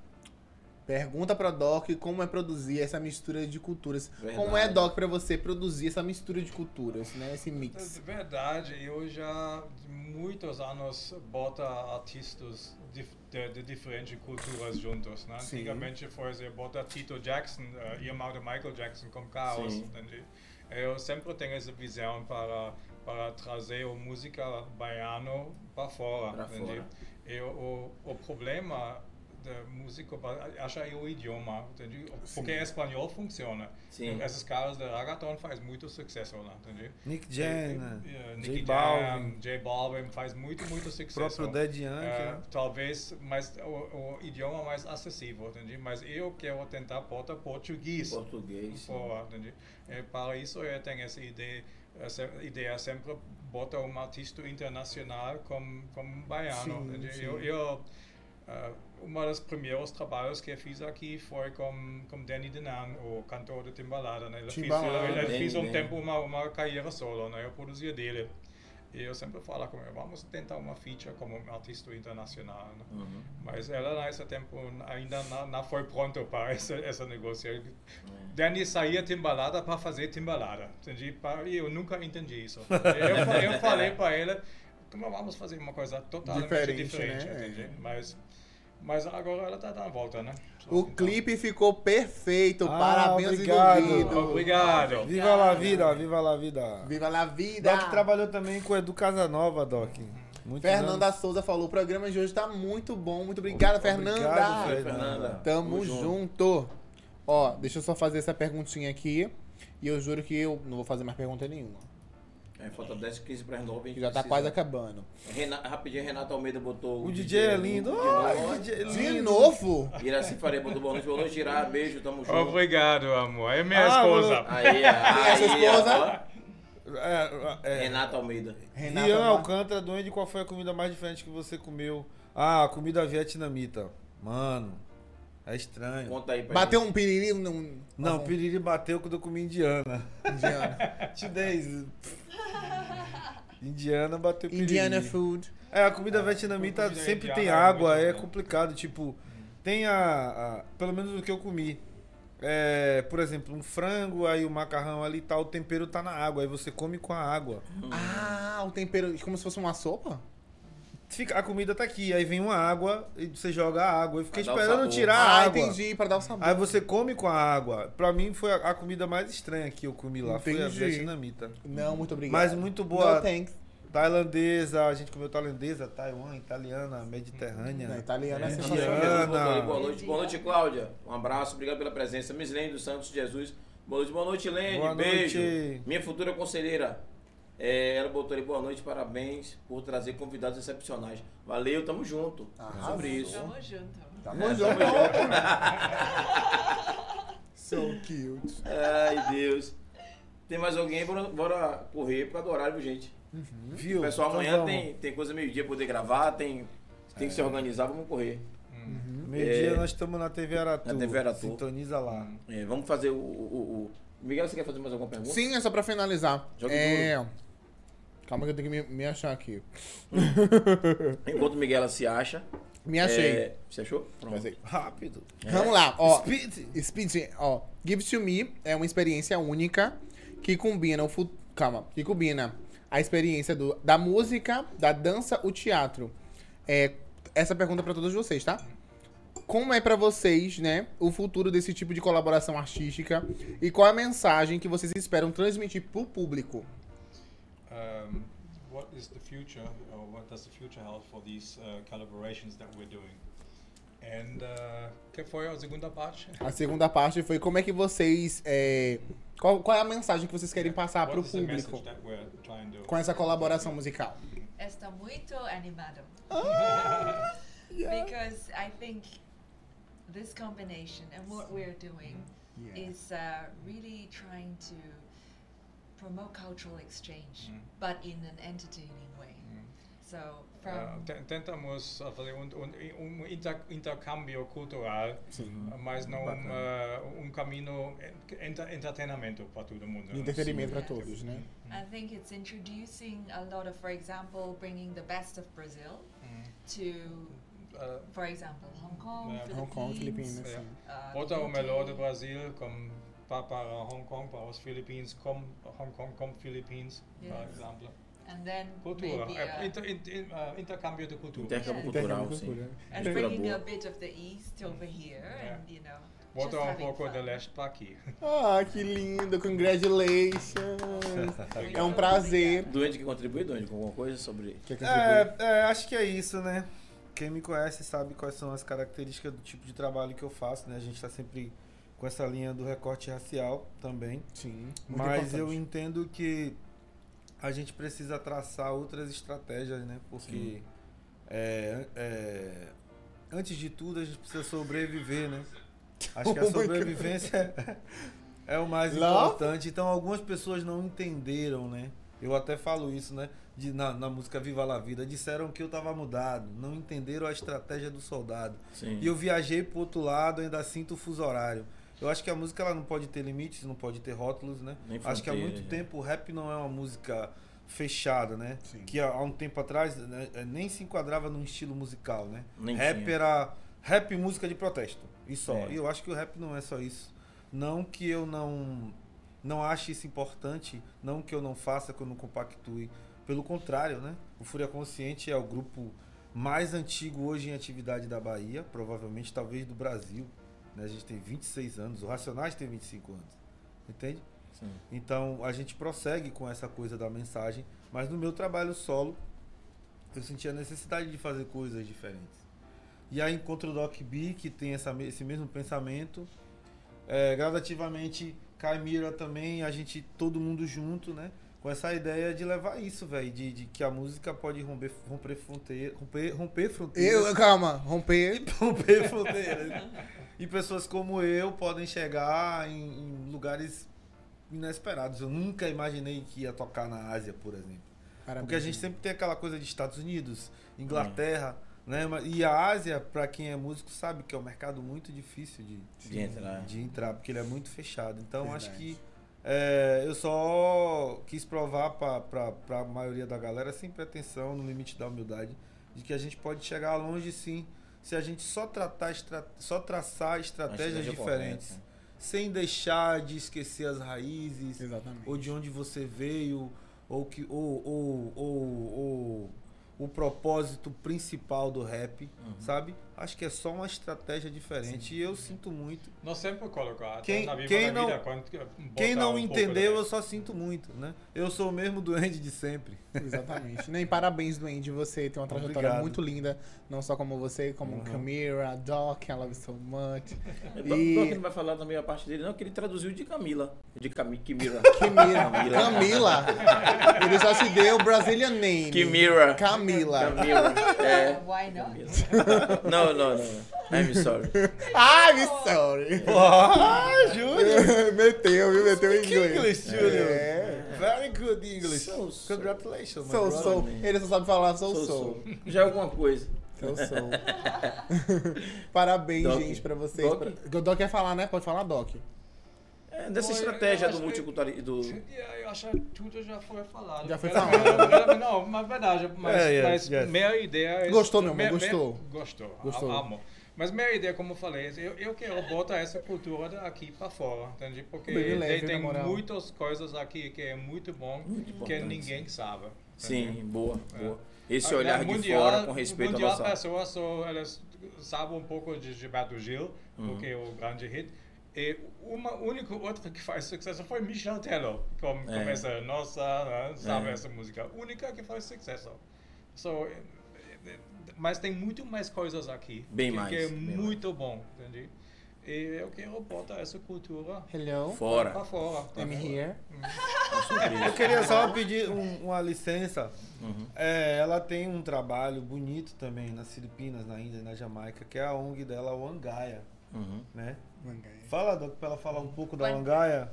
Speaker 2: pergunta pra Doc como é produzir essa mistura de culturas. Como é,
Speaker 1: Verdade.
Speaker 2: Doc, pra você produzir essa mistura de culturas, né? Esse
Speaker 5: É
Speaker 2: mix.
Speaker 5: Verdade, eu já de muitos anos bota artistas dif- de, de diferentes culturas juntos, né?
Speaker 2: Sim.
Speaker 5: Antigamente, por exemplo, bota Tito Jackson, uh, irmão de Michael Jackson, com caos,
Speaker 1: Sim.
Speaker 5: entende? Eu sempre tenho essa visão para para trazer a música baiano para fora,
Speaker 1: Pra
Speaker 5: entende?
Speaker 1: fora.
Speaker 5: E o, o problema da música, ba- acho é o idioma, entende? Porque espanhol funciona.
Speaker 1: Sim.
Speaker 5: Esses caras da reggaeton faz muito sucesso lá, entende?
Speaker 3: Nick
Speaker 5: J-
Speaker 3: Jam, né? J
Speaker 5: eh, Nicky
Speaker 3: Balvin,
Speaker 5: Jam, J Balvin faz muito, muito
Speaker 3: o
Speaker 5: sucesso.
Speaker 3: próprio Dead Yankee.
Speaker 5: Eh,
Speaker 3: né?
Speaker 5: talvez mas o, o idioma mais acessível, entendi? Mas eu quero tentar botar português
Speaker 1: Português.
Speaker 5: fora, entendi? Eh, para isso eu tenho essa ideia, essa ideia sempre botar um artista internacional como como baiano,
Speaker 2: Sim,
Speaker 5: entendi?
Speaker 2: sim.
Speaker 5: Eu, eu ah, uma das primeiros trabalhos que eu fiz aqui foi com com Danny Denan, o cantor de Timbalada, né? Ele fiz,
Speaker 2: Timbalada.
Speaker 5: ele- ele
Speaker 1: Danny
Speaker 5: fiz um
Speaker 1: Denan.
Speaker 5: tempo uma uma carreira solo, né? Eu produzia dele. E eu sempre falo com ele, vamos tentar uma feature como um artista internacional. Né?
Speaker 1: Uhum.
Speaker 5: Mas ela nesse tempo ainda não, não foi pronto para esse, esse negócio. Danny saía timbalada para fazer timbalada. Entendi? Pa- E eu nunca entendi isso. Eu, fa- eu falei para ela, como vamos fazer uma coisa totalmente
Speaker 2: Diferente,
Speaker 5: diferente.
Speaker 2: né?
Speaker 5: entende? Mas, mas agora ela está dando volta, né?
Speaker 2: O
Speaker 5: Então,
Speaker 2: clipe ficou perfeito.
Speaker 3: Ah,
Speaker 2: Parabéns,
Speaker 3: obrigado.
Speaker 2: envolvido.
Speaker 5: Obrigado.
Speaker 3: Viva la vida, viva la vida.
Speaker 2: Viva la vida!
Speaker 3: Doc trabalhou também com o Edu Casanova, Doc. Muito
Speaker 2: Fernanda Souza falou: o programa de hoje tá muito bom. Muito obrigado, Fernanda!
Speaker 1: Fernanda.
Speaker 2: Tamo
Speaker 1: Tamo
Speaker 2: junto. Ó, deixa eu só fazer essa perguntinha aqui. E eu juro que eu não vou fazer mais pergunta nenhuma.
Speaker 1: É, falta 10, 15 para as 9. a
Speaker 2: Que
Speaker 1: gente
Speaker 2: já tá
Speaker 1: precisa-
Speaker 2: quase acabando.
Speaker 1: Rena- Rapidinho, Renato Almeida botou.
Speaker 3: O DJ é lindo.
Speaker 1: De
Speaker 3: Ah,
Speaker 1: novo.
Speaker 3: DJ é
Speaker 2: De
Speaker 3: lindo.
Speaker 2: novo?
Speaker 1: Iraci Faria botou boa noite. Boa noite, Irá. Beijo, tamo junto.
Speaker 5: Obrigado, amor. É minha
Speaker 3: Ah,
Speaker 5: esposa.
Speaker 1: Aí, aí,
Speaker 2: a sua esposa?
Speaker 1: ó.
Speaker 3: É, é,
Speaker 1: Renato Almeida.
Speaker 2: Renata,
Speaker 3: Rian
Speaker 2: Mar-
Speaker 3: Alcântara, doente, qual foi a comida mais diferente que você comeu? Ah, comida vietnamita. Mano, é estranho.
Speaker 1: Conta aí pra
Speaker 2: bateu
Speaker 1: gente.
Speaker 2: um piriri num.
Speaker 3: Não,
Speaker 2: num-
Speaker 3: piriri bateu quando eu comi indiana.
Speaker 2: indiana.
Speaker 3: Today's. Indiana bateu piriri.
Speaker 2: Indiana food.
Speaker 3: É, a comida vietnamita
Speaker 5: comida
Speaker 3: sempre
Speaker 5: indiana
Speaker 3: tem
Speaker 5: é
Speaker 3: água,
Speaker 5: muito
Speaker 3: é
Speaker 5: bom.
Speaker 3: complicado. Tipo, tem a, a- Pelo menos o que eu comi. É, por exemplo, um frango, aí o macarrão ali e tal, o tempero tá na água, aí você come com a água.
Speaker 2: Ah, o tempero. Como se fosse uma sopa?
Speaker 3: Fica, a comida tá aqui, aí vem uma água, e você joga a água. Eu fiquei
Speaker 1: Pra dar o
Speaker 3: esperando
Speaker 1: sabor.
Speaker 3: tirar
Speaker 2: ah,
Speaker 3: a água.
Speaker 2: entendi, pra dar o sabor.
Speaker 3: Aí você come com a água. Pra mim foi a, a comida mais estranha que eu comi lá. Foi a
Speaker 2: Entendi.
Speaker 3: vietnamita.
Speaker 2: Não, muito obrigado.
Speaker 3: Mas muito boa.
Speaker 2: No thanks.
Speaker 3: Tailandesa, a gente comeu tailandesa, Taiwan, italiana, mediterrânea.
Speaker 2: Na italiana, assim,
Speaker 1: Renato
Speaker 3: É. Indiana.
Speaker 1: Almeida botou aí, Boa noite, boa noite, Cláudia. Um abraço, obrigado pela presença. Miss Lene dos Santos Jesus. Boa noite, boa noite, Lene.
Speaker 3: Boa
Speaker 1: Beijo.
Speaker 3: noite.
Speaker 1: Minha futura conselheira. é, ela botou ali boa noite, parabéns por trazer convidados excepcionais. Valeu, tamo junto.
Speaker 2: Arrasou.
Speaker 1: Sobre isso.
Speaker 4: Tamo junto.
Speaker 2: Tamo junto. so cute.
Speaker 1: Ai, Deus. Tem mais alguém? Bora, bora correr por causa do horário, viu, gente?
Speaker 3: Viu?
Speaker 1: O pessoal
Speaker 3: Então
Speaker 1: amanhã
Speaker 3: vamos.
Speaker 1: tem, tem coisa meio-dia pra poder gravar, tem, tem que se organizar, vamos correr.
Speaker 3: Meio-dia
Speaker 1: É.
Speaker 3: nós estamos na TV Aratu.
Speaker 1: Na TV Aratu.
Speaker 3: Sintoniza lá.
Speaker 1: É, vamos fazer o, o- o- o- Miguel, você quer fazer mais alguma pergunta?
Speaker 2: Sim, é só pra finalizar.
Speaker 1: Jogue
Speaker 2: é... Calma que eu tenho que me, me achar aqui.
Speaker 1: Enquanto o Miguel ela se acha.
Speaker 2: Me achei.
Speaker 1: É, você achou? Pronto.
Speaker 2: Mas aí-
Speaker 3: Rápido.
Speaker 2: Vamos lá, ó.
Speaker 3: Speed.
Speaker 2: Speed, ó. Give to Me é uma experiência única que combina o fu- Calma, que combina a experiência do, da música, da dança, o teatro. É, essa pergunta é pra todos vocês, tá? Como é pra vocês, né, o futuro desse tipo de colaboração artística e qual é a mensagem que vocês esperam transmitir pro público?
Speaker 5: um, what is the future, or what does the future hold for these uh, collaborations that we're doing? And uh, que foi a segunda parte?
Speaker 2: A segunda parte foi como é que vocês. é, qual, qual é a mensagem que vocês querem passar
Speaker 5: What
Speaker 2: pro
Speaker 5: is the message
Speaker 2: público
Speaker 5: that we're trying to-
Speaker 2: com essa colaboração musical?
Speaker 4: Está muito animado. Because I think this combination and what we're doing
Speaker 2: Mm-hmm.
Speaker 4: is uh, really trying to promote cultural exchange, but in an entertaining way. So So from
Speaker 5: Äh, Ten- Tentamos äh, quasi und, und um Inter, Intercambio cultural, äh, mas não uh, um caminho enter, entretenimento para todo mundo.
Speaker 2: De
Speaker 5: né?
Speaker 2: entretenimento
Speaker 3: é.
Speaker 2: pra todos, né?
Speaker 4: I think it's introducing a lot of, for example, bringing the best of Brazil to,
Speaker 5: Äh,
Speaker 4: for example, Hong Kong,
Speaker 5: Yeah.
Speaker 2: Hong Kong,
Speaker 4: Philippines,
Speaker 2: Filipinas. assim.
Speaker 5: É.
Speaker 2: sim.
Speaker 4: uh,
Speaker 5: Bota o
Speaker 4: Turkey.
Speaker 5: melhor do Brasil com, pa- para Hong Kong, para os Filipinos, como Hong Kong, como Filipinas, por
Speaker 4: Yes.
Speaker 5: exemplo.
Speaker 4: and then
Speaker 5: Cultura,
Speaker 4: maybe uh,
Speaker 5: é,
Speaker 4: a-
Speaker 5: inter, inter, eh, intercâmbio de cultura.
Speaker 1: Intercâmbio cultural,
Speaker 2: Intercâmbio
Speaker 1: sim.
Speaker 2: cultural.
Speaker 4: and
Speaker 1: Cultura
Speaker 4: bringing a
Speaker 1: boa.
Speaker 4: bit of the East over here,
Speaker 5: Yeah.
Speaker 4: and you know,
Speaker 5: Bota
Speaker 4: just
Speaker 5: um
Speaker 4: having
Speaker 5: pouco
Speaker 4: fun.
Speaker 5: de leste para aqui.
Speaker 2: Ah, que lindo! Congratulations!
Speaker 4: Muito
Speaker 2: É um prazer.
Speaker 1: Doente que contribui, Doente, com alguma coisa sobre.
Speaker 2: Quer contribuir?
Speaker 3: É, é, acho que é isso, né? Quem me conhece sabe quais são as características do tipo de trabalho que eu faço, né? A gente tá sempre com essa linha do recorte racial também.
Speaker 2: Sim. muito
Speaker 3: mas
Speaker 2: importante.
Speaker 3: eu entendo que a gente precisa traçar outras estratégias, né? Porque é, é, antes de tudo a gente precisa sobreviver, né? Acho que
Speaker 2: Oh
Speaker 3: a
Speaker 2: my God.
Speaker 3: sobrevivência é o mais
Speaker 2: Love?
Speaker 3: importante. Então algumas pessoas não entenderam, né? Eu até falo isso, né? De- na, na música Viva la Vida. Disseram que eu tava mudado. Não entenderam a estratégia do soldado.
Speaker 1: Sim.
Speaker 3: E eu viajei pro outro lado, ainda sinto o fuso horário. Eu acho que a música ela não pode ter limites, não pode ter rótulos, né?
Speaker 1: Nem
Speaker 3: acho que há
Speaker 1: fronteiras,
Speaker 3: muito
Speaker 1: né?
Speaker 3: tempo o rap não é uma música fechada, né?
Speaker 2: Sim.
Speaker 3: Que há há um tempo atrás né, eh, nem se enquadrava num estilo musical, né?
Speaker 1: Nem
Speaker 3: rap
Speaker 1: tinha.
Speaker 3: era rap e música de protesto. E só.
Speaker 1: É.
Speaker 3: E eu acho que o rap não é só isso. Não que eu não não ache isso importante, não que eu não faça, que eu não compactue. Pelo contrário, né? O Fúria Consciente é o grupo mais antigo hoje em atividade da Bahia, provavelmente talvez do Brasil. né? A gente tem 26 anos, o Racionais tem 25 anos. Entende?
Speaker 1: Sim.
Speaker 3: Então a gente prossegue com essa coisa da mensagem, mas no meu trabalho solo eu senti a necessidade de fazer coisas diferentes. E aí encontro o Doc B, que tem essa, me- esse mesmo pensamento. É, gradativamente, Caimira também, a gente, todo mundo junto, né? Com essa ideia de levar isso, velho, de, de que a música pode romper, romper fronteiras. Romper, romper fronteiras.
Speaker 2: Eu, calma, romper.
Speaker 3: romper fronteiras. é e pessoas como eu podem chegar em, em lugares inesperados. Eu nunca imaginei que ia tocar na Ásia, por exemplo. Porque a gente sempre tem aquela coisa de Estados Unidos, Inglaterra, né? Mas- E a Ásia, pra quem é músico, sabe que é um mercado muito difícil de,
Speaker 1: De entrar.
Speaker 3: de entrar, porque ele é muito fechado. Então acho
Speaker 2: Verdade.
Speaker 3: que é, eu só quis provar pra- pra pra maioria da galera, sem pretensão, no limite da humildade, de que a gente pode chegar longe sim, se a gente só tratar estra- só traçar estratégias
Speaker 1: estratégia
Speaker 3: diferentes,
Speaker 1: correta.
Speaker 3: sem deixar de esquecer as raízes,
Speaker 2: Exatamente.
Speaker 3: ou de onde você veio, ou, que, ou, ou, ou, ou o propósito principal do rap,
Speaker 1: Uhum.
Speaker 3: sabe? Acho que é só uma estratégia diferente. E eu sinto muito.
Speaker 5: Nós sempre colocamos.
Speaker 3: Quem-
Speaker 5: na Viva
Speaker 3: quem
Speaker 5: la
Speaker 3: não-
Speaker 5: vida, quando que- botar
Speaker 3: Quem não
Speaker 5: um pouco
Speaker 3: entendeu,
Speaker 5: de-
Speaker 3: eu só sinto muito, né? Eu sou o mesmo duende de sempre.
Speaker 2: Exatamente. Nem parabéns, Duende. Você tem uma trajetória
Speaker 3: Obrigado. Uhum.
Speaker 2: muito linda. Não só como você, como Camila, Doc, I love you so much.
Speaker 1: É, E... Doc
Speaker 2: E.
Speaker 1: não vai falar também a parte dele, não, que ele traduziu de Camila. De Cami... Kimira.
Speaker 2: Camila. Camila. Ele só te deu o Brazilian name.
Speaker 1: Kimira.
Speaker 2: Camila.
Speaker 1: Camila.
Speaker 4: Uh,
Speaker 1: É.
Speaker 4: why not?
Speaker 1: Não, não, não. I'm sorry.
Speaker 2: I'm sorry.
Speaker 3: Ah, Júlio!
Speaker 2: meteu, viu? Meteu em
Speaker 3: Speak
Speaker 2: inglês.
Speaker 3: English, Júlio!
Speaker 2: É.
Speaker 3: Very good English!
Speaker 1: So, so.
Speaker 3: Congratulations, my
Speaker 2: Sou,
Speaker 3: brother.
Speaker 2: sou. Ele só sabe falar né? sou,
Speaker 1: Sou,
Speaker 2: sou.
Speaker 1: sou. Já é alguma coisa.
Speaker 2: Sou, sou. parabéns,
Speaker 1: Doc.
Speaker 2: gente, pra vocês.
Speaker 1: Doc?
Speaker 2: Pra- O Doc quer falar, né? Pode falar, Doc.
Speaker 1: É, dessa
Speaker 5: Foi-
Speaker 1: estratégia
Speaker 5: eu acho
Speaker 1: do
Speaker 5: que-
Speaker 1: multiculturalismo. Do...
Speaker 5: Yeah, é, eu acho que tudo já foi falado.
Speaker 2: Já foi
Speaker 5: Pela-
Speaker 2: falado.
Speaker 5: pela- não, mas verdade, mas,
Speaker 3: É, é,
Speaker 5: mas
Speaker 3: yes.
Speaker 5: minha ideia... é-
Speaker 2: Gostou, meu amor,
Speaker 5: minha-
Speaker 2: gostou?
Speaker 5: minha- gostou,
Speaker 2: Gostou.
Speaker 5: gostou. amo. Mas minha ideia, como eu falei, eu, eu quero botar essa cultura daqui para fora, entende? Porque
Speaker 2: O privilégio,
Speaker 5: tem,
Speaker 2: na
Speaker 5: tem
Speaker 2: né, moral.
Speaker 5: muitas coisas aqui que é muito bom, que
Speaker 1: importante.
Speaker 5: ninguém sabe. entende?
Speaker 1: Sim, boa, boa. Esse
Speaker 5: Ah,
Speaker 1: olhar
Speaker 5: é,
Speaker 1: de
Speaker 5: mundial-
Speaker 1: fora com respeito à
Speaker 5: mundial,
Speaker 1: nossa.
Speaker 5: pessoas só elas sabem um pouco de Gilberto Gil,
Speaker 1: Uhum.
Speaker 5: porque é o grande hit. E uma única outra que faz sucesso foi Michel Tello, com, com
Speaker 1: É.
Speaker 5: essa nossa, né, sabe
Speaker 1: É.
Speaker 5: essa música. Única que faz sucesso. So, eh, eh, mas tem muito mais coisas aqui.
Speaker 1: Bem
Speaker 5: que,
Speaker 1: mais,
Speaker 5: Que é
Speaker 1: bem
Speaker 5: muito bom, entende? E é eu quero botar essa cultura
Speaker 2: Hello.
Speaker 5: para
Speaker 1: Fora.
Speaker 5: fora.
Speaker 2: I'm here.
Speaker 3: Eu queria só pedir um- uma licença.
Speaker 1: Uhum.
Speaker 3: É, ela tem um trabalho bonito também nas Filipinas, na Índia e na Jamaica, que é a ONG dela, o Angaia,
Speaker 1: Uhum.
Speaker 3: né?
Speaker 2: Mangai.
Speaker 3: Fala, Doc, pra ela falar um pouco da Angaia.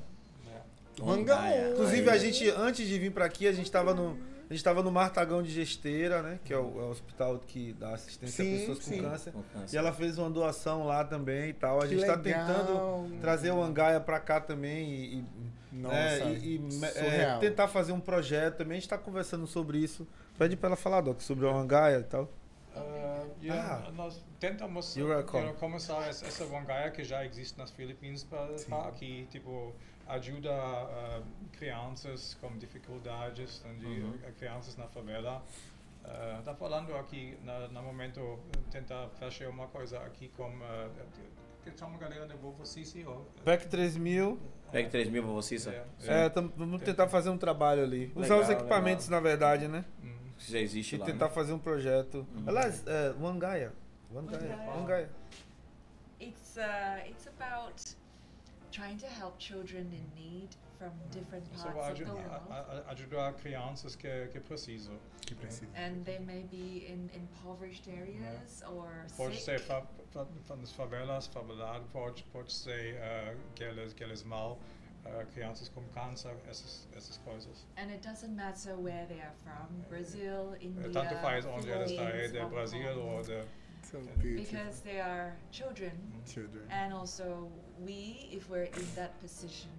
Speaker 2: Mangá.
Speaker 1: Aí.
Speaker 3: Inclusive, a gente, antes de vir pra aqui, a gente tava no, A gente tava no Martagão de Gesteira, né? Que é o, é o hospital que dá assistência
Speaker 2: Sim,
Speaker 3: a pessoas
Speaker 2: sim.
Speaker 3: com câncer.
Speaker 1: Com câncer.
Speaker 3: E ela fez uma doação lá também e tal. A
Speaker 2: Que
Speaker 3: gente tá
Speaker 2: legal.
Speaker 3: tentando trazer o Angaia pra cá também e, e,
Speaker 2: Nossa,
Speaker 3: né, e- e, me- é,
Speaker 2: surreal.
Speaker 3: tentar fazer um projeto também. A gente tá conversando sobre isso. Pede pra ela falar, Doc, sobre o Angaia e tal.
Speaker 5: Ah, yeah,
Speaker 3: Ah.
Speaker 5: nós tentamos
Speaker 3: You're
Speaker 5: you
Speaker 3: welcome.
Speaker 5: know, começar essa, essa vangaia que já existe nas Filipinas para aqui, tipo, ajuda ah, crianças com dificuldades, onde eh, crianças na favela. Ah, tá falando aqui, na, no momento, tentar fechar uma coisa aqui com... ah, que chama a galera de Vovô Sisi? ou- uh,
Speaker 3: PEC 3000.
Speaker 1: Pegue 3 mil pra você, só.
Speaker 5: É,
Speaker 3: É, tam- vamos tentar fazer um trabalho ali. Usar
Speaker 1: Legal,
Speaker 3: os equipamentos, na verdade, né?
Speaker 5: Hum.
Speaker 1: Se já existe
Speaker 3: E
Speaker 1: lá.
Speaker 3: tentar
Speaker 1: né?
Speaker 3: fazer um projeto. Aliás, é, Wangaia. Wangaia.
Speaker 4: Wangaia.
Speaker 3: Wangaia.
Speaker 4: It's uh, it's about trying to help children in need from different
Speaker 5: Só
Speaker 4: parts então, of
Speaker 5: aju-
Speaker 4: the world,
Speaker 5: a- a- a- ajudar crianças que, que precisam.
Speaker 2: Que precisa.
Speaker 4: and they may be in impoverished areas or
Speaker 5: Pode
Speaker 4: sick.
Speaker 5: ser fa fa fa- nas favelas, favelado, pode, pode ser uh, aqueles, aqueles mal, ah, crianças com câncer, essas, essas coisas.
Speaker 4: And it doesn't matter where they are from, Brazil,
Speaker 5: Eh,
Speaker 4: India,
Speaker 5: Tanto faz onde ela está, é
Speaker 4: Philippines,
Speaker 5: de
Speaker 4: Hong
Speaker 5: Brasil
Speaker 4: Kong.
Speaker 5: ou de...
Speaker 2: So beautiful.
Speaker 4: Because é they are children,
Speaker 2: Children.
Speaker 4: and also we, if we're in that position,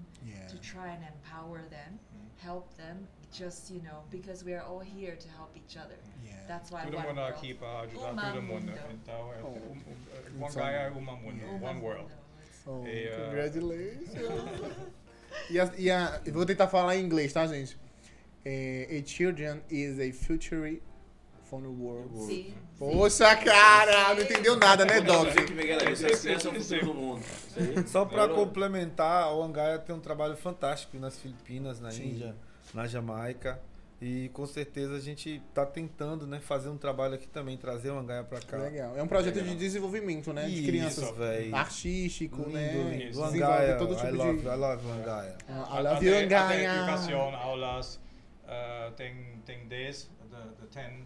Speaker 4: to try and empower them,
Speaker 5: hum,
Speaker 4: help them, just, you know, because we are all here to help each other. That's why
Speaker 5: Todo
Speaker 4: one
Speaker 5: mundo
Speaker 4: world.
Speaker 5: aqui para ajudar
Speaker 4: Uma
Speaker 5: todo mundo.
Speaker 4: mundo.
Speaker 5: Então, é,
Speaker 2: Oh.
Speaker 5: um, um,
Speaker 2: Então,
Speaker 5: one guy é uma mundo,
Speaker 2: yeah.
Speaker 5: one world.
Speaker 2: Oh,
Speaker 5: E,
Speaker 3: uh,
Speaker 5: ah,
Speaker 2: congratulations. e a, e a, eu vou tentar falar em inglês, tá, gente? É, a children is a future for the world.
Speaker 4: See?
Speaker 5: Mm-hmm.
Speaker 4: ah,
Speaker 2: Poxa, cara! Não entendeu nada, né, Doc?
Speaker 1: Inclusive, que Miguel Alex, Essas crianças são o futuro do mundo.
Speaker 3: Só para
Speaker 1: Melhorou.
Speaker 3: complementar, o Angaia tem um trabalho fantástico nas Filipinas, na
Speaker 2: Sim.
Speaker 3: Índia, na Jamaica. E com certeza a gente tá tentando, né, fazer um trabalho aqui também, trazer o Angaia para cá.
Speaker 2: Legal. É um projeto de desenvolvimento, né? De
Speaker 3: Isso,
Speaker 2: crianças.
Speaker 3: véi.
Speaker 2: Artístico,
Speaker 3: Lindo,
Speaker 2: né?
Speaker 3: lindo. O
Speaker 2: Desenvolve
Speaker 3: Angaia,
Speaker 2: todo
Speaker 3: I
Speaker 2: tipo
Speaker 3: love,
Speaker 2: de. Ah,
Speaker 3: I love o Angaia.
Speaker 2: I
Speaker 5: Até-
Speaker 2: love you,
Speaker 5: Até
Speaker 2: Angaia!
Speaker 5: educação, aulas, ah, tem, tem 10, the, the 10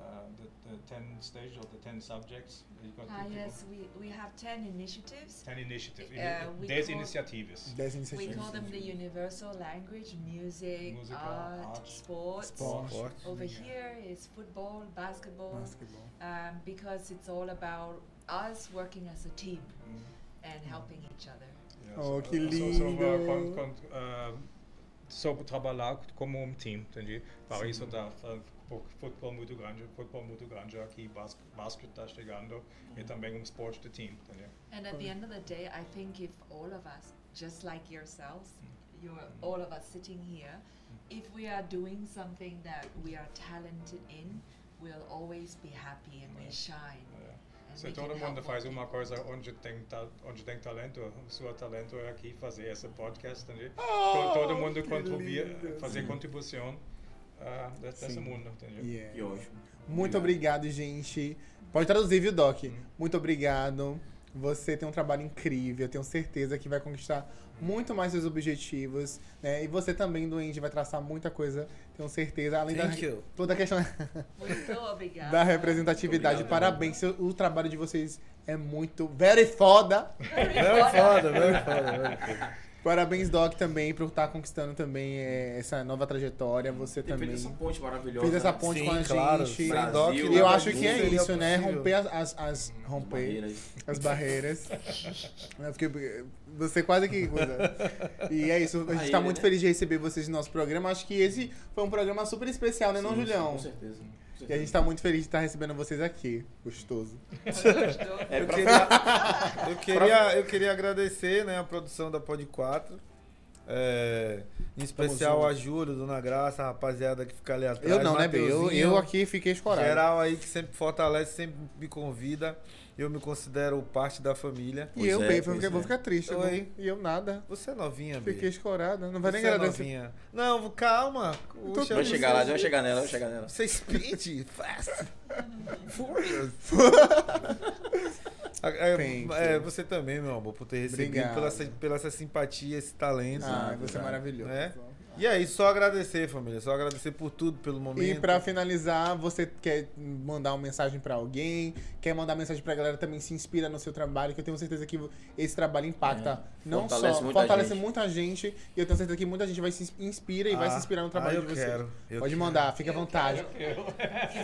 Speaker 5: ah, the, the 10 stage or the 10 subjects. You got
Speaker 4: Ah,
Speaker 5: the-
Speaker 4: yes, we, we have 10 initiatives.
Speaker 5: 10 initiatives,
Speaker 4: Uh, we
Speaker 5: 10
Speaker 4: call-
Speaker 5: iniciativas.
Speaker 2: Dez
Speaker 4: We
Speaker 2: iniciativas.
Speaker 4: call them the universal language, music,
Speaker 5: Musical,
Speaker 4: art,
Speaker 5: art,
Speaker 4: sports.
Speaker 5: Sport.
Speaker 3: Esporte.
Speaker 4: Over
Speaker 5: Yeah.
Speaker 4: here is football, basketball,
Speaker 2: Basketball.
Speaker 4: um, because it's all about us working as a team
Speaker 5: Mm.
Speaker 4: and helping each other.
Speaker 5: Yes. É,
Speaker 2: Oh, que
Speaker 5: So- so-
Speaker 2: lindo.
Speaker 5: So, uh, con- con- uh, sobre trabalhar como um time, entendi? Para isso tá uh, fu- futebol muito grande, futebol muito grande é aqui, bas- basquete está chegando
Speaker 2: Uhum.
Speaker 5: e também um esporte de time, É. entendeu?
Speaker 4: And at the end of the day, I think if all of us, just like yourselves, you're all of us sitting here, if we are doing something that we are talented in, we'll always be happy and we shine.
Speaker 5: Yeah.
Speaker 4: And
Speaker 5: Se
Speaker 4: we
Speaker 5: todo
Speaker 4: can help
Speaker 5: mundo faz
Speaker 4: other
Speaker 5: uma
Speaker 4: people.
Speaker 5: coisa onde tem, ta- onde tem talento, o seu talento é aqui fazer esse podcast, entendeu?
Speaker 2: Oh,
Speaker 5: todo mundo
Speaker 2: que
Speaker 5: contribuir,
Speaker 2: lindo.
Speaker 5: fazer contribuição ah, de- desse
Speaker 2: Sim.
Speaker 5: mundo, entendeu?
Speaker 1: Que
Speaker 2: Yeah.
Speaker 1: ótimo.
Speaker 2: Muito obrigado, gente. Pode traduzir, viu, Doc? Muito obrigado. Você tem um trabalho incrível, tenho certeza que vai conquistar muito mais seus objetivos, né? E você também, do Indy, vai traçar muita coisa, tenho certeza. Além da
Speaker 3: Thank you.
Speaker 2: toda a questão
Speaker 4: Muito obrigada.
Speaker 2: da representatividade.
Speaker 1: Obrigado.
Speaker 2: Parabéns, seu- o trabalho de vocês é muito very foda.
Speaker 3: Very foda, very foda. very foda.
Speaker 2: Parabéns, Doc, também, por estar conquistando também é, essa nova trajetória. Você
Speaker 1: Tem
Speaker 2: também
Speaker 1: feito essa ponte maravilhosa.
Speaker 2: fez essa
Speaker 1: né?
Speaker 2: ponte
Speaker 3: Sim,
Speaker 2: com a gente.
Speaker 3: claro.
Speaker 2: E
Speaker 3: Sem Doc,
Speaker 1: Eu
Speaker 2: eu
Speaker 3: nada
Speaker 2: acho que é
Speaker 3: disso seria
Speaker 2: isso, né?
Speaker 3: possível.
Speaker 2: Romper as, as, as- romper
Speaker 1: Barreiras.
Speaker 2: as barreiras. Eu fiquei- você quase que. E é isso. A gente
Speaker 1: Aí,
Speaker 2: tá muito
Speaker 1: né?
Speaker 2: feliz de receber vocês no nosso programa. Acho que esse foi um programa super especial, né, não,
Speaker 1: Sim,
Speaker 2: Julião?
Speaker 1: Com certeza. com
Speaker 2: E a
Speaker 1: certeza.
Speaker 2: gente tá muito feliz de estar recebendo vocês aqui. Gostoso.
Speaker 1: É
Speaker 3: Eu
Speaker 1: pra
Speaker 3: queria, eu queria, eu queria agradecer né, a produção da Pod 4. é, em especial
Speaker 2: junto.
Speaker 3: a Júlio, Dona Graça, a rapaziada que fica ali atrás.
Speaker 2: eu não, né, Bê? Eu,
Speaker 3: Mateuzinho.
Speaker 2: eu aqui fiquei escorado.
Speaker 3: Geral aí que sempre fortalece, sempre me convida. Eu me considero parte da família.
Speaker 2: E
Speaker 1: Pois
Speaker 2: eu,
Speaker 1: é,
Speaker 2: Bê,
Speaker 1: pois
Speaker 2: fiquei- vou
Speaker 1: é.
Speaker 2: ficar triste.
Speaker 3: Oi.
Speaker 2: Oi. E eu nada.
Speaker 3: Você é novinha, Bê.
Speaker 2: Fiquei escorada. Não vai
Speaker 3: Você
Speaker 2: nem
Speaker 3: é
Speaker 2: agradecer.
Speaker 3: novinha. Não, calma. Puxa,
Speaker 1: Vai
Speaker 3: você-
Speaker 1: chegar lá, vai chegar nela, vai chegar nela.
Speaker 3: Você é speed, fast, furious. Ah, é,
Speaker 2: Thank you.
Speaker 3: é, você também, meu amor, por ter recebido
Speaker 2: Obrigado.
Speaker 3: pela, essa- pela essa simpatia, esse talento.
Speaker 2: Ah, você é
Speaker 3: Né?
Speaker 2: maravilhoso.
Speaker 3: E aí, só agradecer, família. Só agradecer por tudo, pelo
Speaker 2: E
Speaker 3: momento.
Speaker 2: pra finalizar, você quer mandar uma mensagem pra alguém? Quer mandar mensagem pra galera também se inspira no seu trabalho? Que eu tenho certeza que esse trabalho impacta não
Speaker 1: Fortalece
Speaker 2: só
Speaker 1: muita
Speaker 2: fortalece
Speaker 1: gente.
Speaker 2: muita gente e eu tenho certeza que muita gente vai se inspira e vai
Speaker 3: Ah,
Speaker 2: se inspirar no trabalho
Speaker 3: ah, eu
Speaker 2: de você.
Speaker 3: quero, eu
Speaker 2: Pode
Speaker 3: quero.
Speaker 2: mandar, fica à vontade.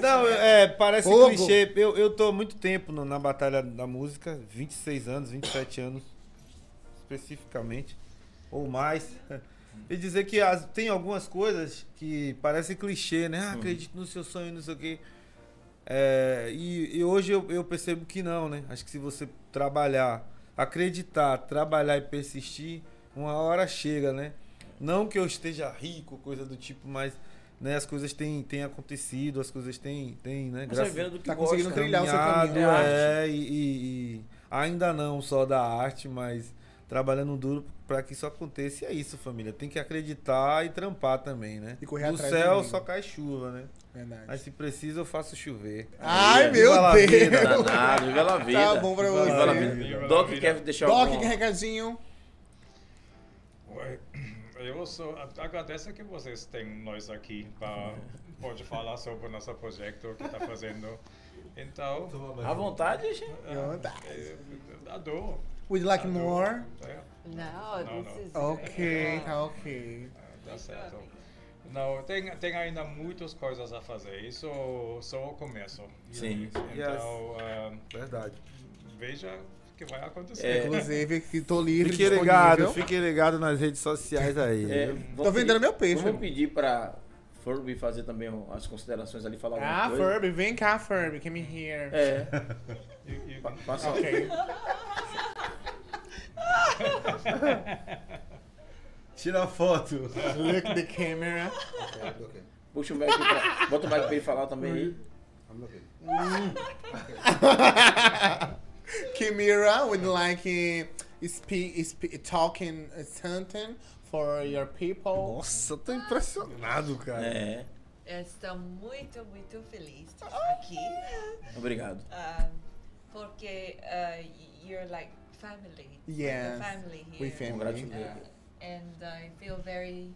Speaker 3: Não, eu- é, parece
Speaker 2: Fogo.
Speaker 3: clichê. Eu, eu tô há muito tempo no- na batalha da música, 26 anos, 27 anos, especificamente, ou mais. E dizer que as- tem algumas coisas que parecem clichê, né? Ah, acredito no seu sonho, não sei o quê. É, e, e hoje eu, eu percebo que não, né? Acho que se você trabalhar, acreditar, trabalhar e persistir, uma hora chega, né? Não que eu esteja rico, coisa do tipo, mas né, as coisas têm, têm acontecido, as coisas têm, têm né?
Speaker 1: Você vendo do que
Speaker 2: Tá conseguindo
Speaker 1: gosta.
Speaker 2: trilhar o seu
Speaker 3: Caminhado,
Speaker 2: caminho.
Speaker 3: É, e, e- e ainda não só da arte, mas trabalhando duro pra que isso aconteça. E é isso, família. Tem que acreditar e trampar também, né?
Speaker 2: E correr
Speaker 3: do
Speaker 2: atrás do
Speaker 3: céu
Speaker 2: mínimo.
Speaker 3: só cai chuva, né?
Speaker 2: Verdade.
Speaker 3: Mas se precisa, eu faço chover.
Speaker 2: Ai, meu
Speaker 3: Viva la vida,
Speaker 2: Deus!
Speaker 1: Danado, viva la vida.
Speaker 2: Tá bom pra
Speaker 1: Viva la vida.
Speaker 2: você.
Speaker 5: Viva la
Speaker 1: Doc
Speaker 5: vida.
Speaker 1: quer deixar
Speaker 2: Doc,
Speaker 1: algum-
Speaker 2: que recadinho.
Speaker 5: Oi, Eu sou, agradeço que vocês têm nós aqui para pode falar sobre o nosso projeto que está fazendo. Então,
Speaker 1: À vontade, gente.
Speaker 5: eh, adoro.
Speaker 2: Would you like more?
Speaker 5: É,
Speaker 4: No,
Speaker 5: No,
Speaker 4: this
Speaker 5: no.
Speaker 4: is
Speaker 2: Ok, tá ok.
Speaker 5: tá certo. Não, tem, tem ainda muitas coisas a fazer. Isso só o começo.
Speaker 1: Sim.
Speaker 5: Então, eh,
Speaker 3: Verdade.
Speaker 5: veja o que vai acontecer.
Speaker 1: É.
Speaker 2: Inclusive, que tô livre,
Speaker 3: Fiquem
Speaker 2: disponível.
Speaker 3: ligados, fiquem ligados nas redes sociais aí.
Speaker 1: É,
Speaker 3: viu?
Speaker 1: vamos
Speaker 2: vendendo
Speaker 1: pedir-
Speaker 2: meu peixe.
Speaker 1: Vamos pedir pra Furby fazer também um- as considerações ali, falar alguma
Speaker 2: Ah,
Speaker 1: coisa.
Speaker 2: Furby, vem cá, Furby, come here.
Speaker 1: É,
Speaker 5: You- you-
Speaker 1: pa- passa
Speaker 2: Ok.
Speaker 3: Tira a foto.
Speaker 2: Look the camera.
Speaker 7: Okay, I'm looking.
Speaker 1: Puxa o mic pra... Bota o mic pra ele falar também aí.
Speaker 7: I'm looking.
Speaker 2: Kimira would like eh, speak, speak talking uh, something for your people.
Speaker 3: Nossa, eu tô impressionado, cara.
Speaker 1: É,
Speaker 4: Estou muito, muito feliz de estar aqui.
Speaker 1: obrigado.
Speaker 4: Um, porque uh, y- you're like family. We're
Speaker 2: Yes,
Speaker 4: family here.
Speaker 2: we family.
Speaker 1: Congratulations.
Speaker 4: Uh, and I feel very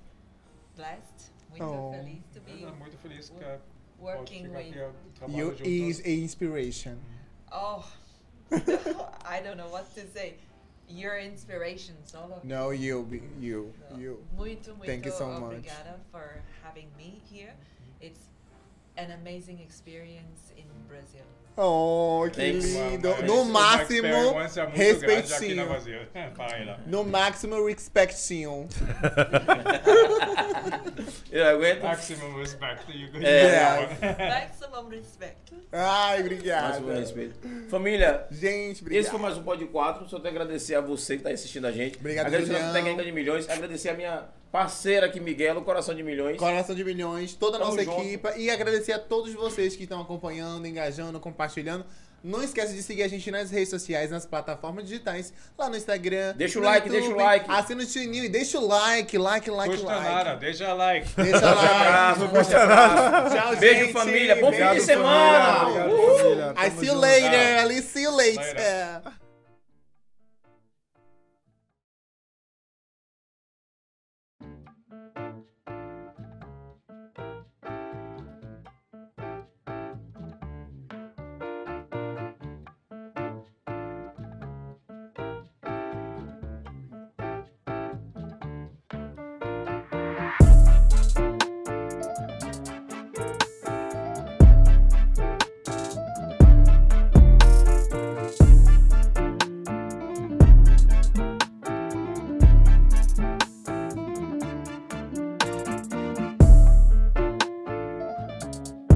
Speaker 4: blessed, muito
Speaker 2: Oh.
Speaker 4: feliz to be
Speaker 5: Eu tô muito feliz que pode
Speaker 4: working
Speaker 5: chegar
Speaker 4: with.
Speaker 5: aqui a trabalhar
Speaker 2: You
Speaker 5: juntos.
Speaker 2: is a inspiration.
Speaker 4: Oh, I don't know what to say. Your inspirations, all of
Speaker 2: No, you, be- you, you.
Speaker 4: Muito, muito
Speaker 2: Thank you so much.
Speaker 4: obrigada for having me here. It's an amazing experience in Brazil.
Speaker 2: Oh, que
Speaker 1: Thanks.
Speaker 2: lindo.
Speaker 5: Mas
Speaker 2: No
Speaker 5: uma
Speaker 2: máximo,
Speaker 5: experiência muito grande aqui na
Speaker 2: respeitinho.
Speaker 5: Brasil. Para ela.
Speaker 2: No máximo, respeitinho.
Speaker 1: Eu aguento.
Speaker 5: Maximum respect. You go-
Speaker 1: É.
Speaker 4: Maximum respect.
Speaker 2: Ai,
Speaker 1: Mais um
Speaker 2: obrigado.
Speaker 1: respeito. Família,
Speaker 2: Gente,
Speaker 1: Esse foi
Speaker 2: obrigado.
Speaker 1: mais um Pod 4. Só tenho a agradecer a você que está assistindo a gente.
Speaker 2: Obrigado,
Speaker 1: agradecer a
Speaker 2: Julião.
Speaker 1: nossa técnica de milhões. Agradecer a minha parceira aqui, Miguel, o coração de milhões.
Speaker 2: Coração de milhões, toda a
Speaker 1: Tamo
Speaker 2: nossa
Speaker 1: junto.
Speaker 2: equipa e agradecer a todos vocês que estão acompanhando, engajando, compartilhando. Não esquece de seguir a gente nas redes sociais, nas plataformas digitais, lá no Instagram.
Speaker 1: Deixa o
Speaker 2: no
Speaker 1: like, deixa o like.
Speaker 2: Assina o sininho e deixa o like, like, like,
Speaker 5: Custa
Speaker 2: like.
Speaker 5: nada, deixa like.
Speaker 2: Deixa like.
Speaker 3: Abraço, custa nada.
Speaker 2: Tchau,
Speaker 1: Beijo,
Speaker 2: gente.
Speaker 1: família. Bom fim
Speaker 3: Obrigado,
Speaker 1: de semana.
Speaker 3: família.
Speaker 1: Uhul.
Speaker 3: Obrigado, família.
Speaker 2: I
Speaker 3: Tamo
Speaker 2: see you
Speaker 3: junto.
Speaker 2: later. I see you later.
Speaker 5: Later.